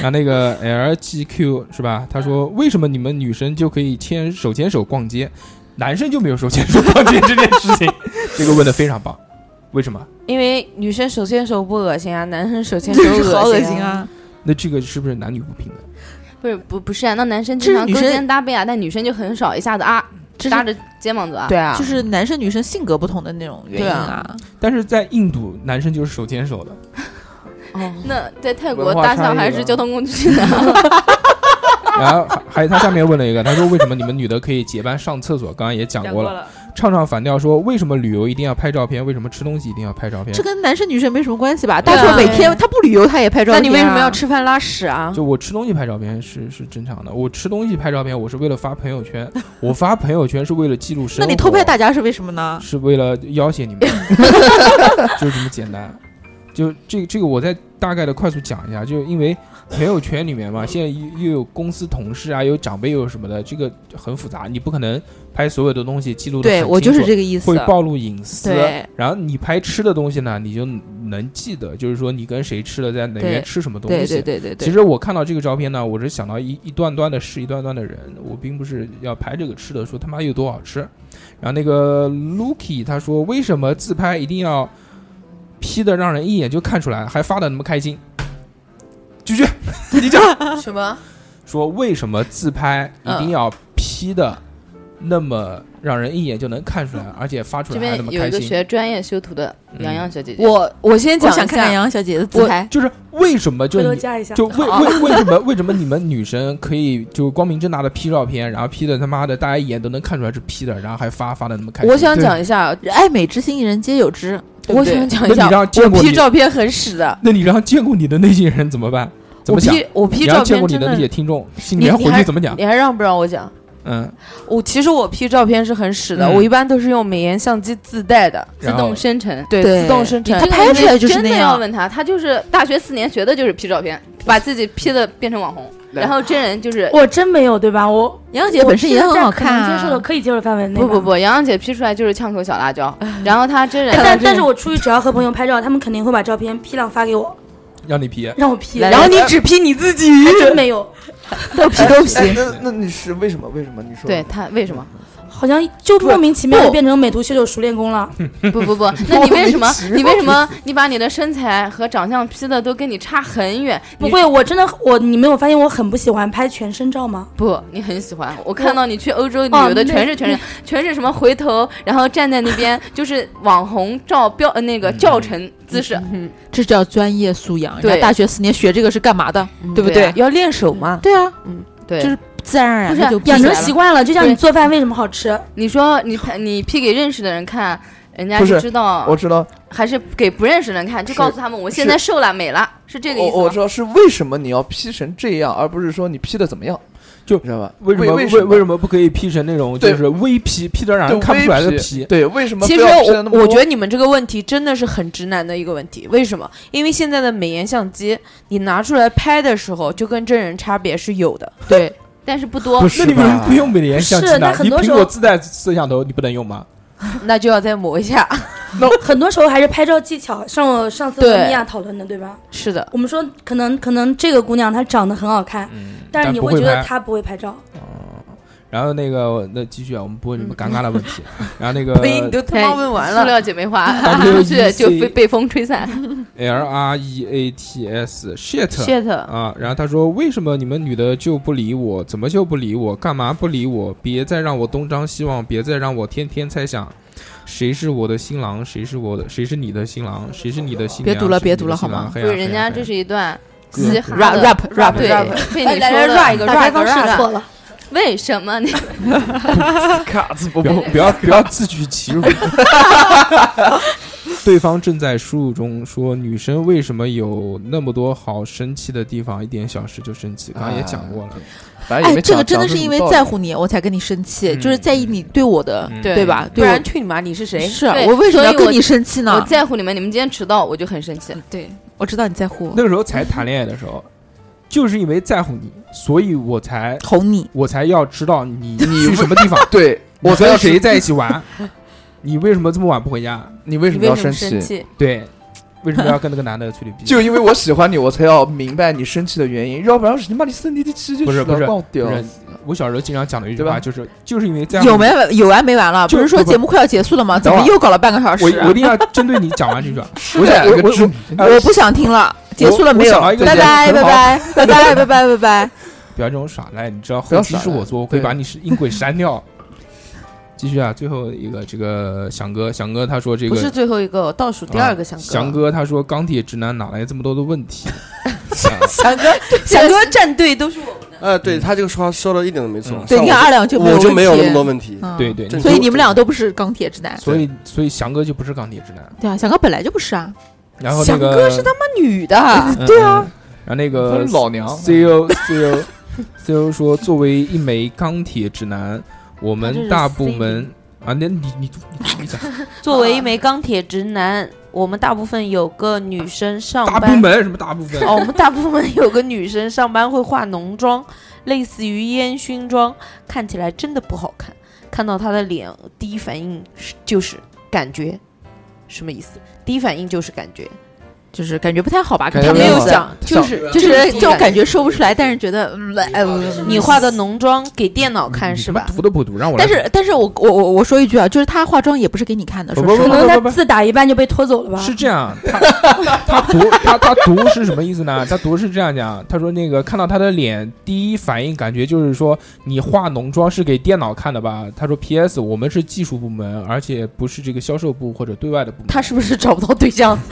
然后 那个 LGQ 是吧？他说为什么你们女生就可以牵手牵手逛街，男生就没有手牵手逛街这件事 情？这个问的非常棒，为什么？因为女生手牵手不恶 心啊，男生手牵手就是好恶心心！啊！那这个是不是男女不平等？不是不不是啊，那男生这是经常女勾生肩搭背啊，但女生就很少一下子啊这搭是着肩膀走啊。对啊，就是男生女生性格不同的那种原因啊。但是在印度，男生就是手牵手的，哦那在泰国文化大差象异还吧是交通工具呢？ 然后还还他下面问了一个，他说为什么你们女的可以结伴上厕所？刚刚也讲过了。了，唱唱反调说为什么旅游一定要拍照片？为什么吃东西一定要拍照片这？跟男生女生没什么关系吧？对大啊壮每天他不旅游，他也拍照那片啊。你为什么要吃饭拉屎啊？就我吃东西拍照片是是正常的，我吃东西拍照片我是为了发朋友圈，我发朋友圈是为了记录生那活。你偷拍大家是为什么呢？是为了要挟 你们，就这么简单。就这个这个，我再大概的快速讲一下，就因为朋友圈里面 嘛，现在又又有公司同事啊，又有长辈，又有什么的，这个很复杂，你不可能拍所有的东西记录的。对我就是这个意思会。暴露隐私对。然后你拍吃的东西呢，你就能记得，就是说你跟谁吃了，在哪边对吃什么东西。对对对对其对，实我看到这个照片呢，我是想到一一段段的事，一段段的人，我并不是要拍这个吃的，说他妈有多好吃。然后那个 Lucky 他说，为什么自拍一定要 P 的让人一眼就看出来，还发的那么开心？拒绝，你讲什么？说为什么自拍一定要 P 的那么让人一眼就能看出来，而且发出这来还边那么有开一个心？学专业修图的嗯洋洋小姐姐，我我先我讲一下想看看杨小姐的自拍。就是为什么就回头你加一下。就为为为什么为什么你们女生可以就光明正大的 P 照片，然后 P 的他妈的大家一眼都能看出来是 P 的，然后还发发的那么开心？我想讲一下，爱美之心，人皆有之。对不我对想讲那一你下，让见我过 P 你照片很屎的，那你让见过你的那些人怎么办？怎我么想？ P 我 P 你照让见片过你真的那些啊的，听众，心里你面你回还去怎么讲？你还让不让我讲？嗯，我其实我 P 照片是很屎的，嗯我一般都是用美颜相机自带的，自然后动生成。对，对自动生成他。拍出来就是真那的要样。问他，他就是大学四年学的就是 P 照片，把自己 P 的变成网红，来然后真人就是我真没有对吧？我杨小姐本身也很好看我是在可能接受的啊，可以接受的范围内。不不。不，洋洋姐 P 出来就是呛口小辣椒，哎然后她真人但但是我出去只要和朋友拍照，他们肯定会把照片批量发给我，让你 P，让我 P。然后你只 P 你自己，还真没有，都皮都皮。哎 那那你是为什么？为什么你说对她为什么？好像就莫名其妙的变成美图秀秀熟练工了。 不不不，那你为什么？你为什么？你把你的身材和长相 P 的都跟你差很远？不你会，我真的我你没有发现我很不喜欢拍全身照吗？不，你很喜欢。我看到你去欧洲旅哦游的那全是全是全是什么回头，然后站在那边就是网红照标呃那个嗯教程姿势，这叫专业素养。人对家大学四年学这个是干嘛的？对对不嗯对啊？要练手嘛。对啊，对，就是自然而然不是它就养成起来了习惯了，就像你对做饭为什么好吃？你说你拍你 P 给认识的人看，人家不就是知道，我知道，还是给不认识的人看，就是告诉他们我现在瘦了美了，是这个意我我思啊知吗？道是为什么你要 P 成这样，而不是说你 P 的怎么样，就你知道吧？为什么为为为什么么不可以 P 成那种对就是微 P P 的让人对看不出来的微 P？对，为什么其非实要 P 得我那么我觉多得你们这个问题真的是很直男的一个问题，为什么？因为现在的美颜相机，你拿出来拍的时候，就跟真人差别是有的。对，但是不多不，那是你为什么吧不用美颜相机是呢但？很你多苹时候果自带摄像头你不能用吗？那就要再磨一下。 很多时候还是拍照技巧，像我上次对和米娅讨论的，对吧？是的，我们说可能可能这个姑娘她长得很好看，嗯，但是你不会会觉得拍。她不会拍照，哦，然后那个那继续啊，我们不问你们尴尬的问 题。然后那个呸！你都他妈问完 塑了，料姐妹花 WEC 出 去就被被风吹散。 L R E A T S shit shit，啊，然后他说为什么你们女的就不理我？怎么就不理我？干嘛不理我？别再让我东张西望，别再让我天天猜想。谁是我的新郎？谁是我的？谁是你的新郎？谁是你的新娘？别读谁了是别你的读了新郎好吗嘿不呀是，嘿呀人家嘿呀这是一段嘻哈 rap 的 rap rap 对 rap，被来你来说来 rap 一的。个大 rap 家一个刚试 rap 错了，为什么你 卡子不不要不要不要自取其辱。对方正在输入中说：“女生为什么有那么多好生气的地方？一点小事就生气。”刚刚也讲过了，反正也哎，没这讲个真的是因为讲出什在。么道理乎你，我才跟你生气，嗯就是在意你对我的，嗯对吧？不对然我，去你妈！你是谁？是啊对我为什么要所以跟我你生气我呢？在乎你们，你们今天迟到我就很生气。对，我知道你在乎我那，个时候才谈恋爱的时 候，就是因为在乎你，所以我才哄你。我才要知道 你去什么地方，对， 我我跟要谁在一起 玩，你为什么这么晚不回家？你为什你么为要什么气生？气？ 对，为什么要跟那个男的吹牛逼？就因为我喜欢你，我才要明白你生气的原因，要不然我你妈你生你的气就不是死了不是光屌不是我小时候经常讲的一句对吧话就是，就是因为在乎有你没有有完没完了？啊就不是说不不节目快要结束了吗？怎等么会儿又搞了半个小时我？啊啊我一定要针对你讲完这句话。我想我我知哎我不想听了，结束了没有我我想到一？个拜拜结拜束拜拜拜拜拜拜拜。不要这种耍赖，你知道不要后期耍是赖我做，我可以对把你是音轨删掉。继续啊，最后一个这个翔哥，翔哥他说这不是个最后一个，倒数第二个翔哥。啊翔哥他说钢铁直男哪来这么多的问 题？啊翔哥， 翔哥战队都是我们的。呃，对他这个说说的一点都没错嗯。对，你看像二两就我我就没有有那么多题。问题。啊嗯对，对，这你所以你们俩都不是钢铁直男。所以所以翔哥就不是钢铁直男。对啊，小刚本来就不是啊。然后那翔个哥是他妈女的，嗯对啊，然后那他个是老娘啊 C E O C O C E O 说，作为一枚钢铁直男，我他这们是大部 C E 门啊，那你你读你读你讲， 作为一枚钢铁直男，我们大部分有个女生上大部班。门什么大部分？哦，我们大部分有个女生上班会化浓妆，类似于烟熏妆，看起来真的不好看。看到她的脸，第一反应是就是感觉，什么意思？第一反应就是感觉，就是感觉不太好吧？感觉他他没没有有好想，就是就就是是这种感觉。觉说不出来，但是觉得嗯，哎，呃你化的浓妆给电脑看你是他妈吧？读都不读，让我来但是，但是我我我我说一句啊，就是她化妆也不是给你看的，不说不实可话，能他不不不字打一半就被拖走了吧？是这样，他他读他他读是什么意思呢？他读是这样讲，他说那个看到他的脸，第一反应感觉就是说你化浓妆是给电脑看的吧？他说 P.S. 我们是技术部门，而且不是这个销售部或者对外的部门。他是不是找不到对象？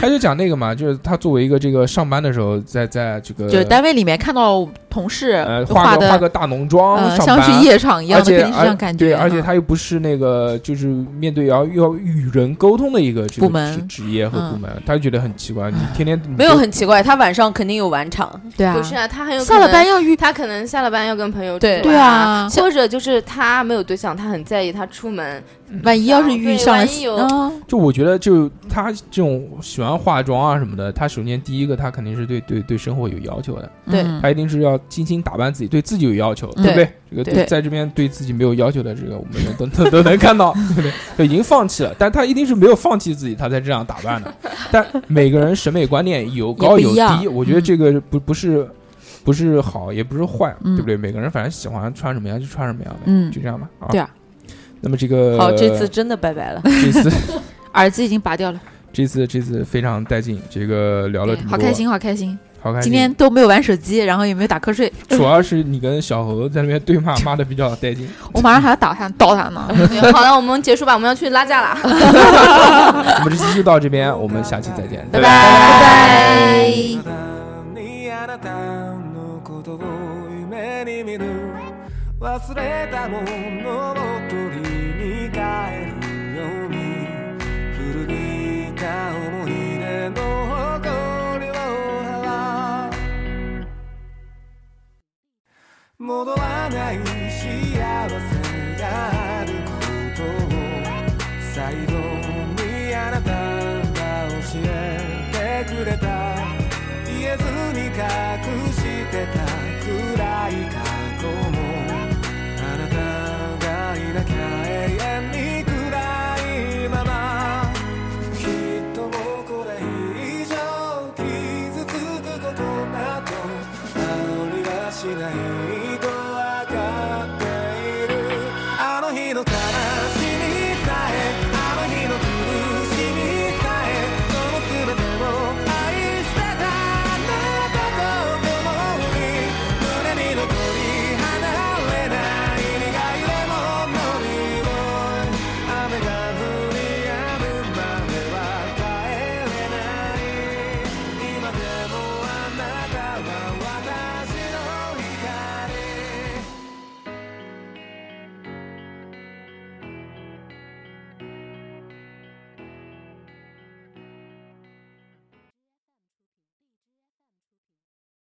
他就讲那个嘛，就是他作为一个这个上班的时候，在在这个就是单位里面看到同事呃化化个化的个大浓妆呃，上像班。去夜场一而样的，且肯定是这样而感觉。对，而且嗯他又不是那个，就是面对要要与人沟通的一个这个部门嗯职职业和部门，他就觉得很奇 怪。你天天没有很奇怪，他晚上肯定有晚场。对啊不，是啊，他很有下了可能班要遇他可能下了班要跟朋友对出来对啊或者就是他没有对象，他很在意他出门，万一要是遇对上了万一有嗯就我觉得，就他这种喜欢化妆啊什么的，他首先第一个，他肯定是对对对生活有要求的，对嗯他一定是要精心打扮自己，对自己有要求，嗯对不对？这个对在这边对自己没有要求的，这个我们都都都能看到，对不对？就已经放弃了，但他一定是没有放弃自己，他才这样打扮 的。但每个人审美观念有高也不有一样低，我觉得这个不不是不是好，也不是坏，嗯对不对？每个人反正喜欢穿什么样就穿什么样呗，嗯就这样吧。啊对啊。那么这个好，这次真的拜拜了。 这次。耳机已经拔掉了，这次这次非常带劲，这个聊了对这么好多开，心，好开心。好开心。今天都没有玩手机，然后也没有打瞌睡，主要是你跟小猴在那边对骂，骂的比较带 劲。我马上还要打他倒他呢。好了，我们结束吧，我们要去拉架了，我们这期就到这 边，我们下期再见，拜拜。拜拜。ただにあなたのことを夢に見る忘れたものを取りに帰るように古びた思い出の誇りを払う戻らない幸せがあることを最後にあなたが教えてくれた言えずに隠してた暗い過去もあなたがいなきゃ永遠に暗いままきっともうこれ以上傷つくことなどありはしない